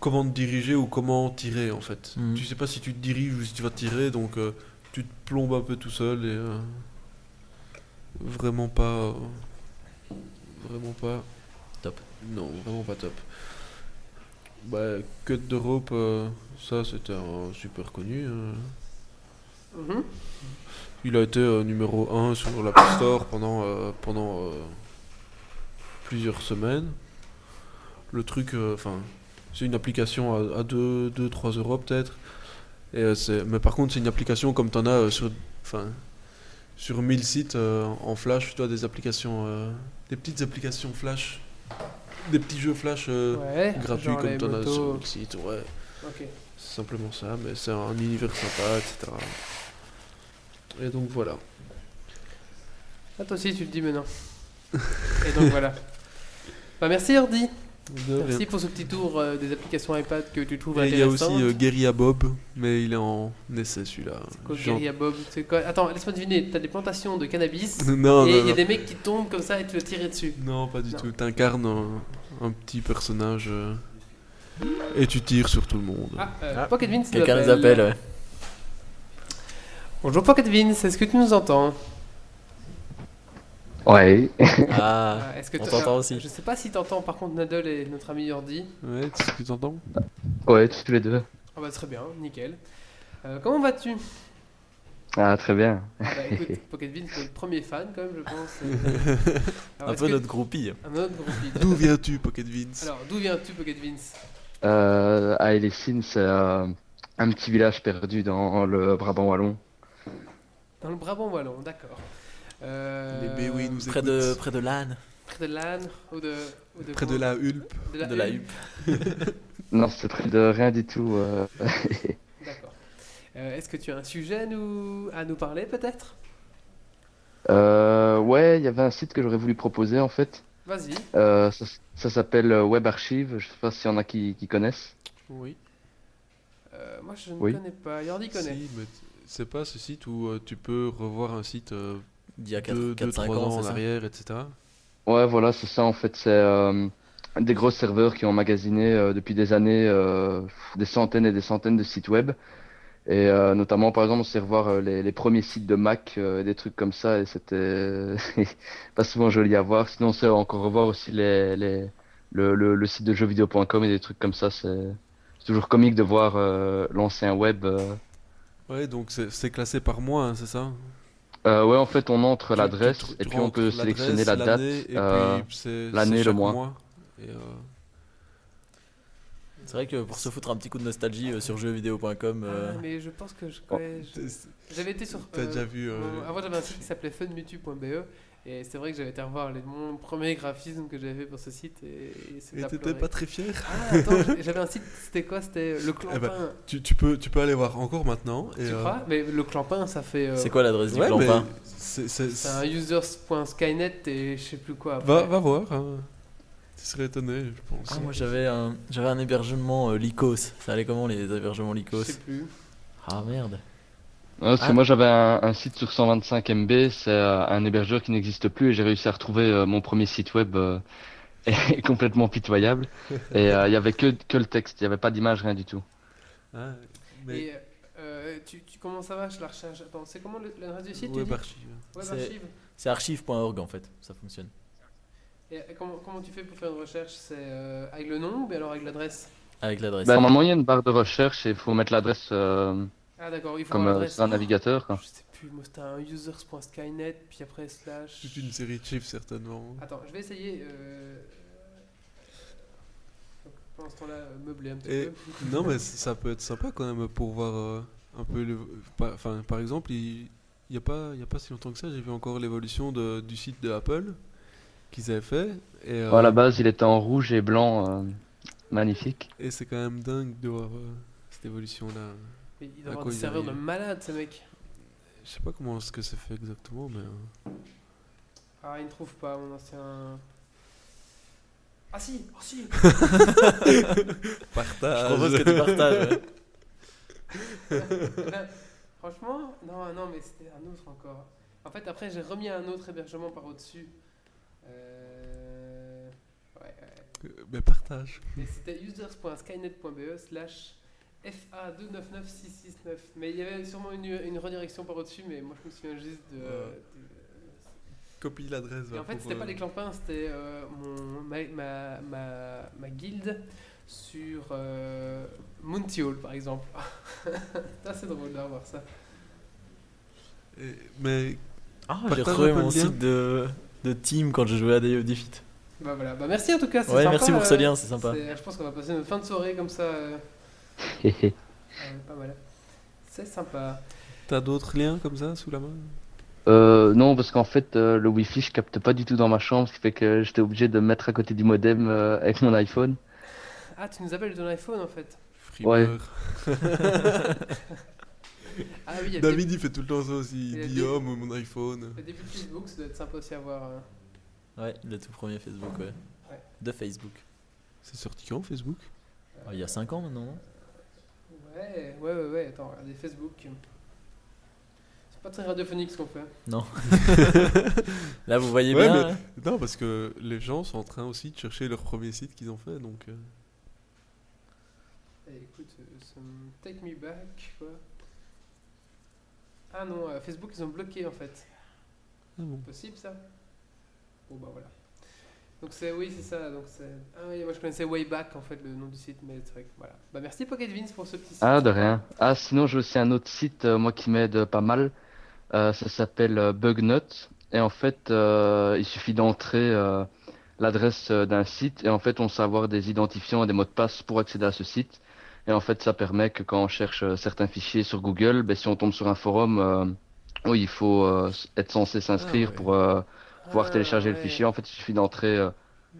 S3: comment te diriger ou comment tirer en fait.
S2: Mhm.
S3: Tu sais pas si tu te diriges ou si tu vas tirer, donc euh, tu te plombes un peu tout seul et euh, vraiment pas, euh, vraiment pas
S2: Top.
S3: Non, vraiment pas top. Bah, Cut d'Europe, euh, ça c'était un super connu. euh.
S1: Mhm.
S3: Il a été euh, numéro 1 sur l'App Store pendant, euh, pendant euh, plusieurs semaines. Le truc, euh, enfin, c'est une application à, 2-3 euros peut-être. Et, euh, c'est- mais par contre, c'est une application comme tu en as euh, sur, enfin, sur 1000 sites euh, en flash. Tu as des applications, euh, des petites applications flash, des petits jeux flash euh,
S1: Ouais,
S3: gratuits
S1: genre
S3: comme
S1: les
S3: tu en as sur
S1: motos.
S3: 1000 sites. Ouais,
S1: Ok.
S3: c'est simplement ça, mais c'est un univers sympa, etc. Et donc voilà.
S1: Ah, toi aussi, tu le dis maintenant. Et donc voilà. Bah, merci, Ordi. Merci pour ce petit tour euh, des applications iPad que tu trouves
S3: Et il y a aussi
S1: intéressantes.
S3: euh, Guerilla Bob, mais il est en essai celui-là.
S1: Quoi,
S3: Jean-
S1: Guerilla Bob, c'est quoi Attends, laisse-moi deviner. T'as des plantations de cannabis.
S3: Non,
S1: et il
S3: non,
S1: y a
S3: non.
S1: des mecs qui tombent comme ça et tu veux tirer dessus.
S3: Non, pas du
S1: Non.
S3: tout. T'incarnes un, un petit personnage euh, et tu tires sur tout le monde.
S1: Ah, euh,
S2: Ah.
S1: Pocket Vince nous
S2: Quelqu'un les appelle. ouais.
S1: Bonjour Pocket Vince, est-ce que tu nous entends
S5: Ouais,
S2: Ah,
S1: Ah, Est-ce que
S2: on
S1: t'as-
S2: t'entend
S1: alors,
S2: aussi.
S1: Je sais pas si t'entends par contre Nadal et notre ami Yordi.
S3: Ouais, tu, tu t'entends
S5: ouais, tous les deux.
S1: Ah bah très bien, nickel. Euh, comment vas-tu
S5: Ah, très bien.
S1: Bah écoute, Pocket Vince, c'est le premier fan quand même, je pense. Euh, alors,
S2: un
S1: est-ce
S2: peu
S1: que-
S2: notre groupie.
S1: Un autre groupe lead.
S3: D'où viens-tu, Pocket Vince
S1: Alors, d'où viens-tu Pocket Vince
S5: Euh, à Elessine, c'est euh, un petit village perdu dans le Brabant wallon.
S1: Dans le Brabant Wallon, d'accord. Euh,
S3: Les Béouis nous
S2: Près
S3: écoutent.
S2: de, près de l'âne,
S1: Près de l'âne ou de... ou
S3: Près de la Hulp.
S1: de
S2: de la
S1: huppe.
S2: huppe.
S5: Non, c'est près de rien du tout. euh.
S1: D'accord. Euh, Est-ce que tu as un sujet à nous, à nous parler peut-être
S5: Euh, ouais, il y avait un site que j'aurais voulu proposer en fait.
S1: Vas-y.
S5: Euh, ça ça s'appelle euh, Web Archive. Je sais pas s'il y en a qui, qui connaissent.
S3: Oui.
S1: Euh, moi je ne
S5: Oui.
S1: connais pas. Yordi
S3: Si,
S1: connaît.
S3: mais t- c'est pas ce site où euh, tu peux revoir un site euh,
S2: D'il y a
S3: de
S2: 4-5
S3: 2-3
S2: ans,
S3: en
S2: c'est ça
S3: arrière, etc.
S5: Ouais, voilà, c'est ça en fait. C'est euh, des gros serveurs qui ont magasiné euh, depuis des années euh, des centaines et des centaines de sites web. Et euh, notamment, par exemple, on sait revoir euh, les, les premiers sites de Mac, euh, des trucs comme ça, et c'était euh, pas souvent joli à voir. Sinon, on sait encore revoir aussi les, les, le, le, le site de jeuxvideo.com et des trucs comme ça. C'est c'est toujours comique de voir euh, l'ancien web. euh.
S3: Ouais, donc c'est c'est classé par mois, hein, c'est ça
S5: Euh, ouais, en fait, on entre
S3: Tu-
S5: l'adresse
S3: tu- tu
S5: et puis on
S3: rentres
S5: peut
S3: l'adresse,
S5: sélectionner la date.
S3: l'année, et
S5: euh,
S3: puis c'est-
S5: l'année,
S3: c'est
S5: le
S3: chaque
S5: mois.
S3: Et, euh,
S2: C'est vrai que pour se foutre un petit coup de nostalgie euh, sur jeuxvideo.com, euh,
S1: Ah, mais je pense que je
S5: oh,
S1: connais. je- J'avais été sur.
S3: Bah. T'as
S1: euh,
S3: déjà vu euh,
S1: mon- Avant, j'avais un site qui s'appelait funmutu.be. e, Et c'est vrai que j'avais été revoir les, mon premier graphisme que j'avais fait pour ce site. Et, et c'était
S3: Et
S1: à
S3: t'étais
S1: pleurer.
S3: pas très fier
S1: Ah, attends, j'ai- j'avais un site, c'était quoi C'était euh, le clampin.
S3: Eh ben, tu, tu peux, tu peux aller voir encore maintenant. Et,
S1: tu
S3: euh,
S1: crois Mais le clampin, ça fait. euh,
S2: c'est quoi l'adresse du
S3: ouais, mais
S2: clampin
S3: c'est- c'est-
S1: C'est un users.skynet et je sais plus quoi. après.
S3: va, va voir. hein. Tu serais étonné, je pense.
S2: Ah, Moi j'avais un, j'avais un hébergement euh, Lycos. Ça allait comment les hébergements
S1: Je
S2: Lycos
S1: sais plus.
S2: Ah merde.
S5: Non, parce que
S2: Ah.
S5: moi j'avais un, un site sur 125 MB, c'est euh, un hébergeur qui n'existe plus et j'ai réussi à retrouver euh, mon premier site web euh, et complètement pitoyable. Et euh, il y avait que, que le texte, il n'y avait pas d'image, rien du tout.
S3: Ah, mais
S1: Et euh, euh, tu, tu- comment ça va Je la recherche. Attends, c'est comment le- l'adresse du site tu
S3: Web
S1: dis
S3: archive.
S1: Web
S2: C'est-
S1: archive.
S2: C'est archive.org en fait, ça fonctionne.
S1: Et euh, comment, comment tu fais pour faire une recherche C'est euh, avec le nom ou bien alors avec l'adresse
S2: Avec l'adresse.
S5: Bah, normalement, il y a une barre de recherche et il faut mettre l'adresse euh,
S1: Ah d'accord, il faut
S5: comme
S1: avoir
S5: euh,
S1: l'adresse.
S5: sur un navigateur. quoi.
S1: Je sais plus, moi c'était un users.skynet, puis après slash.
S3: Toute une série de chiffres, certainement.
S1: Attends, je vais essayer. Euh... donc, Pendant ce temps-là, euh, meubler un petit
S3: Et-
S1: peu.
S3: non, mais c- ça peut être sympa quand même pour voir euh, un peu. l'évo- par- Enfin, par exemple, il n'y a, pas- il y a pas si longtemps que ça, j'ai vu encore l'évolution de- du site de Apple qu'ils avaient fait. Et, euh,
S5: Bon, à la base, il était en rouge et blanc. euh, magnifique.
S3: et c'est quand même dingue de voir euh, cette évolution-là.
S1: Mais il
S3: À
S1: doit avoir
S3: quoi
S1: des
S3: ils
S1: serveurs de
S3: arrivent
S1: malade, ce mec.
S3: Je sais pas comment est-ce que c'est fait exactement, mais. euh,
S1: Ah, il ne trouve pas, mon ancien. Ah si, ah si
S2: Je propose que tu partages. ouais.
S1: Ben, Franchement, non, non, mais c'était un autre encore. En fait, après, j'ai remis un autre hébergement par au-dessus. Euh... Ouais, ouais.
S3: que- mais partage.
S1: Mais c'était users.skynet.be slash FA299669. Mais il y avait sûrement une, une redirection par au-dessus, mais moi, je me souviens juste de...
S3: Ouais.
S1: de-
S3: Copie l'adresse.
S1: Et
S3: va,
S1: en fait,
S3: pour,
S1: c'était pas
S3: euh,
S1: les clampins, c'était euh, mon, ma, ma, ma, ma guilde sur euh, Monty Hall, par exemple. Ça, c'est drôle d'avoir ça.
S3: et- mais
S2: Ah, j'ai
S3: Partage un
S2: retrouvé
S3: peu
S2: mon
S3: le lien. Ah,
S2: site de, de team quand je jouais à Day of Defeat.
S1: Bah voilà, bah merci en tout cas. c'est
S2: Ouais,
S1: sympa,
S2: merci pour
S1: euh,
S2: ce lien, c'est sympa.
S1: c'est- Je pense qu'on va passer notre fin de soirée comme ça. euh, euh, pas mal. C'est sympa.
S3: t'as d'autres liens comme ça sous la main
S5: Euh, non, parce qu'en fait, euh, le wifi je capte pas du tout dans ma chambre, ce qui fait que j'étais obligé de me mettre à côté du modem euh, avec mon iPhone.
S1: Ah, tu nous appelles de ton iPhone en fait.
S5: Ouais.
S3: Freebird.
S1: Ah oui, il y a le dé-
S3: David, il fait tout le temps ça aussi.
S1: Il y
S3: Il
S1: a
S3: dit
S1: des-
S3: Oh, mon iPhone.
S1: le début de Facebook, ça doit être sympa aussi à voir. euh.
S2: Ouais, le tout premier Facebook, ouais.
S1: Ouais.
S2: De Facebook.
S3: C'est sorti quand Facebook
S2: Ah, il y a 5 ans maintenant. non
S1: Ouais, ouais, ouais, ouais, attends, regardez Facebook. C'est pas très radiophonique ce qu'on fait.
S2: Là, vous voyez
S3: Ouais,
S2: bien.
S3: mais-
S2: hein
S3: Non, parce que les gens sont en train aussi de chercher leur premier site qu'ils ont fait, donc. euh,
S1: Eh, écoute, euh, ça me- Take Me Back, quoi. Ah non, euh, Facebook, ils ont bloqué en fait.
S3: Ah bon.
S1: Possible ça Bon bah voilà. Donc c'est, oui, c'est ça. Donc c'est... Ah oui, moi je connaissais Wayback en fait, le nom du site, mais c'est vrai que voilà. Bah merci Pocket Vince pour ce petit site.
S5: Ah, de rien. Ah, sinon, j'ai aussi un autre site, euh, moi, qui m'aide euh, pas mal. Euh, ça s'appelle euh, Bugnut. Et en fait, euh, il suffit d'entrer euh, l'adresse euh, d'un site. Et en fait, on sait avoir des identifiants et des mots de passe pour accéder à ce site. Et en fait, ça permet que quand on cherche euh, certains fichiers sur Google, ben, si on tombe sur un forum euh, où il faut euh, être censé s'inscrire
S3: Ah, ouais.
S5: pour euh, pouvoir
S1: Ah,
S5: télécharger le
S1: ouais.
S5: fichier, en fait, il suffit d'entrer euh,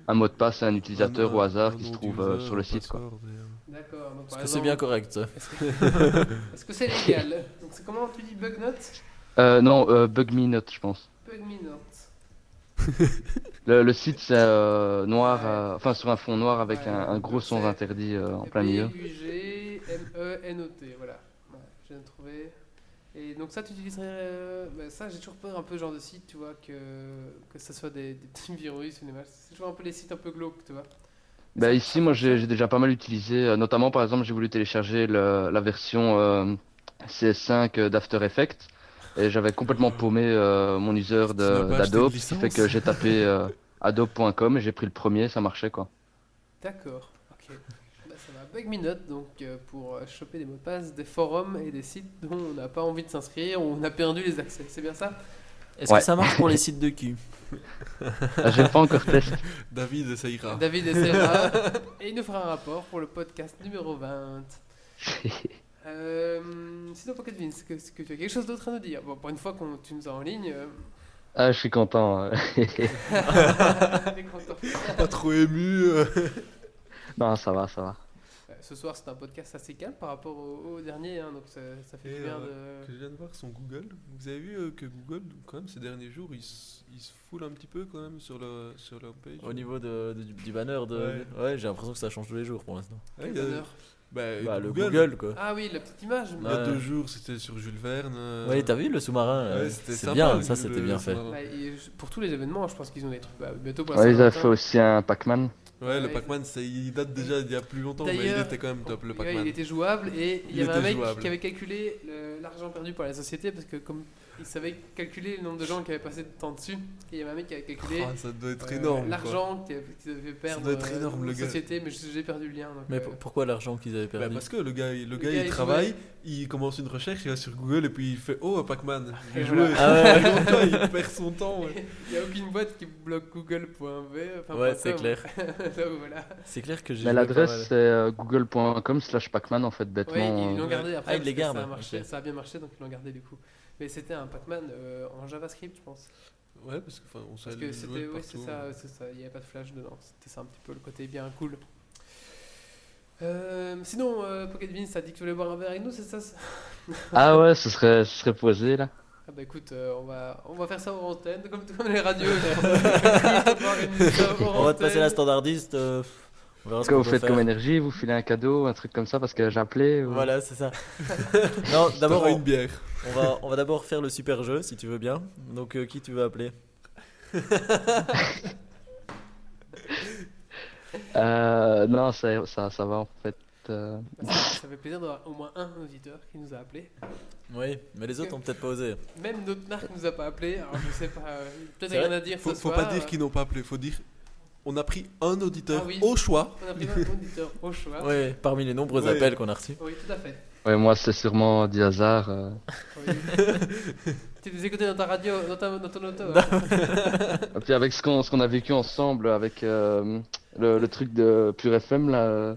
S5: un mot de passe à un utilisateur
S3: un-
S5: au
S3: un
S5: hasard qui se
S3: nom
S5: trouve euh,
S3: d'user,
S5: sur le
S3: un
S5: site. Quoi.
S3: password, et, euh,
S1: D'accord. Donc,
S2: Parce
S1: par
S2: que c'est bien
S1: exemple,
S2: correct. ça.
S1: Est-ce que... est-ce que c'est légal Donc c'est comment tu dis Bugnut
S5: Euh, non, euh, Bugminut, je pense.
S1: Bugminut.
S5: Le, le site c'est euh, noir,
S1: Ouais.
S5: euh, enfin sur un fond noir avec
S1: Ouais,
S5: un, un gros
S1: je
S5: son
S1: sais.
S5: interdit euh,
S1: E
S5: en plein milieu.
S1: B-U-G-M-E-N-O-T, voilà. Ouais, je viens de trouver. Et donc ça, tu utiliserais... euh, bah, ça, j'ai toujours peur un peu genre de site, tu vois, que, que ça soit des, des petits virus ou des machins. C'est toujours un peu les sites un peu glauques, tu vois.
S5: Bah, ici, moi j'ai j'ai déjà pas mal utilisé, euh, notamment par exemple, j'ai voulu télécharger le- la version euh, CS5 euh, d'After Effects et j'avais complètement paumé euh, mon user
S3: Tu n'as pas
S5: de-
S3: acheté
S5: d'Adobe,
S3: de
S5: ce qui
S3: licence
S5: fait que j'ai tapé euh, adobe.com et j'ai pris le premier, ça marchait quoi.
S1: D'accord, ok. Bah, ça va. Bug me note, donc, euh, pour euh, choper des mots de passe, des forums et des sites dont on n'a pas envie de s'inscrire, où on a perdu les accès, c'est bien ça
S2: Est-ce
S5: Ouais.
S2: que ça marche pour les sites de cul
S5: Ah, j'ai pas encore testé.
S3: David essayera.
S1: David essaiera et il nous fera un rapport pour le podcast numéro 20. Euh, sinon, Pocket Vince, est-ce que, est-ce que tu as quelque chose d'autre à nous dire Bon, pour une fois qu'on tu nous as en ligne, euh,
S5: Ah, je suis content. euh.
S1: t'es content.
S3: Pas trop ému. euh.
S5: non, ça va, ça va.
S1: Euh, Ce soir, c'est un podcast assez calme par rapport au, au dernier, hein, donc ça, ça fait
S3: Et, euh,
S1: du bien
S3: Que je viens de voir son Google. Vous avez vu euh, que Google, quand même, ces derniers jours, il, s- il se foule un petit peu quand même sur, le, sur leur page.
S2: Au niveau de, de- du, du banner, de... ouais. j'ai l'impression que ça change tous les jours pour l'instant.
S1: de.
S3: Ouais,
S1: Quel
S3: il y a-
S1: bonheur.
S3: bah,
S2: Bah, le
S3: Google.
S2: Google quoi.
S1: Ah oui, la petite image.
S3: Il y
S1: mais-
S3: a
S2: Ouais.
S3: deux jours, c'était sur Jules Verne. euh,
S2: Ouais, t'as vu le sous-marin
S3: ouais,
S2: euh,
S3: c'était
S2: C'est
S3: sympa, euh,
S2: bien,
S3: le-
S2: ça c'était
S3: le-
S2: bien
S3: le
S2: fait.
S3: sous-marin.
S1: bah, et je- pour tous les événements, je pense qu'ils ont des trucs. bah, bientôt pour la
S5: Ouais, ils avaient
S1: Saint-Valentin.
S5: fait aussi un Pac-Man.
S3: Ouais, le
S1: Ouais,
S3: Pac-Man, c'est- il date déjà d'il y a plus longtemps, mais il
S1: D'ailleurs,
S3: était quand même top, le
S1: Ouais,
S3: Pac-Man.
S1: il était jouable et il y
S3: Il
S1: avait un
S3: était
S1: mec
S3: jouable.
S1: qui avait calculé le- l'argent perdu par la société parce que comme il savait calculer le nombre de gens qui avaient passé de temps dessus, et il y avait un mec qui avait calculé
S3: Ah, ça doit être
S1: euh,
S3: énorme. quoi.
S1: l'argent qui avait- qui devait perdre
S3: doit être
S1: euh,
S3: énorme,
S1: la
S3: le gars.
S1: société, mais je- j'ai perdu le lien. donc,
S2: Mais
S1: euh,
S2: pour- pourquoi l'argent qu'ils avaient
S3: Bah,
S2: perdu
S3: parce que le gars, il- le gars,
S1: gars,
S3: il
S1: il
S3: travaille, il commence une recherche, il va sur Google et puis il fait Oh, Pac-Man, je
S1: Et
S3: vais
S1: voilà.
S3: jouer.
S2: Ah ouais.
S3: Et donc, ouais, il perd son temps. ouais.
S1: Il n'y a aucune boîte qui bloque google.v. enfin,
S2: Ouais,
S1: point
S2: c'est
S1: com.
S2: clair.
S1: Donc, voilà.
S2: C'est clair que j'ai.
S5: Mais
S2: joué pas
S5: l'adresse,
S2: mal.
S5: c'est euh, google.com slash pacman, en fait,
S1: Ouais,
S5: bêtement.
S1: ils l'ont
S5: euh.
S1: gardé après.
S2: Ah, ils
S1: parce que
S2: les
S1: Ça a,
S2: gardent,
S1: marché,
S2: ok.
S1: ça a bien marché, donc ils l'ont gardé du coup. Mais c'était un Pac-Man euh, en JavaScript, je pense.
S3: Ouais, parce que, enfin, on sait
S1: Parce que c'était, oui, c'est ça, c'est ça. Il n'y avait pas de flash dedans. C'était ça un petit peu le côté bien cool. Euh, sinon, euh, Pocket Vince, t'as dit que tu voulais boire un verre avec nous, c'est ça ça
S5: Ah ouais, ce serait, ce serait posé, là.
S1: Ah bah écoute, euh, on, va, on va faire ça en antenne, comme, comme les radios. je pense.
S2: On va te passer la standardiste. euh, on verra ce
S5: Est-ce que vous
S2: qu'on peut
S5: faites
S2: faire.
S5: comme énergie Vous filez un cadeau, un truc comme ça, parce que j'ai appelé ou-
S2: Voilà, c'est ça. non, d'abord,
S3: D'abord, une
S2: on,
S3: bière.
S2: on va, on va d'abord faire le super jeu, si tu veux bien. Donc, euh, qui tu veux appeler
S5: Euh, non, ça, ça, ça va, en fait. euh.
S1: Bah, ça, ça fait plaisir d'avoir au moins un auditeur qui nous a appelé.
S2: Oui, mais les autres ont peut-être pas osé.
S1: Même notre narc nous a pas appelé, alors je sais pas. euh, Peut-être
S2: C'est
S1: rien
S2: vrai
S1: à dire
S3: Faut,
S1: ce
S3: faut
S1: soir.
S3: pas dire qu'ils n'ont pas appelé, faut dire On a pris un auditeur
S1: Ah oui.
S3: au choix.
S1: On a pris un auditeur au choix.
S2: Oui, parmi les nombreux
S3: Ouais.
S2: appels qu'on a reçus.
S1: Oui, tout à fait.
S5: Ouais, moi, c'est sûrement du hasard. euh.
S1: Oui. tu nous écoutais dans ta radio, dans, ta, dans ton auto. hein.
S5: Et puis avec ce qu'on ce qu'on a vécu ensemble, avec euh, le, le truc de Pure FM, là... euh,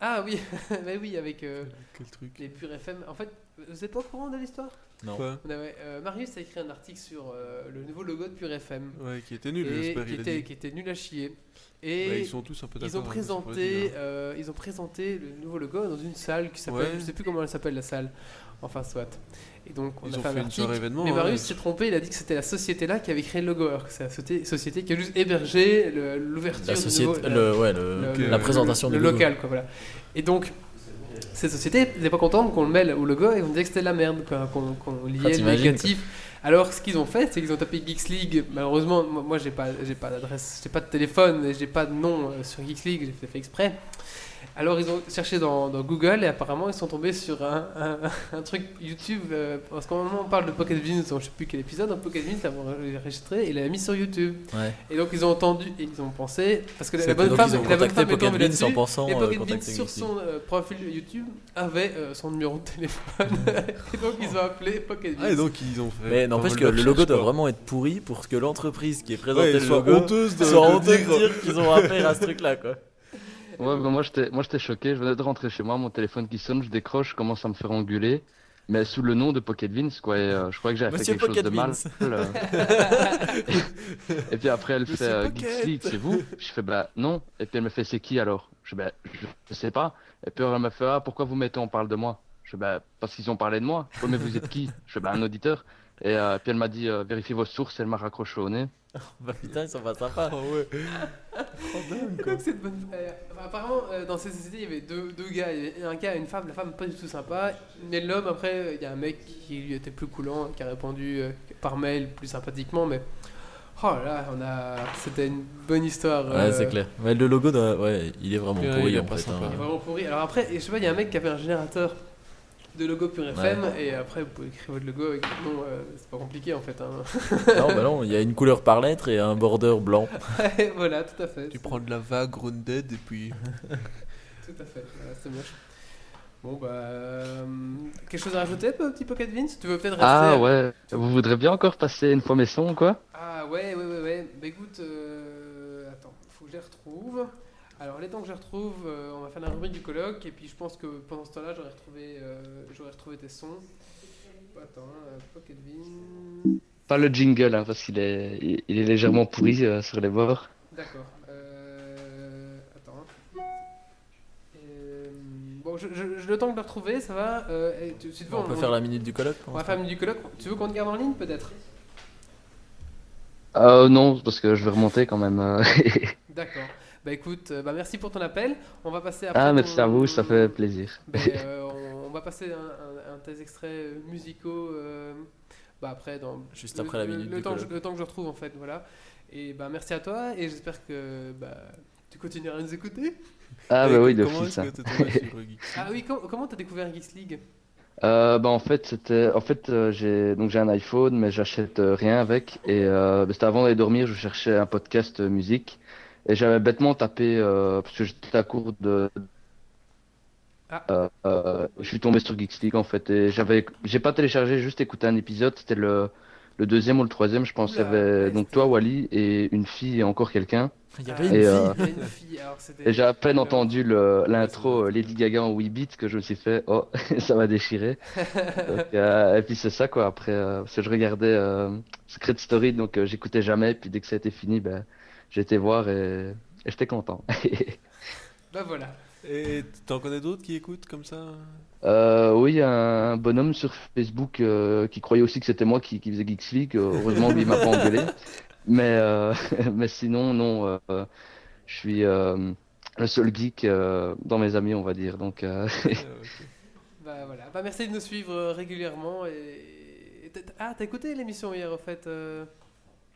S1: Ah oui, mais oui, avec euh,
S3: Quel truc.
S1: les Pure FM. En fait, vous êtes pas au courant de l'histoire
S2: Non.
S3: Quoi
S1: On avait, euh, Marius a écrit un article sur euh, le nouveau logo de Pure FM.
S3: Ouais, qui était nul,
S1: et
S3: j'espère.
S1: qui
S3: il a
S1: était,
S3: dit.
S1: qui était nul à chier.
S3: Ouais,
S1: Et
S3: ils sont tous un peu
S1: Ils ont,
S3: d'accord, hein, c'est pas
S1: présenté,
S3: dit, hein.
S1: euh, ils ont présenté le nouveau logo dans une salle qui s'appelle,
S3: Ouais.
S1: je sais plus comment elle s'appelle la salle, enfin soit. Et donc on
S3: Ils
S1: a
S3: ont
S1: fait, un
S3: fait une
S1: article,
S3: soirée événement,
S1: Mais
S3: hein.
S1: Marius s'est trompé, il a dit que c'était la société là qui avait créé le logo, alors que c'est la société, société qui a juste hébergé le- l'ouverture
S2: La
S1: du
S2: société,
S1: nouveau- la-
S2: le, ouais, le-
S3: Ok.
S1: le-
S2: la présentation
S1: le,
S2: du
S1: le
S2: logo.
S1: local quoi voilà. Et donc ces sociétés n'étaient pas contentes qu'on le mêle au logo et on disait que c'était de la merde quoi, qu'on qu'on
S2: Ah,
S1: liait le
S2: t'imagines,
S1: négatif. Alors ce qu'ils ont fait, c'est qu'ils ont tapé Geeks League. Malheureusement, moi, moi, j'ai pas j'ai pas d'adresse, j'ai pas de téléphone, et j'ai pas de nom euh, sur Geeks League, j'ai fait, fait exprès. Alors ils ont cherché dans, dans Google et apparemment ils sont tombés sur un, un- un truc YouTube euh, parce qu'au moment où on parle de Pocket Vince, je sais plus quel épisode, donc Pocket Vince l'avait enregistré et il l'avait mis sur YouTube.
S2: Ouais.
S1: Et donc ils ont entendu et ils ont pensé parce que la- la
S2: C'était-
S1: bonne
S2: donc,
S1: femme,
S2: ils ont
S1: la bonne
S2: contacté
S1: femme est
S2: Pocket
S1: tombée
S2: Vince en
S1: là-dessus.
S2: pensant
S1: Et
S2: euh,
S1: Pocket Bean
S2: contacter
S1: sur
S2: Geeksy.
S1: son euh, profil YouTube avait euh, son numéro de téléphone. et donc ils ont appelé Pocket
S3: Ah, et
S1: Bean.
S3: donc ils ont fait.
S2: Mais n'empêche
S3: pas
S2: que
S3: mal de
S2: le logo
S3: recherches,
S2: doit
S3: quoi.
S2: vraiment être pourri pour que l'entreprise qui est présentée
S3: Ouais, ils
S2: le
S3: sont
S2: logo
S3: honteuses de,
S2: soit
S3: de
S2: honteux de
S3: dire.
S2: dire qu'ils ont affaire à ce truc-là, quoi.
S5: Ouais, bah moi j'étais moi j'étais choqué, je venais de rentrer chez moi, mon téléphone qui sonne, je décroche, je commence à me faire engueuler, mais sous le nom de Pocket Vince quoi, et, euh, je croyais que j'avais fait
S2: Monsieur
S5: quelque chose de
S2: Pocket
S5: mal.
S2: Vince.
S5: euh. et puis après elle fait
S3: Monsieur
S5: euh,
S3: Pocket.
S5: Geeks League, c'est vous? Je fais bah non, et puis elle me fait c'est qui alors? Je fais bah je sais pas, et puis elle me fait ah pourquoi vous mettez on parle de moi? Je fais bah parce qu'ils ont parlé de moi, je fais, mais vous êtes qui? Je fais bah un auditeur, et euh, puis elle m'a dit euh, vérifiez vos sources, elle m'a raccroché au nez.
S2: Bah putain, ils sont pas sympas.
S3: Ah ouais. Oh, dingue, quoi.
S1: Quoi que cette bonne- euh, enfin, apparemment, euh, dans ces sociétés, il y avait deux, deux gars. Il y avait un gars et une femme. La femme, pas du tout sympa. Mais l'homme, après, euh, il y a un mec qui lui était plus coulant, qui a répondu euh, par mail plus sympathiquement. Mais oh là là, on a... c'était une bonne histoire.
S2: Ouais, c'est
S1: euh,
S2: clair. Ouais, le logo, doit- ouais, il est vraiment
S3: Ouais,
S2: pourri
S3: il est
S2: en
S3: pas
S2: fait.
S3: sympa.
S2: hein.
S1: Il est vraiment pourri. Alors après, je sais pas, il y a un mec qui avait un générateur de logo Pure FM et après vous pouvez écrire votre logo avec le nom, euh, c'est pas compliqué en fait. hein.
S2: Non, bah non, il y a une couleur par lettre et un border blanc.
S1: Ouais, voilà, tout à fait.
S3: Tu prends de la vague Grounded et puis.
S1: Tout à fait, voilà, c'est moche. Bon bah, euh, quelque chose à rajouter, peu- petit Pocket Vince Tu veux peut-être rester euh?
S5: Ah ouais, vous voudrez bien encore passer une fois mes sons quoi?
S1: Ah ouais, ouais, ouais, ouais. Bah écoute, euh, attends, faut que je les retrouve. Alors, les temps que je les retrouve, euh, on va faire la rubrique du colloque, et puis je pense que pendant ce temps-là, j'aurais retrouvé, euh, j'aurais retrouvé tes sons. Attends, euh, Pocket Vin.
S5: Pas le jingle, hein, parce qu'il est, il- il est légèrement pourri euh, sur les bords.
S1: D'accord. Euh, attends. Euh, bon, je, je- je- le temps de le retrouver, ça va. Euh, et tu, si tu veux,
S2: On peut faire la minute du colloque.
S1: on va faire du colloque. Tu veux qu'on te garde en ligne, peut-être
S5: Euh, non, parce que je vais remonter quand même. euh.
S1: D'accord. Bah écoute, euh, bah merci pour ton appel. On va passer après
S5: ah, merci
S1: ton- Bah,
S5: à vous, ça fait plaisir.
S1: Ben, euh, on, on va passer un, un, un de tes extraits musicaux euh, bah, après, dans
S2: Juste
S1: le-
S2: après la
S1: le,
S2: minute
S1: le
S2: du
S1: temps que je-
S2: colloque.
S1: le temps que je retrouve en fait, voilà. Et bah merci à toi et j'espère que bah, tu continueras à nous écouter.
S5: Ah,
S3: Et
S5: bah oui,
S3: co- Comment
S5: d'office.
S3: est-ce
S5: ça.
S3: que t'es tombé sur Geeks
S1: Ah oui, com- comment t'as découvert Geeks League
S5: Euh, bah en fait c'était en fait euh, j'ai donc j'ai un iPhone mais j'achète euh, rien avec et euh, bah, c'était avant d'aller dormir je cherchais un podcast euh, musique et j'avais bêtement tapé euh, parce que j'étais à court de
S1: Ah.
S5: euh, euh, je suis tombé sur Geeks League en fait et j'avais j'ai pas téléchargé juste écouté un épisode c'était le le deuxième ou le troisième je pense il y
S1: Oula, ouais,
S5: avait donc
S1: c'était-
S5: toi Wally et une fille et encore quelqu'un
S2: Il y avait une
S5: Et,
S2: fille.
S5: euh,
S1: Il y a une fille, alors c'était-
S5: et j'ai à peine entendu le- l'intro
S3: Ouais,
S5: euh,
S3: c'est vrai.
S5: Lady Gaga en 8 bits que je me suis fait oh ça va déchirer. Donc, euh, et puis c'est ça quoi après euh, parce que je regardais euh, Secret Story donc euh, j'écoutais jamais puis dès que ça a été fini ben j'étais voir et, et j'étais content.
S1: Bah voilà.
S3: Et t'en connais d'autres qui écoutent comme ça
S5: euh, oui un, un bonhomme sur Facebook euh, qui croyait aussi que c'était moi qui, qui faisais Geeks League euh, heureusement lui il m'a pas engueulé mais euh, mais sinon non euh, euh, je suis euh, le seul geek euh, dans mes amis on va dire donc euh,
S3: Ah, ok.
S1: Bah voilà. Bah merci de nous suivre euh, régulièrement et. et t'as- Ah, t'as écouté l'émission hier en fait euh,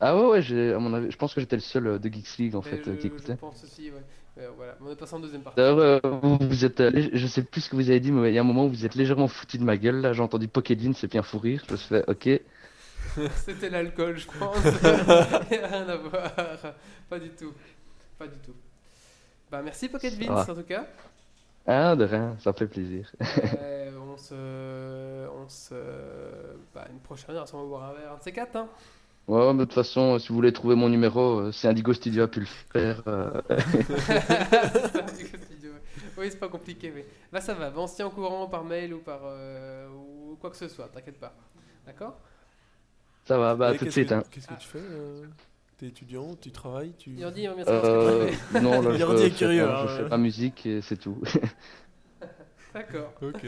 S5: Ah ouais, ouais, j'ai, à mon avis, je pense que j'étais le seul euh, de Geeks League en fait
S1: je,
S5: euh, qui
S1: je
S5: écoutait.
S1: pense aussi, ouais. Mais voilà, on est passé en deuxième partie.
S5: D'ailleurs, euh, vous, vous êtes, euh, lég- je sais plus ce que vous avez dit, mais il y a un moment où vous êtes légèrement foutu de ma gueule. Là, j'ai entendu Pokédine, c'est bien fou rire. Je me suis fait, ok.
S1: C'était l'alcool, je pense. Il y a Rien à voir. Pas du tout. Pas du tout. Bah merci Pocket
S5: Ça
S1: Vince
S5: va.
S1: en tout cas.
S5: Ah, de rien, ça fait plaisir.
S1: Euh, on se. On se. Bah une prochaine heure, si on va boire un verre, un de ces quatre, hein.
S5: Ouais, ouais, mais de toute façon, euh, si vous voulez trouver mon numéro, euh, c'est Indigo Studio a pu le faire. euh,
S1: oui, c'est pas compliqué, mais là ça va. Bah, on se tient au courant par mail ou par euh, ou quoi que ce soit, t'inquiète pas. D'accord
S5: ça va, bah, à
S3: Et
S5: tout de
S3: qu'est-ce
S5: suite.
S3: que-
S5: Hein.
S3: Qu'est-ce que tu fais euh, T'es étudiant, tu travailles, tu...
S1: Yordi, hein, merci
S5: Euh,
S1: ce que tu fais.
S5: non, là, je,
S2: Jordi est
S5: fais
S2: curieux,
S5: pas-
S2: hein,
S5: je fais
S2: ouais.
S5: pas musique et c'est tout.
S1: D'accord.
S3: Ok,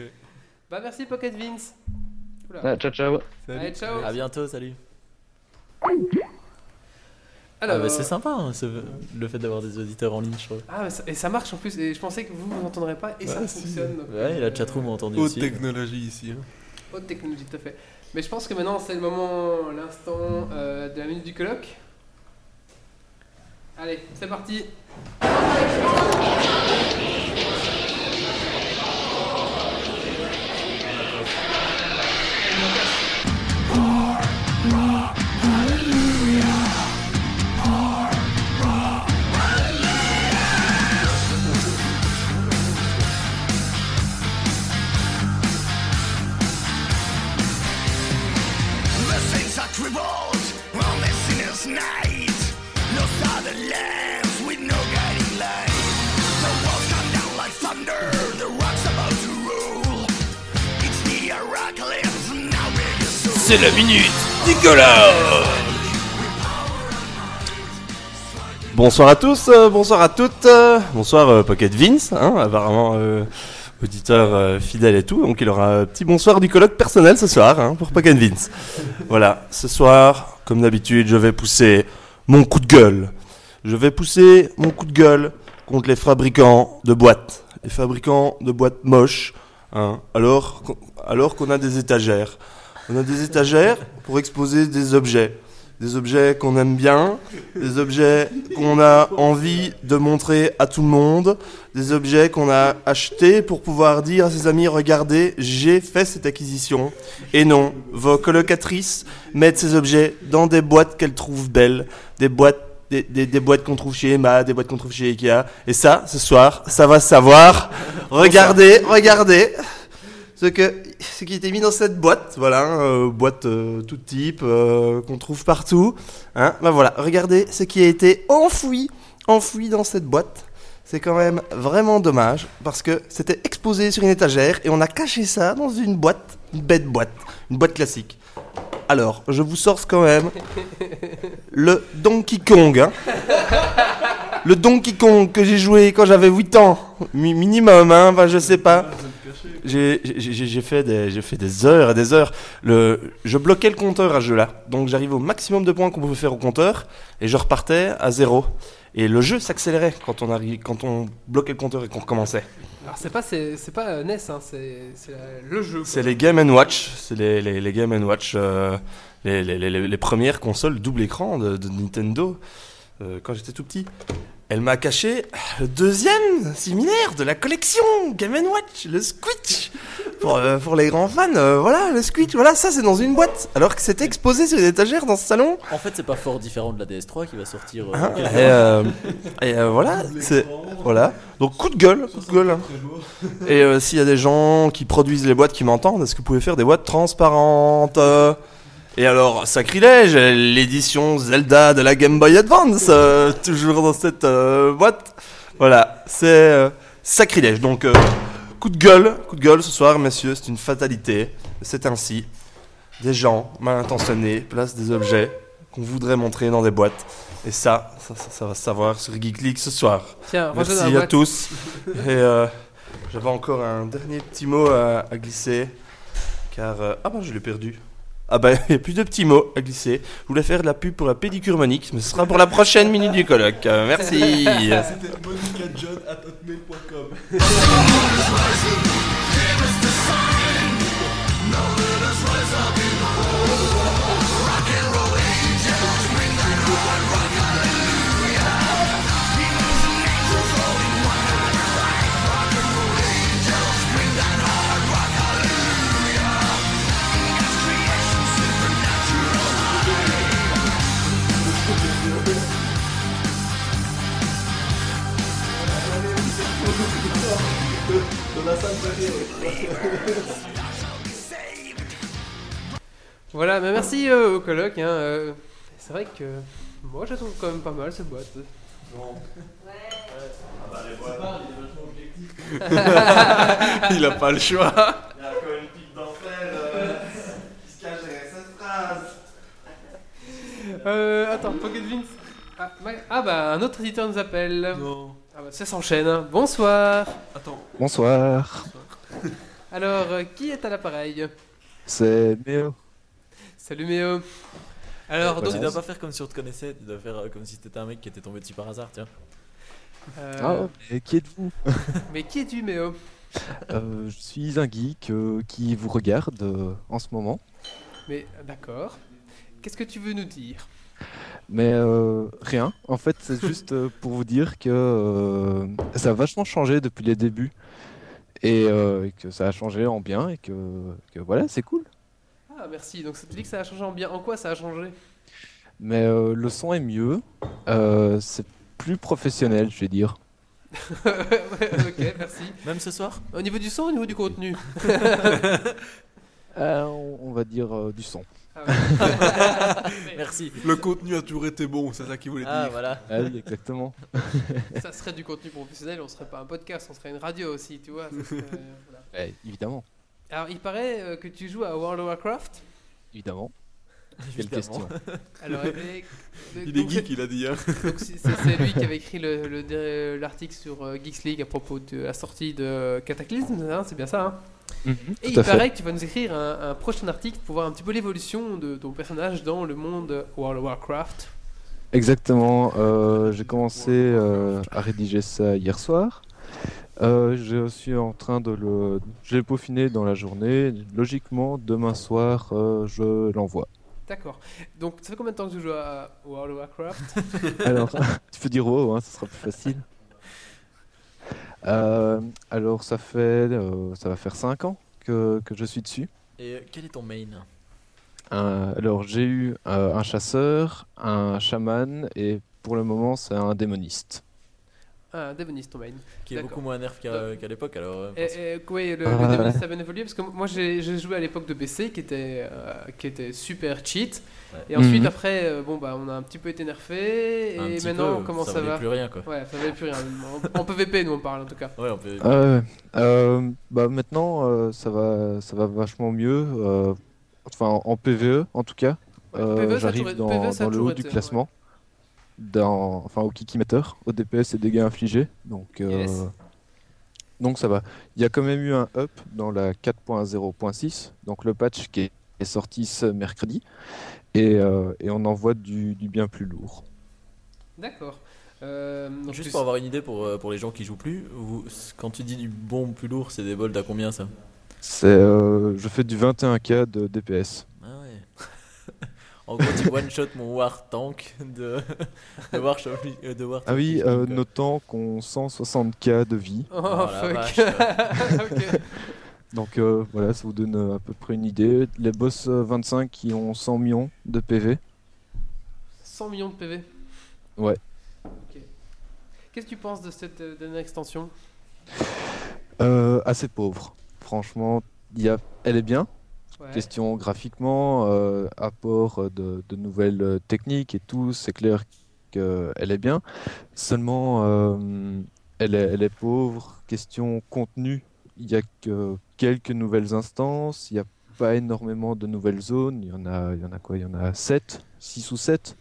S1: Bah merci Pocket Vince. Oula.
S5: Ah, ciao, ciao.
S3: salut.
S1: Allez, ciao.
S2: À bientôt, salut.
S1: Alors,
S2: Ah bah, c'est sympa hein, ce- le fait d'avoir des auditeurs en ligne, je trouve.
S1: Ah, mais ça- et ça marche en plus, et je pensais que vous, vous n'entendrez pas, et ça
S3: Ah, si.
S1: fonctionne. donc,
S2: Ouais, et la
S1: euh,
S2: chatroom a entendu
S3: Haute
S2: aussi.
S3: technologie ici. hein.
S1: Haute technologie, tout à fait. Mais je pense que maintenant, c'est le moment, l'instant euh, de la minute du colloque. Allez, c'est parti.
S6: The saints are crippled on the sinner's night. No southern lands with no guiding light. The walls come down like thunder, the rock's about to rule. It's the Heraclius, now we're your soul.
S4: C'est la minute Nicolas
S7: Bonsoir à tous, euh, bonsoir à toutes, euh, bonsoir euh, Pocket Vince, hein, apparemment euh, auditeur euh, fidèle et tout, donc il aura un petit bonsoir du colloque personnel ce soir hein, pour Pocket Vince. voilà, ce soir, comme d'habitude, je vais pousser mon coup de gueule. Je vais pousser mon coup de gueule contre les fabricants de boîtes, les fabricants de boîtes moches, hein, alors qu'on- alors qu'on a des étagères. On a des étagères pour exposer des objets, des objets qu'on aime bien, des objets qu'on a envie de montrer à tout le monde, des objets qu'on a achetés pour pouvoir dire à ses amis regardez, j'ai fait cette acquisition. Et non, vos colocatrices mettent ces objets dans des boîtes qu'elles trouvent belles, des boîtes des, des- des boîtes qu'on trouve chez Emma, des boîtes qu'on trouve chez Ikea. Et ça, ce soir, ça va savoir. Regardez, regardez ce, que, ce qui était mis dans cette boîte. Voilà, hein, euh, boîte euh, tout type, euh, qu'on trouve partout. Hein, ben voilà, regardez ce qui a été enfoui, enfoui dans cette boîte. C'est quand même vraiment dommage parce que c'était exposé sur une étagère et on a caché ça dans une boîte, une bête boîte, une boîte classique. Alors, je vous sors quand même le Donkey Kong. hein. Le Donkey Kong que j'ai joué quand j'avais 8 ans, mi- minimum, hein, ben je sais pas. j'ai j'ai- j'ai fait des j'ai fait des heures et des heures. Le, je bloquais le compteur à ce jeu-là, donc j'arrivais au maximum de points qu'on pouvait faire au compteur et je repartais à zéro. Et le jeu s'accélérait quand on arrivait, quand on bloquait le compteur et qu'on recommençait.
S1: Alors c'est pas c'est, c'est pas euh, NES, hein, c'est, c'est la- le jeu. quoi.
S7: C'est les Game Watch, c'est les, les, les Game Watch, euh, les, les, les- les- les premières consoles double écran de, de Nintendo euh, quand j'étais tout petit. Elle m'a caché le deuxième similaire de la collection Game Watch, le Squitch. Pour, euh, pour les grands fans, euh, voilà, le Squitch, voilà, ça c'est dans une boîte, alors que c'était exposé sur une étagère dans ce salon.
S2: En fait, c'est pas fort différent de la DS3 qui va sortir. euh,
S7: Hein,
S1: Ah.
S7: et
S2: quelques-
S7: euh, et, euh, voilà, c'est voilà. Donc coup de gueule, coup de gueule. hein. Et euh, s'il y a des gens qui produisent les boîtes qui m'entendent, est-ce que vous pouvez faire des boîtes transparentes euh Et alors sacrilège, euh, l'édition Zelda de la Game Boy Advance, euh, toujours dans cette euh, boîte. Voilà, c'est euh, sacrilège. Donc euh, coup de gueule, coup de gueule ce soir, messieurs, c'est une fatalité. C'est ainsi. Des gens mal intentionnés placent des objets qu'on voudrait montrer dans des boîtes. Et ça, ça, ça, ça va se savoir sur Geek League ce soir.
S1: Tiens, rentre dans la
S7: Merci à
S1: boîte.
S7: tous. Et euh, j'avais encore un dernier petit mot à, à glisser. Car. euh, ah bah, je l'ai perdu. Ah bah, il n'y a plus de petits mots à glisser. Je voulais faire de la pub pour la pédicure Monique, mais ce sera pour la prochaine minute du colloque. Euh, merci.
S1: Voilà, mais merci euh, au coloc. Hein, euh, c'est vrai que moi je la trouve quand même pas mal cette boîte.
S3: Il a pas le choix.
S1: Euh, attends, Pocket Vince. Ah, ma- ah bah un autre éditeur nous appelle.
S3: Non.
S1: Ah bah ça s'enchaîne. hein. Bonsoir.
S3: Attends.
S8: Bonsoir,
S1: Alors euh, qui est à l'appareil
S8: c'est Néo.
S1: Salut Méo. Alors
S8: Ouais,
S1: donc euh,
S2: Tu dois
S8: Balance.
S2: pas faire comme si on te connaissait, tu dois faire euh, comme si t'étais un mec qui était tombé dessus par hasard, tiens.
S1: euh,
S8: Ah, mais qui êtes-vous
S1: mais qui es-tu Méo
S8: Euh, Je suis un geek euh, qui vous regarde euh, en ce moment,
S1: Mais euh, d'accord. Qu'est-ce que tu veux nous dire
S8: mais euh, rien. En fait, c'est juste euh, pour vous dire que euh, ça a vachement changé depuis les débuts et euh, et que ça a changé en bien et que, que voilà, c'est cool.
S1: Ah merci. Donc ça te dit que ça a changé en bien. En quoi ça a changé
S8: Mais euh, le son est mieux, euh, c'est plus professionnel, je vais dire.
S1: Ok, merci.
S2: Même ce soir
S1: Au niveau du son, au niveau du contenu.
S8: Euh, on on va dire euh, du son.
S1: Ah ouais.
S2: Merci.
S3: Le contenu a toujours été bon, c'est ça qu'il voulait
S2: Ah
S3: dire.
S2: voilà.
S8: Ah oui, exactement.
S1: ça serait du contenu professionnel, on serait pas un podcast, on serait une radio aussi, tu vois. ça serait- euh, voilà.
S8: Ouais, évidemment,
S1: Alors, il paraît euh, que tu joues à World of Warcraft.
S8: évidemment. Quelle
S2: Évidemment.
S8: question.
S1: Alors, avec-
S3: Il est
S1: donc,
S3: geek, il a dit. Hein.
S1: donc, c'est- c'est c'est lui qui avait écrit l'article le, dé- l'article sur euh, Geeks League à propos de la sortie de Cataclysm, hein, c'est bien ça. hein Et
S8: Mhm. Tout
S1: il
S8: à fait.
S1: paraît que tu vas nous écrire un, un prochain article pour voir un petit peu l'évolution de ton personnage dans le monde World of Warcraft.
S8: Exactement. euh, j'ai commencé euh, à rédiger ça hier soir. Euh, je suis en train de le, je l'ai peaufiné dans la journée. Logiquement, demain soir, euh, je l'envoie.
S1: D'accord. Donc, ça fait combien de temps que tu joues à World of Warcraft
S8: Alors, tu peux dire wow, hein, ce sera plus facile. Euh, alors, ça fait, euh, ça va faire 5 ans que, que je suis dessus.
S2: Et euh, quel est ton main
S8: Euh, alors, j'ai eu euh, un chasseur, un chaman et pour le moment, c'est un démoniste.
S1: Ah, un démoniste, ton main.
S2: Qui est
S1: D'accord.
S2: beaucoup moins nerf qu'à
S1: Euh,
S2: qu'à l'époque alors. euh, parce-
S1: Et, et, ouais, le,
S8: Ah
S1: le
S8: ouais.
S1: Demon's Saber évolué parce que moi j'ai j'ai joué à l'époque de PC qui était, euh, qui était super cheat.
S2: Ouais.
S1: Et ensuite
S8: Mhm.
S1: après, euh, bon bah on a un petit peu été nerfé et
S2: un petit
S1: maintenant
S2: peu,
S1: comment ça,
S2: valait
S1: va
S2: plus rien quoi.
S1: Ouais, ça valait plus rien. En, en PVP nous on parle en tout cas.
S2: Ouais, on peut.
S8: Ah Ouais, ouais. Euh, bah maintenant euh, ça va ça va vachement mieux euh, enfin en, en PVE en tout cas
S1: Ouais,
S8: Euh,
S1: PVE, ça a toujours
S8: j'arrive
S1: été-
S8: dans,
S1: PVE, E, ça a
S8: dans le
S1: toujours
S8: haut du
S1: été,
S8: classement dans enfin au kick meter au DPS et dégâts infligés donc euh,
S1: Yes.
S8: Donc ça va. Il y a quand même eu un up dans la 4.0.6, donc le patch qui est, est sorti ce mercredi, et, euh, et on en voit du, du bien plus lourd.
S1: D'accord. Euh, donc
S2: Juste
S1: tu-
S2: pour avoir une idée pour, euh, pour les gens qui jouent plus, vous- quand tu dis du bon plus lourd, c'est des bolts à combien ça
S8: C'est, euh, je fais du 21k de DPS.
S2: Ah ouais. en gros, tu one shot mon War Tank de, de War Shopping- euh, de War
S8: Ah oui,
S2: Tank,
S8: euh,
S2: quoi.
S8: notant qu'on 160k de vie.
S1: Oh,
S2: Oh, la
S1: fuck. Ok.
S8: Donc euh, voilà, ça vous donne euh, à peu près une idée. Les boss euh, 25 qui ont 100 millions de PV.
S1: 100 millions de PV.
S8: Ouais.
S1: Ok. Qu'est-ce que tu penses de cette euh, dernière extension
S8: Euh, assez pauvre. Franchement, il y a... elle est bien.
S1: Ouais.
S8: Question graphiquement, euh, apport de, de nouvelles euh, techniques et tout, c'est clair qu'elle est bien. Seulement, euh, elle, est, elle est pauvre. Question contenu, il n'y a que quelques nouvelles instances, il n'y a pas énormément de nouvelles zones. Il y en a, il y en a quoi Il y en a 7, 6 ou 7.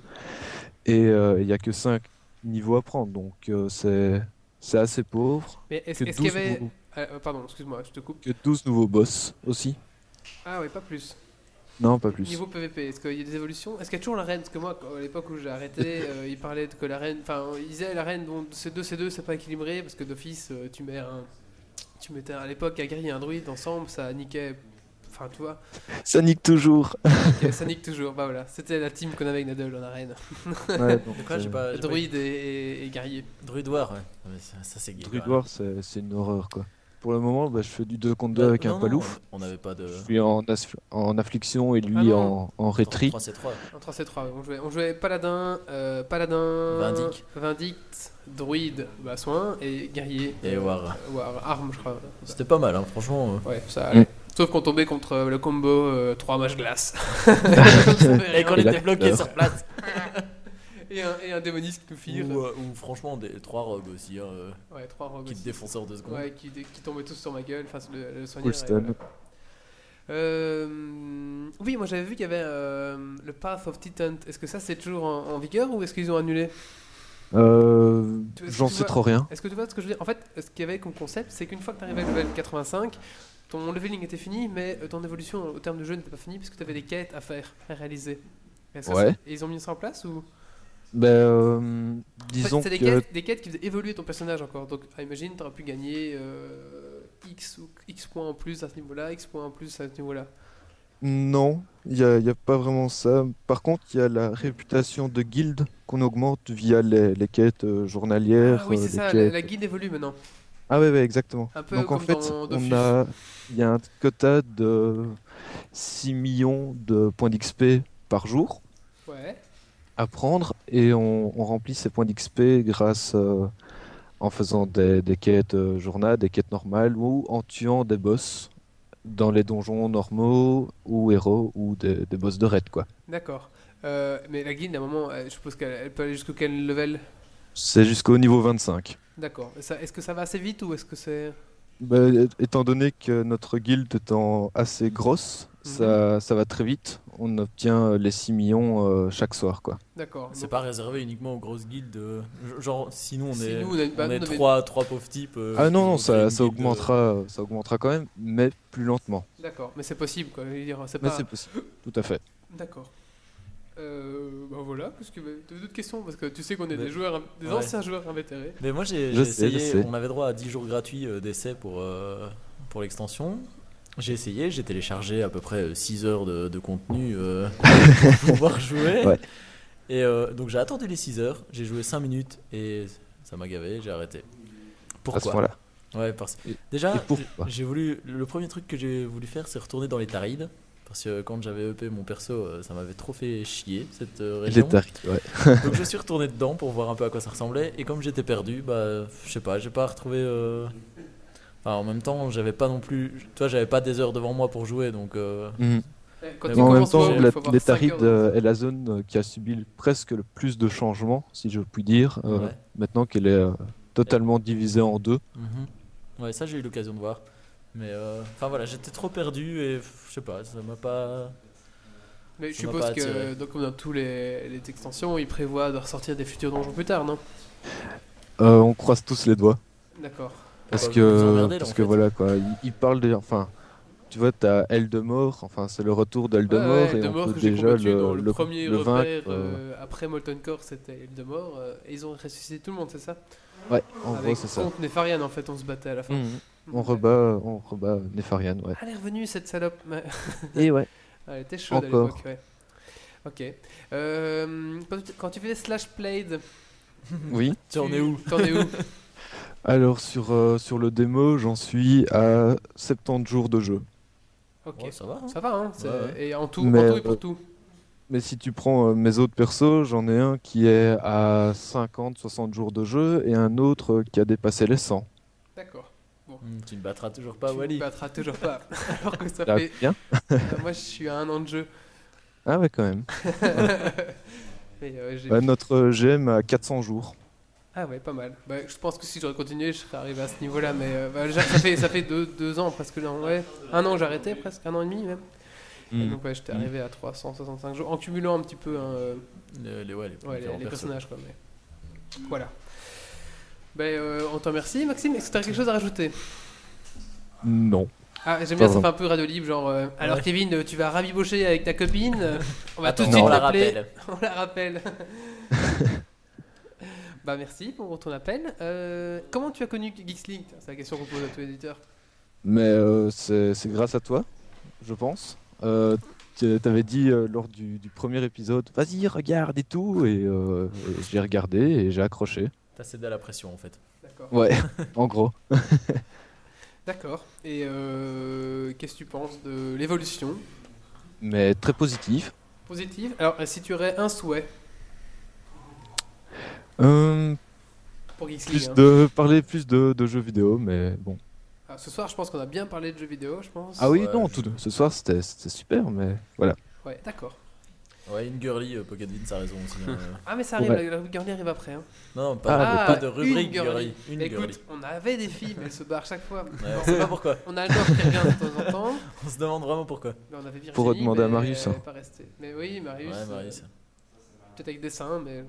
S8: Et euh, il n'y a que 5 niveaux à prendre. Donc euh, c'est c'est assez pauvre.
S1: Mais est-ce
S8: Que
S1: est-ce qu'il y
S8: 12
S1: avait.
S8: nouveaux-
S1: Euh, pardon, excuse-moi, je te coupe.
S8: que 12 nouveaux boss aussi.
S1: Ah ouais, pas plus.
S8: Non, pas plus.
S1: Niveau PVP, est-ce qu'il y a des évolutions Est-ce qu'il y a toujours l'arène Parce que moi, quand- à l'époque où j'ai arrêté, euh, ils parlaient de que l'arène. Enfin, ils disaient l'arène, bon, c'est 2 c'est 2 c'est pas équilibré, parce que d'office, euh, tu mets un. Tu mettais à l'époque un guerrier et un druide ensemble, ça niquait. Enfin, tu vois,
S8: Ça nique toujours.
S1: Ok, ça nique toujours. Bah voilà, c'était la team qu'on avait avec Nadal en arène.
S8: Ouais, donc,
S2: De quoi j'ai
S8: euh,
S2: pas. j'ai pas-
S1: Druide et, et- et guerrier.
S2: Druid War, ouais. Ah, mais ça, ça, c'est gay.
S8: Druid
S2: quand
S8: War, c'est c'est une horreur quoi. Pour le moment, bah, euh, je fais du 2 contre
S2: même.
S8: 2 avec
S2: Non,
S8: un
S2: non,
S8: palouf.
S2: On n'avait pas de.
S8: Je suis en, as- en affliction et
S1: Ah
S8: lui
S1: non.
S8: en, en rétri.
S2: 3 c'est 3.
S1: En 3 c 3 on jouait, on jouait Paladin, euh, Paladin,
S2: Vindic.
S1: Vindict, Druide, bah, Soin, et Guerrier.
S2: Et War.
S1: euh, War, Arme, je crois.
S2: C'était pas mal, hein, franchement. euh.
S1: Ouais, ça
S8: Mm.
S1: allait. Sauf qu'on tombait contre euh, le combo 3 mages glace. On savait rien.
S2: Et qu'on
S8: Et la
S2: était bloqué
S8: couleur.
S2: sur place.
S1: et, un, et un démoniste qui nous fire.
S2: Ou, euh, ou franchement, des, 3 rogues aussi, hein, euh,
S1: Ouais, 3 rogues.
S2: qui te
S1: aussi.
S2: défonçaient en 2 secondes.
S1: Ouais, qui, qui tombaient tous sur ma gueule, face le, le soigneur.
S8: Coulston.
S1: et voilà. Euh, oui, moi j'avais vu qu'il y avait euh, le Path of Titan. Est-ce que ça c'est toujours en, en vigueur ou est-ce qu'ils ont annulé
S8: Euh,
S1: Tu- est-ce
S8: J'en
S1: que tu
S8: sais
S1: vois-
S8: trop rien.
S1: Est-ce que tu vois ce que je veux dire En fait, ce qu'il y avait comme concept, c'est qu'une fois que tu arrivais à level 85, ton leveling était fini, mais euh, ton évolution au terme de jeu n'était pas finie parce que tu avais des quêtes à faire, à réaliser. Est-ce que
S8: Ouais.
S1: ça- et ils ont mis ça en place ou
S8: Bah, euh,
S1: En fait,
S8: disons
S1: C'est des,
S8: que
S1: quêtes, des quêtes qui faisaient évoluer ton personnage encore. Donc, ah, imagine, tu aurais pu gagner euh, X, ou, X points en plus à ce niveau-là, X points en plus à ce niveau-là.
S8: non, il n'y a, y a pas vraiment ça. Par contre, il y a la réputation de guilde qu'on augmente via les, les quêtes euh, journalières.
S1: Ah oui,
S8: euh,
S1: c'est
S8: les
S1: ça, la,
S8: quêtes-
S1: la guide évolue maintenant.
S8: Ah ouais, ouais, exactement.
S1: Un peu
S8: Donc en
S1: comme
S8: fait,
S1: dans Dofus.
S8: on a, il y a un quota de 6 millions de points d'XP par jour
S1: Ouais.
S8: à prendre et on, on remplit ces points d'XP grâce euh, en faisant des, des quêtes euh, journal, des quêtes normales ou en tuant des boss dans les donjons normaux ou héros ou des, des boss de raid quoi.
S1: D'accord. Euh, mais la guide, à un moment, euh, je suppose qu'elle elle peut aller jusqu'au quel level
S8: C'est jusqu'au niveau 25.
S1: D'accord. Et ça- Est-ce que ça va assez vite ou est-ce que c'est.
S8: Bah, étant donné que notre guilde étant assez grosse,
S1: Mhm.
S8: ça, ça va très vite. On obtient les 6 millions euh, chaque soir. quoi.
S1: D'accord.
S2: C'est
S1: Donc,
S2: pas réservé uniquement aux grosses guildes. euh, genre, sinon on
S1: si
S2: est,
S1: nous, on a une- bah,
S2: on
S1: nous,
S2: est
S1: on avait-
S2: 3, pauvres types. euh,
S8: ah
S2: qui
S8: non,
S2: ont
S8: non
S2: créé
S8: ça,
S2: une guilde, Ah.
S8: ça,
S2: euh,
S8: augmentera, ça augmentera quand même, mais plus lentement.
S1: D'accord, mais c'est possible quoi. Je veux dire, c'est
S8: Mais
S1: pas.
S8: c'est possible, tout à fait.
S1: D'accord. Euh, bah voilà, parce que t'as d'autres questions parce que tu sais qu'on est
S2: Mais-
S1: des joueurs, des
S2: Ouais.
S1: anciens joueurs invétérés.
S2: Mais moi j'ai j'ai
S8: Je sais, je
S2: essayé,
S8: sais.
S2: on avait droit à 10 jours gratuits euh, d'essai pour, euh, pour l'extension. J'ai essayé, j'ai téléchargé à peu près 6 heures de, de contenu euh, pour pouvoir jouer.
S8: Ouais.
S2: Et euh, donc j'ai attendu les 6 heures, j'ai joué 5 minutes et ça m'a gavé, j'ai arrêté.
S8: À ce
S2: Pourquoi Ah.
S8: moment-là.
S2: Ouais, parce
S8: Et-
S2: déjà
S8: et pourquoi
S2: j'ai voulu le premier truc que j'ai voulu faire c'est retourner dans les tarides parce que quand j'avais EP mon perso, euh, ça m'avait trop fait chier cette euh,
S8: Il
S2: région.
S8: est arrivé, ouais.
S2: Donc je suis retourné dedans pour voir un peu à quoi ça ressemblait et comme j'étais perdu, bah je sais pas, j'ai pas retrouvé. euh, enfin, en même temps, j'avais pas non plus, toi j'avais pas des heures devant moi pour jouer donc. euh,
S1: Eh, Quand
S2: Mais
S1: tu
S2: bon,
S8: en même
S1: commences
S8: temps,
S1: WoW,
S8: la-
S1: faut avoir
S8: les
S1: cinq hein.
S8: Tarides
S1: heures de-
S8: euh, est la zone euh, qui a subi le- presque le plus de changements, si je puis dire, euh,
S2: Ouais.
S8: maintenant qu'elle est euh, totalement divisée en deux.
S2: mhm. Ouais, ça j'ai eu l'occasion de voir, mais euh, enfin voilà, j'étais trop perdu et pff, je sais pas, ça m'a pas.
S1: Mais je
S2: ça m'a pas
S1: suppose que
S2: attiré.
S1: donc, comme dans tous les, les extensions, ils prévoient de ressortir des futurs donjons plus tard, non Ah,
S8: Euh, on croise tous les doigts.
S1: D'accord.
S8: Parce
S2: Bah, vous vous
S8: que,
S2: emmerdez, là,
S8: parce
S2: en
S8: que
S2: fait.
S8: voilà quoi, il, il parle des. Enfin, tu vois, t'as Eldemort, enfin, c'est le retour
S1: Ouais,
S8: d'Eldemort
S1: ouais,
S8: et
S1: Eldemort
S8: on peut
S1: que j'ai
S8: déjà
S1: combattu
S8: le,
S1: dans le,
S8: le-
S1: premier
S8: le vaincre,
S1: repère
S8: euh,
S1: euh, après Molten Core, c'était Eldemort. euh, et ils ont ressuscité tout le monde, c'est ça
S8: Ouais, en
S1: euh, Avec
S8: gros, c'est ça.
S1: contre Nefarian, en fait, on se battait à la fin.
S8: Mhm. On rebat, on rebat Nefarian, ouais.
S1: Ah, Elle est revenue, cette salope. mais-
S8: Et Eh ouais.
S1: Elle était chaude à
S8: Encore.
S1: l'époque, ouais. Ok. Euh, quand, tu, quand tu faisais Slash Played,
S8: Oui.
S2: Tiens, on
S1: tu-
S2: est où
S1: T'en es où
S8: Alors, sur, euh, sur le démo, j'en suis à 70 jours de jeu.
S1: Ok.
S2: Oh, Ça va. hein.
S1: ça va, hein c'est-
S2: Ouais, ouais.
S1: Et en tout,
S8: Mais,
S1: en tout et pour
S8: euh,
S1: tout.
S8: Mais si tu prends euh, mes autres persos, j'en ai un qui est à 50-60 jours de jeu et un autre euh, qui a dépassé les 100.
S1: D'accord.
S2: Hmm, Tu ne battras toujours pas
S1: tu
S2: Wally.
S1: ne battras toujours pas. Alors que ça
S8: Là,
S1: fait.
S8: bien.
S1: Euh, moi, je suis à un an de jeu.
S8: Ah ouais, quand même.
S1: Mais, euh, j'ai-
S8: Bah, notre euh, GM à 400 jours.
S1: Ah ouais, pas mal. Bah, je pense que si j'aurais continué, je serais arrivé à ce niveau-là. Mais euh, bah, déjà, ça fait, ça fait deux, deux ans presque. Non, ouais. Un an, j'arrêtais presque, un an et demi même. Et donc, ouais, j'étais
S2: Mm.
S1: arrivé à 365 jours en cumulant un petit peu hein, euh,
S2: Le- les- ouais, les
S1: ouais, les,
S2: différents
S1: les
S2: persos.
S1: personnages. Quoi, mais... Voilà. Ben, euh, on te remercie, Maxime. Est-ce que tu as quelque chose à rajouter
S8: Non.
S1: Ah, j'aime bien, ça
S8: Pardon.
S1: fait un peu radio libre. Genre, euh, alors,
S2: Ouais.
S1: Kevin, euh, tu vas rabibocher avec ta copine. euh, On va
S2: Attends,
S1: tout de suite
S2: on la
S1: l'appeler.
S2: rappelle.
S1: On la rappelle. bah merci pour ton appel. Euh, comment tu as connu Geeks League Tiens, C'est la question qu'on pose à tous les éditeurs.
S8: Mais euh, c'est c'est grâce à toi, je pense. Euh, tu- T'avais dit euh, lors du, du premier épisode, vas-y, regarde et tout. Et, euh, et j'ai regardé et j'ai accroché.
S2: T'as cédé à la pression en fait.
S1: D'accord.
S8: Ouais, en gros.
S1: D'accord. Et euh, qu'est-ce que tu penses de l'évolution
S8: Mais très positif.
S1: positive Alors, euh, si tu aurais un souhait
S8: Euh,
S1: pour Geeks League.
S8: plus
S1: hein.
S8: de parler plus de, de jeux vidéo, mais bon.
S1: Ah, ce soir, je pense qu'on a bien parlé de jeux vidéo, je pense.
S8: Ah oui,
S2: Ouais,
S8: non,
S2: je-
S8: tout, ce soir c'était c'était super, mais voilà.
S1: Ouais, d'accord.
S2: Ouais, une girly, euh, Pocket Vince a raison aussi. hein, euh.
S1: Ah, mais ça arrive,
S8: Ouais.
S1: la, la girly arrive après. hein.
S2: Non, non, pas,
S8: Ah,
S2: pas
S1: mais-
S2: de rubrique
S1: une girly.
S2: girly. Une girly.
S1: Écoute, on avait des filles, mais elles se barrent chaque fois.
S2: Ouais, on sait pas pourquoi.
S1: On a Alor qui revient de temps en temps.
S2: On se demande vraiment pourquoi.
S1: mais on avait Virginie,
S8: Faut redemander à
S1: mais
S8: Marius,
S1: elle
S8: hein.
S1: est pas restée. Mais oui, Marius.
S2: ouais,
S1: euh,
S2: Marius.
S1: Peut-être avec dessin, mais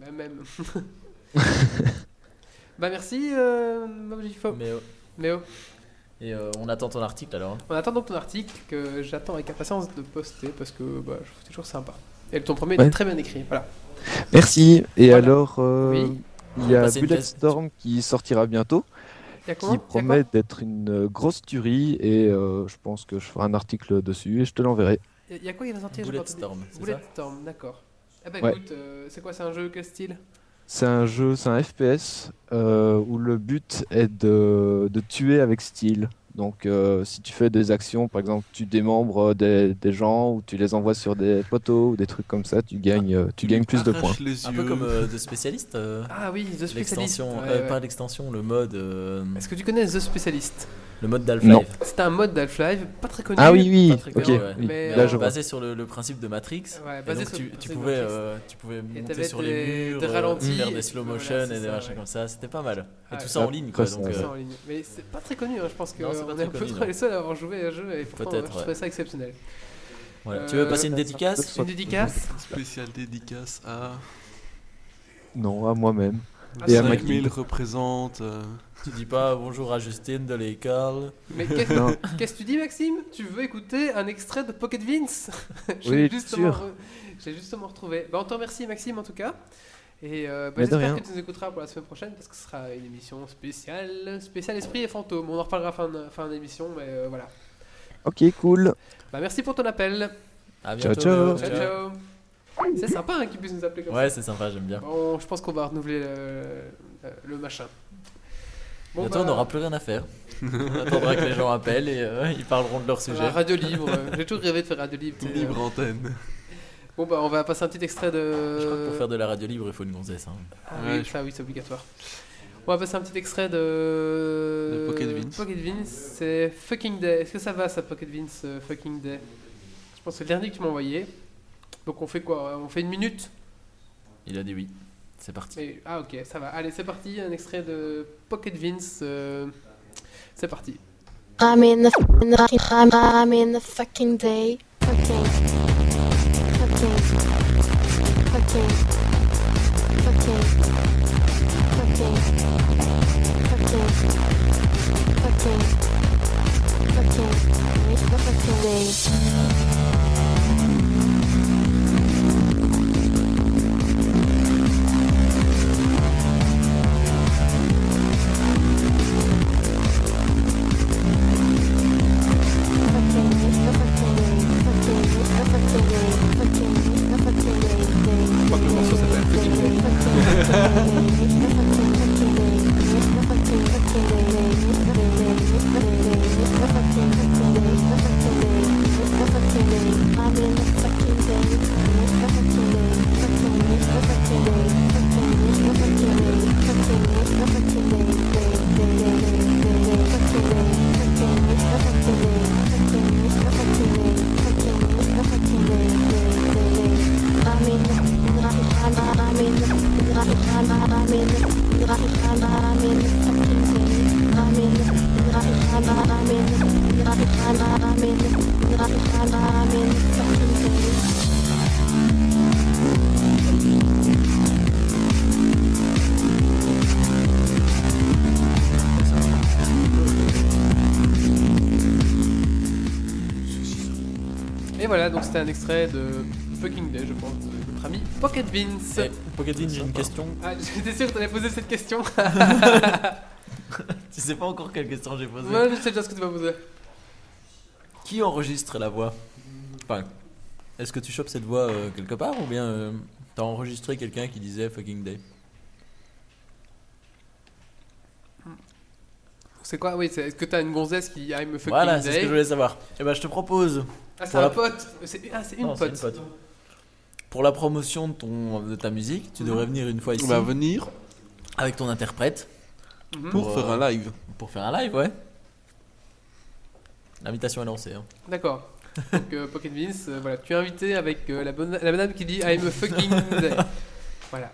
S1: mais même. bah merci, euh, Mobjifo.
S2: Mais, euh,
S1: Méo.
S2: et euh, on attend ton article alors. hein.
S1: On attend donc ton article que j'attends avec impatience de poster parce que bah, je trouve que c'est toujours sympa. Et ton premier
S8: Ouais.
S1: était très bien écrit. Voilà.
S8: Merci. Et
S1: Voilà.
S8: alors, euh,
S1: Oui.
S8: il y a
S2: Passer une caisse.
S8: Bulletstorm qui sortira bientôt,
S1: Il y a comment
S8: qui
S1: Il y a quoi
S8: promet d'être une euh, grosse tuerie, et euh, je pense que je ferai un article dessus et je te l'enverrai.
S1: Il y a quoi qui va sortir j'ai pas entendu.
S2: Bulletstorm, c'est ça
S1: Bulletstorm, d'accord. Eh bah
S8: Ouais.
S1: écoute, euh, c'est quoi C'est un jeu Quel style
S8: C'est un jeu, c'est un FPS euh, où le but est de, de tuer avec style. Donc, euh, si tu fais des actions, par exemple, tu démembres euh, des, des gens ou tu les envoies sur des poteaux ou des trucs comme ça, tu gagnes, euh,
S3: Ah.
S8: tu gagnes plus de points.
S3: Arrache les
S2: Un
S3: yeux.
S2: peu comme euh, The Specialist. euh,
S1: Ah oui, The Specialist.
S2: l'extension.
S1: Ouais,
S2: euh,
S1: ouais.
S2: Pas l'extension, le mode. euh,
S1: Est-ce que tu connais The Specialist
S2: le mode d'Half
S8: Non.
S2: Life.
S1: C'est un mode d'Half-Life, pas très connu.
S8: Ah oui, oui,
S1: pas très
S8: ok.
S1: connu,
S2: ouais.
S1: Mais,
S8: oui.
S2: Mais,
S1: Là,
S2: euh,
S8: je vois.
S2: basé sur le, le principe de Matrix.
S1: Ouais,
S2: Et
S1: basé
S2: donc,
S1: sur
S2: tu,
S1: le
S2: tu
S1: principe
S2: pouvais,
S1: de Matrix.
S2: euh, tu pouvais monter
S1: t'avais
S2: sur les
S1: des-
S2: murs,
S1: des
S2: euh,
S1: ralentis,
S2: faire
S1: et-
S2: des slow
S1: voilà,
S2: motion
S1: c'est
S2: et des
S1: ça,
S2: machins
S1: ouais.
S2: comme ça, c'était pas
S1: Ah,
S2: mal. et tout
S1: ouais.
S2: ça en ligne quoi.
S8: Ouais,
S2: Donc,
S8: c'est
S1: Ça,
S2: euh,
S1: en ligne. Mais c'est pas très connu, hein. je pense qu'on
S2: Non, c'est pas
S1: est
S2: très
S1: un peu
S2: connu,
S1: trop
S2: non.
S1: les seuls à avoir joué à ce jeu et pourtant
S2: Peut-être,
S1: je
S2: ouais.
S1: trouvais ça exceptionnel.
S2: voilà.
S1: Euh,
S2: tu veux passer une
S8: ça- ça-
S2: dédicace
S1: Une dédicace
S3: Spécial dédicace à.
S8: Non, à moi-même.
S1: Ah,
S8: Et à
S1: c'est-
S8: Mac-
S3: 5000 représente. euh,
S2: Tu dis pas bonjour à Justine de l'école.
S1: Mais qu'est-
S8: Non.
S1: qu'est-ce que tu dis, Maxime Tu veux écouter un extrait de Pocket Vince J'ai
S8: Oui,
S1: justement
S8: sûr.
S1: re- J'ai justement retrouvé. Bah, on te remercie, Maxime, en tout cas. Et euh, bah,
S8: Mais de
S1: j'espère
S8: rien.
S1: que tu nous écouteras pour la semaine prochaine parce que ce sera une émission spéciale, spéciale Esprit et Fantôme. On en reparlera fin de- fin d'émission, mais euh, voilà.
S8: Ok, cool.
S1: Bah, merci pour ton appel.
S2: À
S8: Ciao,
S2: bientôt.
S8: ciao.
S2: Léo.
S1: Ciao, ciao. C'est sympa hein, qu'ils puissent nous appeler comme ça.
S2: Ouais, c'est sympa, j'aime bien.
S1: Bon, je pense qu'on va renouveler le, le machin.
S2: Bientôt, on
S1: bah,
S2: n'aura plus rien à faire. on attendra que les gens appellent et euh, ils parleront de leur
S1: la
S2: sujet.
S1: radio libre. euh, J'ai toujours rêvé de faire radio libre. tu sais, euh.
S3: Libre antenne.
S1: Bon, bah, on va passer un petit extrait de.
S2: Je crois que pour faire de la radio libre, il faut une gonzesse. hein.
S1: Ah
S3: Ouais,
S1: oui,
S3: je-
S1: ça, oui, c'est obligatoire. On va passer un petit extrait de.
S3: De Pocket Vince.
S1: Pocket Vince, c'est Fucking Day. Est-ce que ça va, ça, Pocket Vince, euh, Fucking Day Je pense que c'est le dernier que tu m'as envoyé. Donc, on fait quoi On fait une minute
S2: Il a dit oui. C'est parti.
S1: Et- Ah, ok, ça va. Allez, c'est parti. Un extrait de Pocket Vince. euh, C'est parti.
S9: I'm in the fucking, I'm, I'm in the fucking day. Fucking, fucking, fucking, fucking, fucking, fucking,
S1: voilà, donc c'était un extrait de Fucking Day, je pense, de notre ami Pocket Vince.
S2: Eh, Pocket Dean, j'ai une question.
S1: Ah, j'étais sûr que t'allais poser cette question.
S2: Tu sais pas encore quelle question j'ai posée.
S1: Moi, je sais déjà ce que tu vas poser.
S2: Qui enregistre la voix Enfin, est-ce que tu chopes cette voix euh, quelque part ou bien euh, t'as enregistré quelqu'un qui disait fucking day
S1: C'est quoi Oui, c'est- est-ce que t'as une gonzesse qui I'm a fucking
S2: Voilà, c'est ce
S1: day
S2: que je voulais savoir. Et ben, je te propose
S1: Ah, c'est
S2: Voilà.
S1: un pote C'est- Ah, c'est une,
S2: Non, c'est
S1: pote.
S2: pour la promotion de, ton, de ta musique, tu devrais venir une fois ici
S3: On va venir
S2: avec ton interprète
S1: Mhm.
S3: pour
S2: Pour,
S3: faire
S2: euh,
S3: un live.
S2: pour faire un live, ouais. L'invitation est lancée. hein.
S1: D'accord. Donc, euh, Pocket Vince, euh, voilà, tu es invité avec euh, la, bonne- la madame qui dit I'm a fucking day. Voilà.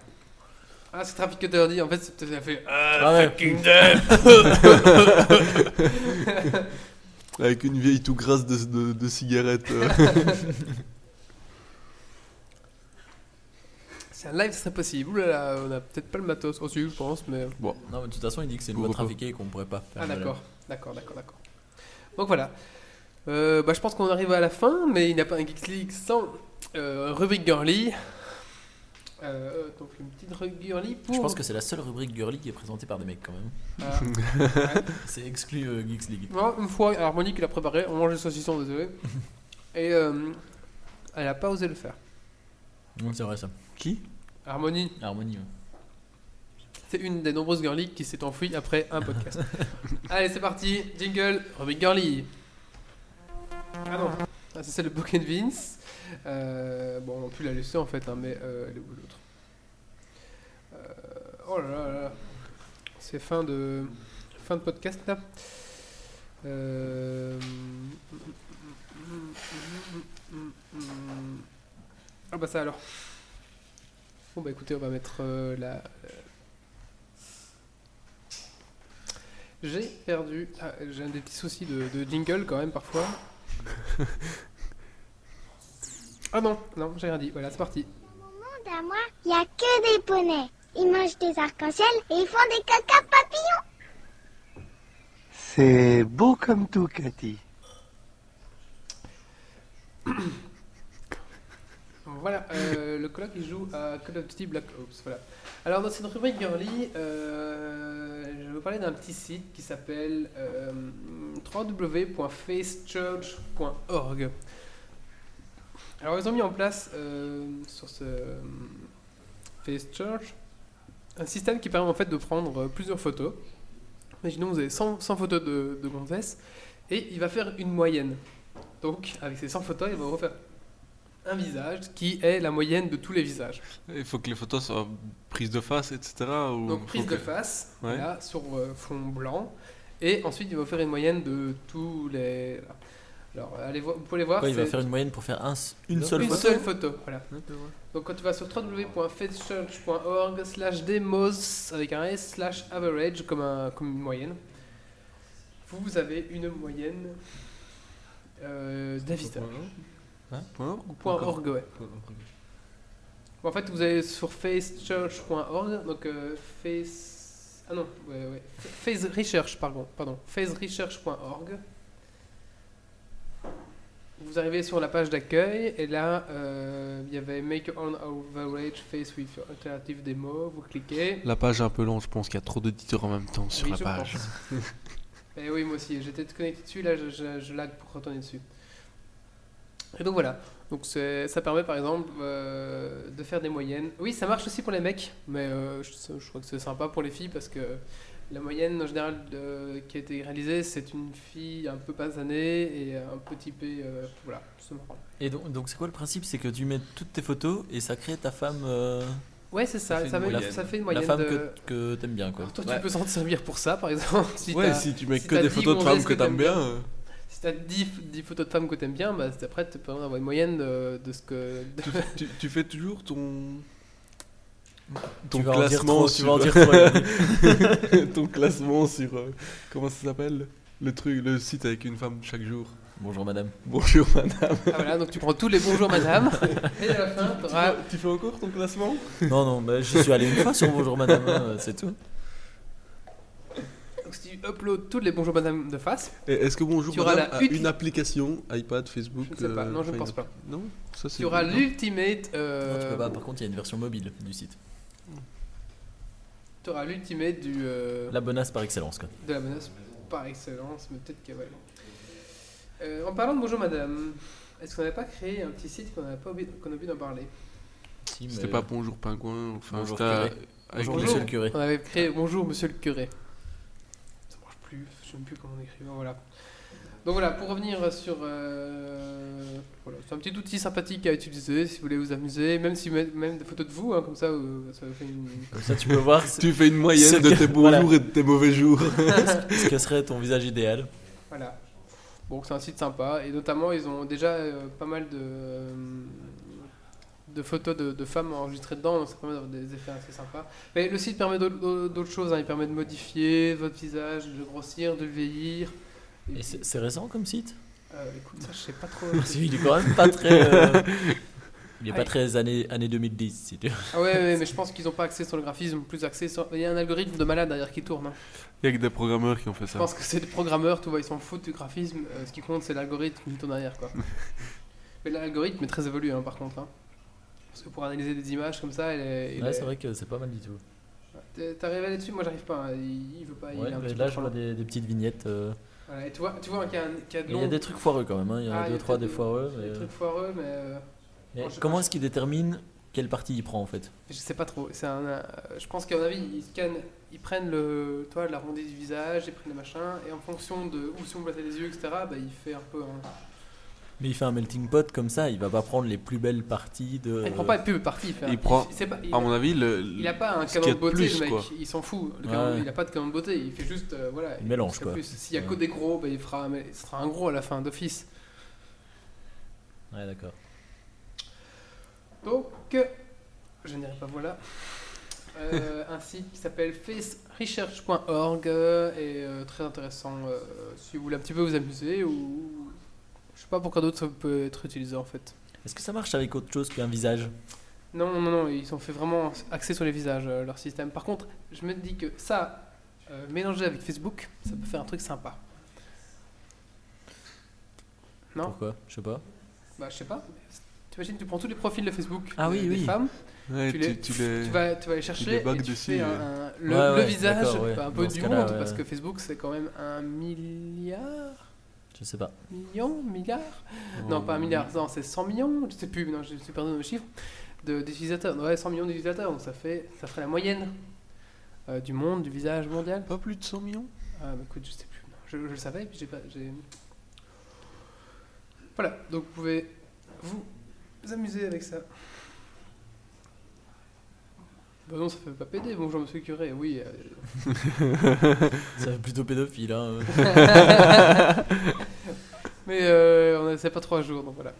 S1: Ah, c'est Traffic Cutter dit, en fait, c'est peut-être ça fait.
S2: Ah ouais.
S4: Fucking day.
S3: Avec une vieille tout grasse de, de, de cigarette. euh.
S1: C'est un live, c'est impossible. Oulala, on a peut-être pas le matos. Oh, si, je pense, mais.
S2: Non, mais de toute façon, il dit que c'est une voix
S3: Pourquoi pas
S2: trafiquée et qu'on pourrait pas. faire
S1: Ah,
S2: de-
S1: d'accord, d'accord, d'accord, d'accord. Donc voilà. Euh, bah, je pense qu'on arrive à la fin, mais il n'y a pas un Geeks League sans euh, rubrique girly. Euh, donc une petite rubrique girly pour.
S2: Je pense que c'est la seule rubrique girly qui est présentée par des mecs quand même.
S1: Ah.
S2: C'est exclu euh, Geeks League.
S1: Moi, une fois, alors Monique il a préparé, on mange le saucisson, désolé. Et euh, elle a pas osé le faire.
S2: Non, c'est vrai ça.
S3: Qui
S1: Harmonie,
S2: Harmonie. ouais.
S1: c'est une des nombreuses girly qui s'est enfuie après un podcast. Allez, c'est parti, jingle, rubrique girly. Ah non, ah, ça c'est le Pocket Vince. Euh, bon, on peut la laisser en fait, hein, mais euh, elle est où l'autre Euh, Oh là là là là. C'est fin de, fin de podcast là. Euh, Ah bah ça alors. Bon bah écoutez, on va mettre euh, la. J'ai perdu. ah, J'ai un des petits soucis de, de jingle quand même parfois. Ah non, non, j'ai rien dit. Voilà, c'est parti.
S10: à moi, il n'y a que des poneys. Ils mangent des arcs-en-ciel et ils font des caca papillons.
S11: C'est beau comme tout, Cathy.
S1: Voilà, euh, le colloque il joue à Call of Duty Black Ops. Voilà. Alors dans cette rubrique girly, euh, je vais vous parler d'un petit site qui s'appelle euh, www.facechurch.org. Alors ils ont mis en place euh, sur ce euh, Face Church un système qui permet en fait de prendre euh, plusieurs photos. Imaginons vous avez 100, 100 photos de, de gonzesses et il va faire une moyenne. Donc avec ces 100 photos, il va vous refaire un visage qui est la moyenne de tous les visages.
S3: Il faut que les photos soient prises de face, etc.
S2: Mmh,
S3: Ou
S1: Donc
S3: faut
S1: prise
S3: que-
S1: de face,
S3: Ouais.
S1: là, sur euh, fond blanc. Et ensuite, il va vous faire une moyenne de tous les... voilà. Alors, allez, vo- vous pouvez les voir.
S2: Quoi, il va
S1: c'est
S2: faire une moyenne pour faire un, une seule
S1: une
S2: photo
S1: seule photo. Voilà. Donc quand tu vas sur www.facesearch.org slash demos avec un S slash average comme, un, comme une moyenne, vous avez une moyenne euh, d'un visage.
S3: Hein Point org ou
S1: Point
S3: com
S1: org, ouais. En fait, vous allez sur facechurch.org, donc euh, face. Ah non, ouais, ouais. Face Research, pardon. pardon faceresearch.org. Vous arrivez sur la page d'accueil, et là, euh, il y avait Make your own average face with your alternative demo. Vous cliquez.
S3: La page est un peu longue, je pense qu'il y a trop d'auditeurs en même temps sur
S1: Oui,
S3: la
S1: je
S3: page.
S1: pense. Eh oui, moi aussi, j'étais connecté dessus, là je, je, je lag pour retourner dessus. Et donc voilà, donc c'est- ça permet par exemple euh, de faire des moyennes. Oui, ça marche aussi pour les mecs, mais euh, je, je crois que c'est sympa pour les filles parce que la moyenne en général de- qui a été réalisée, c'est une fille un peu basanée et un peu typée. euh, voilà, c'est marrant.
S2: Et donc, donc c'est quoi le principe C'est que tu mets toutes tes photos et ça crée ta femme. euh,
S1: Ouais, c'est ça,
S2: fait
S1: ça,
S2: une
S1: met-
S2: moyenne.
S1: ça fait une
S2: la
S1: moyenne.
S2: femme
S1: de...
S2: que, que t'aimes bien quoi.
S1: Alors, toi,
S2: Ouais.
S1: tu peux s'en servir pour ça par exemple. si
S3: ouais,
S1: t'as-
S3: si tu mets
S1: si
S3: que
S1: t'as
S3: des
S1: dix
S3: photos de femmes
S1: gonzesses
S3: que t'aimes bien. euh,
S1: Si t'as 10, f- 10 photos de femmes que t'aimes bien, bah, c'est- après, tu peux avoir une moyenne de, de ce que. de-
S3: euh, tu, tu- tu fais toujours ton.
S2: Tu
S3: ton
S2: vas en dire
S3: classement
S2: trop, tu
S3: sur-
S2: vas en dire trop, Yannick.
S3: ton classement sur. euh, comment ça s'appelle Le truc, le site avec une femme chaque jour.
S2: Bonjour madame.
S3: Bonjour madame.
S1: Ah, voilà, donc tu prends tous les bonjours, madame. Et à la fin, t'auras.
S3: Tu fais encore ton classement
S1: Euh,
S2: Non, non, mais je suis allé une fois sur Bonjour madame, hein, c'est tout.
S1: Donc si tu uploads toutes les bonjour madame de face,
S3: Et Est-ce que bonjour
S1: Tu auras
S3: madame
S1: la
S3: a
S1: uti-
S3: une application iPad, Facebook
S1: je ne sais pas,
S3: euh,
S1: non je ne
S3: enfin,
S1: pense
S3: une-
S1: pas.
S3: Non, ça c'est.
S1: Tu auras
S3: non.
S1: l'ultimate.
S2: Non, tu
S1: euh,
S2: peux pas. Par contre, il y a une version mobile du site.
S1: tu auras l'ultimate du. euh,
S2: La bonasse par excellence, quoi.
S1: De la menace par excellence, mais peut-être que ouais. Euh, en parlant de bonjour madame, est-ce qu'on n'avait pas créé un petit site qu'on n'a pas oublié, qu'on a oublié d'en parler
S2: Si, mais-
S3: C'était pas bonjour pingouin, enfin
S2: Bonjour
S3: c'était
S2: curé.
S3: avec
S2: Bonjour,
S3: les-
S2: monsieur le curé.
S1: On avait créé bonjour monsieur le curé. Ça marche plus, je ne sais plus comment on écrit. bon, voilà. Donc voilà, pour revenir sur. euh, voilà, c'est un petit outil sympathique à utiliser si vous voulez vous amuser, même si vous mettez- même des photos de vous, hein, comme ça, euh, ça vous fait une.
S2: Comme ça, tu peux voir ce
S3: Tu fais une moyenne
S2: Seul
S3: de
S2: que-
S3: tes bons
S2: voilà.
S3: jours et de tes mauvais jours.
S2: ce que serait ton visage idéal.
S1: Voilà. Donc c'est un site sympa et notamment ils ont déjà euh, pas mal de, euh, de photos de, de femmes enregistrées dedans, donc ça permet d'avoir des effets assez sympas. Mais le site permet d'autres- d'autres d'autres choses, hein. il permet de modifier votre visage, de le grossir, de le vieillir.
S2: Et c'est c'est récent comme site
S1: Euh, écoute, ça je sais pas trop.
S2: Parce qu'il est quand même pas très. euh, Il est pas très année, année 2010, si tu veux.
S1: Ah ouais, ouais, mais je pense qu'ils ont pas axé sur le graphisme, plus axé sur... Il y a un algorithme de malade derrière qui tourne. hein.
S3: Il y a que des programmeurs qui ont fait
S1: Je
S3: ça.
S1: pense que c'est des programmeurs, tout va, ils s'en foutent du graphisme. euh, ce qui compte, c'est l'algorithme qui tourne derrière, quoi. Mais l'algorithme est très évolué, hein, par contre. hein. Parce que pour analyser des images comme ça, il est. il
S2: Ouais,
S1: est-
S2: c'est vrai que c'est pas mal du tout.
S1: T'es- T'arrives à aller dessus Moi, j'arrive pas. hein, Il, il veut pas. il
S2: Ouais,
S1: est un
S2: mais
S1: petit
S2: là,
S1: peu
S2: je
S1: trop
S2: vois
S1: lent.
S2: des, des petites vignettes. euh,
S1: Voilà, et tu vois, tu vois hein, qu'il y a, un- qu'il y a de
S2: Il y a
S1: longs-
S2: des trucs foireux quand même, hein. il y en a
S1: Ah,
S2: deux,
S1: il y a
S2: trois des
S1: peut-être
S2: foireux.
S1: des
S2: mais-
S1: trucs foireux, mais. euh,
S2: Mais
S1: Moi, je-
S2: comment est-ce qu'il détermine quelle partie il prend en fait
S1: Je sais pas trop. C'est un, euh, je pense qu'à mon avis, ils scannent, ils prennent le, toi, l'arrondi du visage, ils prennent le machin, et en fonction de où sont placés les yeux, etc. Bah, il fait un peu. un-
S2: Mais il fait un melting pot comme ça, il va pas prendre les plus belles parties de. euh,
S1: Il prend pas de pub partie. Il, fait un-
S3: Euh, Il prend,
S1: c'est pas- il-
S3: à mon avis, le.
S1: Il a pas un
S3: ce qu'il
S1: canon
S3: y
S1: de
S3: a
S1: beauté,
S3: plus,
S1: le mec.
S3: quoi.
S1: Il s'en fout. Le
S2: Ouais.
S1: canon- il a pas de canon de beauté. Il fait juste. euh, voilà.
S2: Il mélange,
S1: fait
S2: quoi.
S1: plus. S'il y a que
S2: Ouais.
S1: des gros, bah, il fera. un- Mais ce sera un gros à la fin d'office.
S2: Ouais, d'accord.
S1: Donc, euh, je n'irai pas voilà. Euh, un site qui s'appelle faceresearch.org euh, et euh, très intéressant euh, si vous voulez un petit peu vous amuser ou je sais pas pourquoi d'autres ça peut être utilisé en fait.
S2: Est-ce que ça marche avec autre chose qu'un visage
S1: Non, non, non, ils sont fait vraiment axés sur les visages, euh, leur système. Par contre, je me dis que ça, euh, mélangé avec Facebook, ça peut faire un truc sympa. Non.
S2: Pourquoi Je sais pas.
S1: Bah, je sais pas. T'imagines, tu prends tous les profils de Facebook
S2: Ah
S1: des-
S2: oui,
S1: des
S2: oui.
S1: femmes,
S3: Ouais,
S1: tu,
S3: tu,
S1: les,
S3: tu les-
S1: tu vas, tu vas les
S3: les
S1: chercher
S3: bagues
S1: et tu
S3: dessus,
S1: fais un-
S3: euh.
S1: un- le,
S2: Ouais,
S1: le
S2: ouais,
S1: visage
S2: d'accord, ouais.
S1: un peu
S2: Dans ce
S1: du
S2: cas-là,
S1: monde
S2: ouais.
S1: parce que Facebook c'est quand même un milliard
S2: Je sais pas.
S1: million milliard
S3: Oh.
S1: non pas un milliard non c'est 100 millions je sais plus non je suis perdu dans mes chiffres de- d'utilisateurs ouais 100 millions d'utilisateurs donc ça fait ça ferait la moyenne euh, du monde du visage mondial
S3: Pas plus de 100 millions
S1: ah bah écoute je sais plus non, je, je le savais puis j'ai pas j'ai voilà donc vous pouvez vous amuser avec ça bah non ça fait pas péder bonjour monsieur le curé oui euh,
S2: Ça fait plutôt pédophile, hein. euh.
S1: Mais euh, on a- c'est pas trois jours, donc voilà.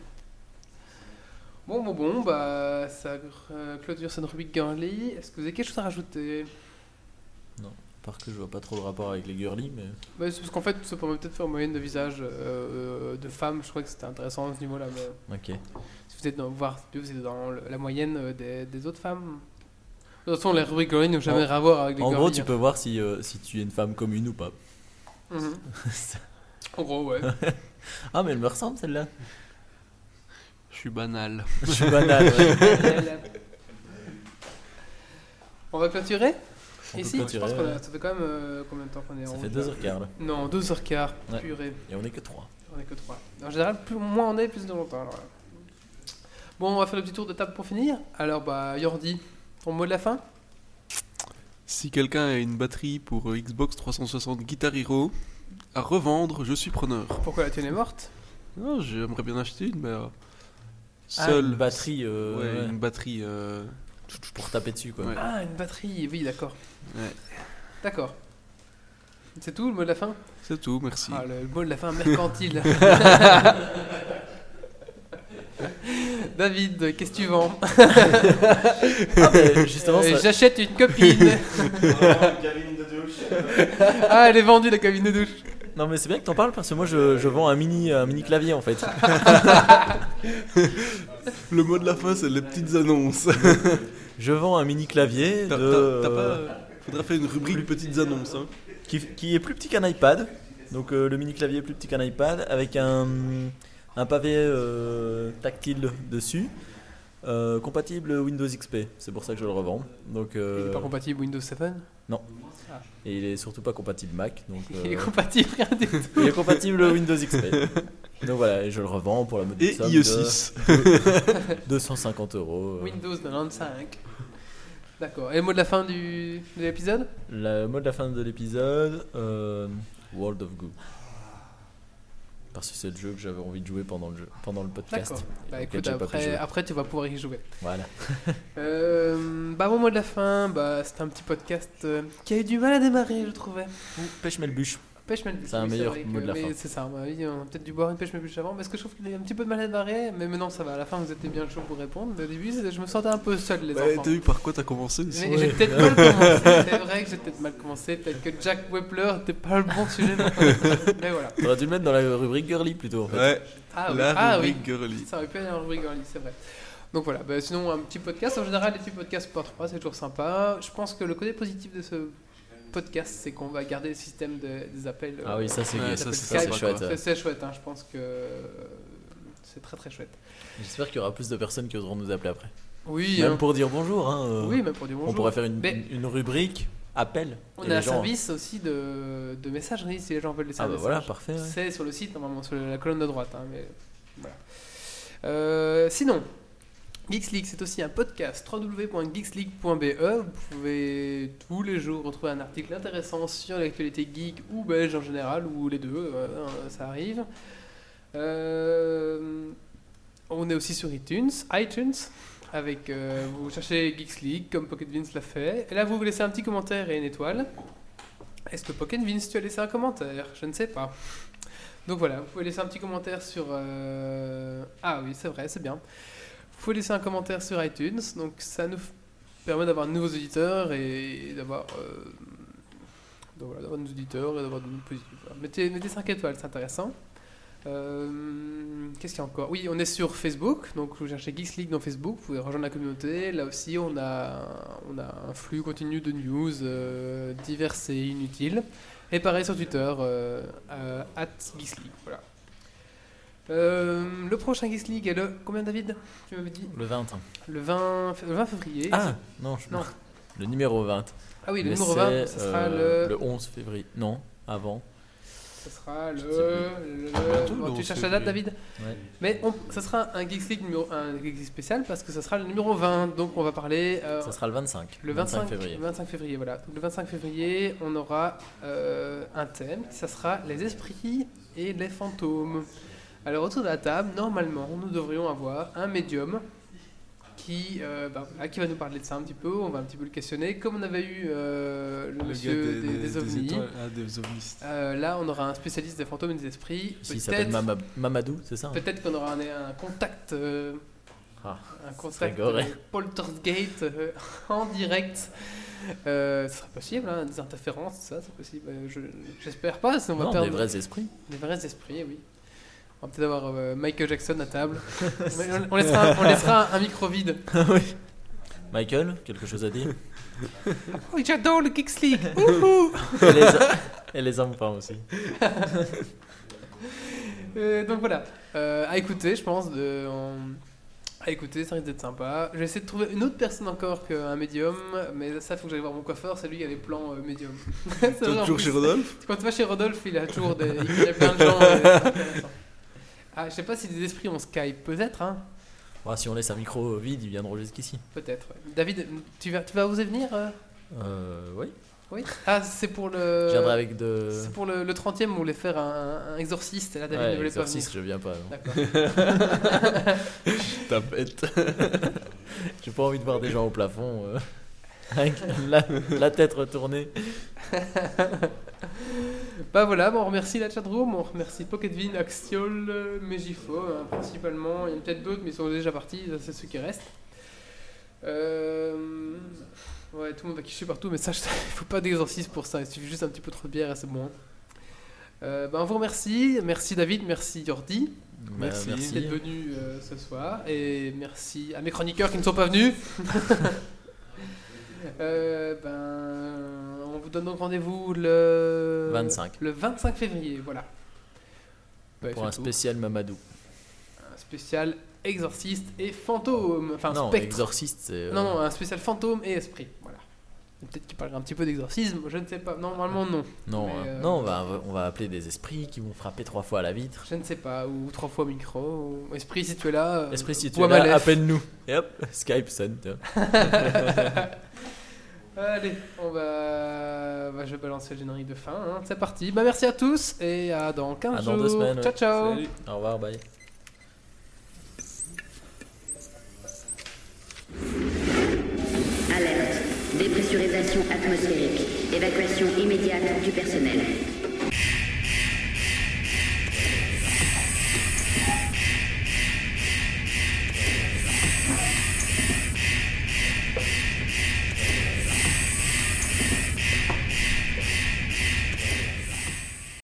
S1: Bon, bon, bon, bah, ça euh, clôture cette rubrique girly. Est-ce que vous avez quelque chose à rajouter
S2: Par que je vois pas trop le rapport avec les girly, mais.
S1: Bah, c'est Parce qu'en fait, ça permet peut-être de faire une moyenne de visage euh, euh, de femmes. Je crois que c'était intéressant à ce niveau-là. Mais
S2: Ok.
S1: si vous êtes dans, voir, si vous êtes dans le- la moyenne euh, des, des autres femmes. De toute façon, les rubriques girly n'ont jamais
S2: En-
S1: rien à voir avec les
S2: En
S1: girly,
S2: gros, tu
S1: hein.
S2: peux voir si, euh, si tu es une femme commune ou pas.
S1: Mhm. En gros, ouais.
S2: ah, mais elle me ressemble celle-là.
S3: Je suis banal.
S2: Je suis banal. ouais.
S1: on va clôturer
S2: On
S1: Et
S2: peut
S1: si, je
S2: clôturer,
S1: pense qu'on a-
S2: ouais.
S1: ça fait quand même euh, combien de temps qu'on est
S2: Ça
S1: en
S2: fait 2h15 là.
S1: Non, 2h15,
S2: Ouais.
S1: purée.
S2: Et on est que 3.
S1: On est que 3. En général, plus, moins on est, plus de longtemps. alors, voilà. Bon, on va faire le petit tour de table pour finir. Alors, bah, Yordi, ton mot de la fin
S3: Si quelqu'un a une batterie pour euh, Xbox 360 Guitar Hero à revendre, je suis preneur.
S1: Pourquoi la tienne est morte
S3: Non, j'aimerais bien acheter une, mais. euh,
S2: Seule
S3: seule.
S2: batterie euh,
S3: Ouais,
S2: ouais,
S3: une batterie. euh,
S2: pour taper dessus quoi.
S3: Ouais.
S1: Ah, une batterie, oui, d'accord.
S3: Ouais.
S1: D'accord. C'est tout, le mot de la fin
S3: C'est tout, merci.
S1: Ah, le, le mot de la fin mercantile. David, qu'est-ce que tu vends
S2: Ah, mais justement,
S1: Euh,
S2: ça-
S1: J'achète une copine. ah, elle est vendue la cabine de douche.
S2: Non mais c'est bien que t'en parles parce que moi je, je vends un mini, un mini clavier en fait.
S3: Le mot de la fin, c'est les petites annonces. Euh.
S2: Je vends un mini clavier
S3: T'as
S2: de...
S1: euh,
S3: t'as- t'as pas. Faudrait faire une rubrique petites annonces. hein.
S2: qui, qui est plus petit qu'un iPad. Donc euh, le mini clavier est plus petit qu'un iPad avec un, un pavé euh, tactile dessus. Euh, compatible Windows XP, c'est pour ça que je le revends. Donc,
S1: Il
S2: euh,
S1: n'est pas compatible Windows 7
S2: Non.
S1: Ah.
S2: Et il est surtout pas compatible Mac. Donc,
S1: Il est
S2: euh,
S1: compatible rien du tout.
S2: Il est compatible Windows XP. Donc voilà, et je le revends pour la mode
S1: Et
S2: somme
S3: E
S2: de
S1: IE6.
S2: 250 euros. euh,
S1: Windows 95. D'accord. Et le mot de la fin du, de l'épisode
S2: Le mot de la fin de l'épisode, euh, World of Goo. Parce que c'est le jeu que j'avais envie de jouer pendant le, jeu, pendant le podcast.
S1: D'accord.
S2: et
S1: Bah
S2: auquel
S1: écoute,
S2: j'ai pas pu
S1: après,
S2: jouer.
S1: après tu vas pouvoir y jouer.
S2: Voilà.
S1: Euh, bah mon mot de la fin, bah, c'était un petit podcast euh, qui a eu du mal à démarrer, je trouvais.
S2: Ou pêche melbuche.
S1: Pêche melbuche.
S2: C'est un
S1: oui,
S2: meilleur
S1: vrai
S2: mot
S1: que-
S2: de la
S1: mais
S2: fin.
S1: C'est ça, on m'a dit, on a peut-être dû boire une pêche melbuche avant, parce que je trouve qu'il a eu un petit peu de mal à démarrer, mais maintenant ça va, à la fin vous étiez bien chaud pour répondre. mais Au début, c'est- je me sentais un peu seul, les
S3: Ouais,
S1: enfants.
S3: T'as vu par quoi t'as commencé
S1: Mais
S3: ça
S1: J'ai peut-être mal commencé, c'est vrai que j'ai peut-être mal commencé, peut-être que Jack Wepler n'était pas le bon sujet. non plus. Mais voilà.
S2: T'aurais dû le mettre dans la rubrique girly plutôt en fait.
S3: Ouais.
S1: Ah oui,
S3: La
S1: ah
S3: rubrique
S1: oui.
S3: girly.
S1: Ça aurait pu aller dans la rubrique girly, c'est vrai. Donc voilà, bah, sinon un petit podcast. En général, les petits podcasts par trois, c'est toujours sympa. Je pense que le côté positif de ce podcast, c'est qu'on va garder le système de- des appels. euh,
S2: Ah oui, ça, c'est
S1: des
S2: gay,
S1: appels
S2: ça, c'est-
S1: Skype.
S2: ça, c'est chouette,
S1: C'est-
S2: ouais.
S1: C'est chouette, hein, je pense que euh, c'est très très chouette.
S2: J'espère qu'il y aura plus de personnes qui oseront nous appeler après.
S1: Oui,
S2: Même
S1: hein.
S2: pour dire bonjour. hein, euh,
S1: Oui, même pour dire bonjour.
S2: On pourrait faire une,
S1: Mais-
S2: une rubrique appel.
S1: On
S2: et
S1: a
S2: les
S1: un
S2: gens- hein.
S1: service aussi de, de messagerie si les gens veulent laisser
S2: Ah
S1: un
S2: bah
S1: message.
S2: voilà, parfait, ouais.
S1: C'est sur le site, normalement, sur la colonne de droite. hein, mais voilà. Euh, sinon, Geeks League, c'est aussi un podcast www.geeksleague.be. E. Vous pouvez tous les jours retrouver un article intéressant sur l'actualité geek ou belge en général, ou les deux, euh, ça arrive. Euh, on est aussi sur iTunes, iTunes, avec euh, vous cherchez Geeks League comme Pocket Vince l'a fait. Et là, vous vous laissez un petit commentaire et une étoile. Est-ce que Pocket Vince, tu as laissé un commentaire Je ne sais pas. Donc voilà, vous pouvez laisser un petit commentaire sur. euh, Ah oui, c'est vrai, c'est bien. Vous pouvez laisser un commentaire sur iTunes, donc ça nous f- permet d'avoir de nouveaux auditeurs et d'avoir. euh, donc voilà, d'avoir de nouveaux auditeurs et d'avoir de nouveaux positifs. Voilà. Mettez, mettez 5 étoiles, c'est intéressant. Euh, Qu'est-ce qu'il y a encore Oui, on est sur Facebook, donc vous cherchez Geeks League dans Facebook, vous pouvez rejoindre la communauté. Là aussi, on a, on a un flux continu de news euh, diverses et inutiles. Et pareil sur Twitter, euh, euh, at Geeks League, voilà. Euh, le prochain Geeks League est le. Combien, David Tu m'avais dit
S2: Le 20.
S1: Le 20, le 20 février.
S2: Ah non, je...
S1: Non.
S2: le numéro 20.
S1: Ah oui, le
S2: Mais
S1: numéro 20,
S2: c'est,
S1: ça sera le-
S2: euh, le 11 février. Non, avant.
S1: Ce sera le. le-
S2: bientôt,
S1: bon,
S2: le
S1: tu
S2: 11
S1: cherches la date,
S2: février.
S1: David
S2: Ouais.
S1: Mais on, ça sera un Geeks League, numéro, un Geeks League spécial parce que ça sera le numéro 20. Donc on va parler. euh,
S2: Ça sera le 25,
S1: Le 25,
S2: 25
S1: février.
S2: février.
S1: 25 février, voilà. Donc le 25 février, on aura euh, un thème. Ça sera les esprits et les fantômes. Alors autour de la table, normalement, nous devrions avoir un médium qui, euh, bah, voilà, qui va nous parler de ça un petit peu. On va un petit peu le questionner. Comme on avait eu euh, le,
S3: gars
S1: monsieur
S3: des-
S1: des,
S3: des-
S1: des
S3: des
S1: ovnis.
S3: étoiles. Ah, des ovnistes.
S1: Euh, là, on aura un spécialiste des fantômes et des esprits.
S2: Ici, il s'appelle
S1: Peut-être-
S2: Mama- Mamadou, c'est ça hein
S1: Peut-être qu'on aura un, un contact, euh,
S2: Ah,
S1: un
S2: c'est
S1: contact
S2: rigoré.
S1: euh, poltergeist euh, en direct. Euh, ce sera possible, hein, des interférences, ça, c'est possible. Euh, je- J'espère pas, sinon on va
S2: Non, des
S1: perdre.
S2: vrais esprits.
S1: Des vrais esprits, oui. On va peut-être avoir euh, Michael Jackson à table. Mais on, on laissera, on laissera un, un micro vide.
S2: Oui. Michael, quelque chose à dire
S1: Oh, j'adore le Geeks League. Wouhou
S2: et, les, et les hommes pas aussi.
S1: Euh, donc voilà, Euh, à écouter, je pense. De, en- À écouter, ça risque d'être sympa. Je vais essayer de trouver une autre personne encore qu'un médium, mais ça, faut que j'aille voir mon coiffeur, c'est lui qui a les plans euh, médium. C'est vrai, en
S3: toujours
S1: plus.
S3: chez Rodolphe
S1: Quand tu vas chez Rodolphe, il a toujours des... il connaît plein de gens. euh, intéressants. ah, je sais pas si des esprits ont Skype, peut-être, hein
S2: Bon, Bah, si on laisse un micro vide, ils viendront jusqu'ici.
S1: Peut-être. ouais. David, tu vas, tu vas oser venir euh
S2: Euh, oui.
S1: Oui. Ah, c'est pour le.
S2: Je viendrai avec de-
S1: C'est pour le, le 30 e on voulait faire un, un exorciste. Et là, David
S2: Ouais,
S1: ne voulait
S2: exorciste,
S1: pas
S2: je
S1: venir.
S2: viens pas, non.
S1: D'accord.
S2: T'as bête. J'ai pas envie de voir des gens au plafond euh, avec la, la tête retournée.
S1: bah voilà, bon, on remercie la chatroom, on remercie Pocketvin, Axiol, euh, Megifo hein, principalement. Il y en a peut-être d'autres, mais ils sont déjà partis, ça, c'est ceux qui restent. Euh, Ouais, tout le monde va quicher partout, mais ça, je- il faut pas d'exorcisme pour ça. Il suffit juste un petit peu trop de bière et c'est bon. Euh, bah, on vous remercie. Merci David, merci Jordi.
S2: Bah, Merci. merci.
S1: d'être venu euh, ce soir. Et merci à mes chroniqueurs qui ne sont pas venus. Euh, ben, on vous vous donne donc rendez-vous le
S2: 25.
S1: Le 25 février, voilà. Bah,
S2: pour un
S1: c'est tout.
S2: spécial Mamadou.
S1: Un spécial exorciste et fantôme. Enfin,
S2: non,
S1: spectre.
S2: Exorciste, c'est. euh,
S1: Non, non, un spécial fantôme et esprit. Voilà. Et Peut-être qu'il parlera un petit peu d'exorcisme, je ne sais pas. Normalement, non.
S2: Non,
S1: Mais,
S2: hein.
S1: euh,
S2: non on, va, on va appeler des esprits qui vont frapper trois fois à la vitre.
S1: Je ne sais pas, ou trois fois micro, ou esprit si tu es là. euh,
S2: Esprit, si tu
S1: bois
S2: es là,
S1: Malef.
S2: appelle-nous. Et hop, Skype sonne. tu vois.
S1: Allez, on va... bah, je vais balancer le générique de fin. hein. C'est parti. Bah, merci à tous et à dans 15
S2: Ah,
S1: jours.
S2: dans deux semaines.
S1: Ciao,
S2: ouais.
S1: ciao.
S2: Au revoir, bye.
S12: Alerte. Dépressurisation atmosphérique. Évacuation immédiate du personnel.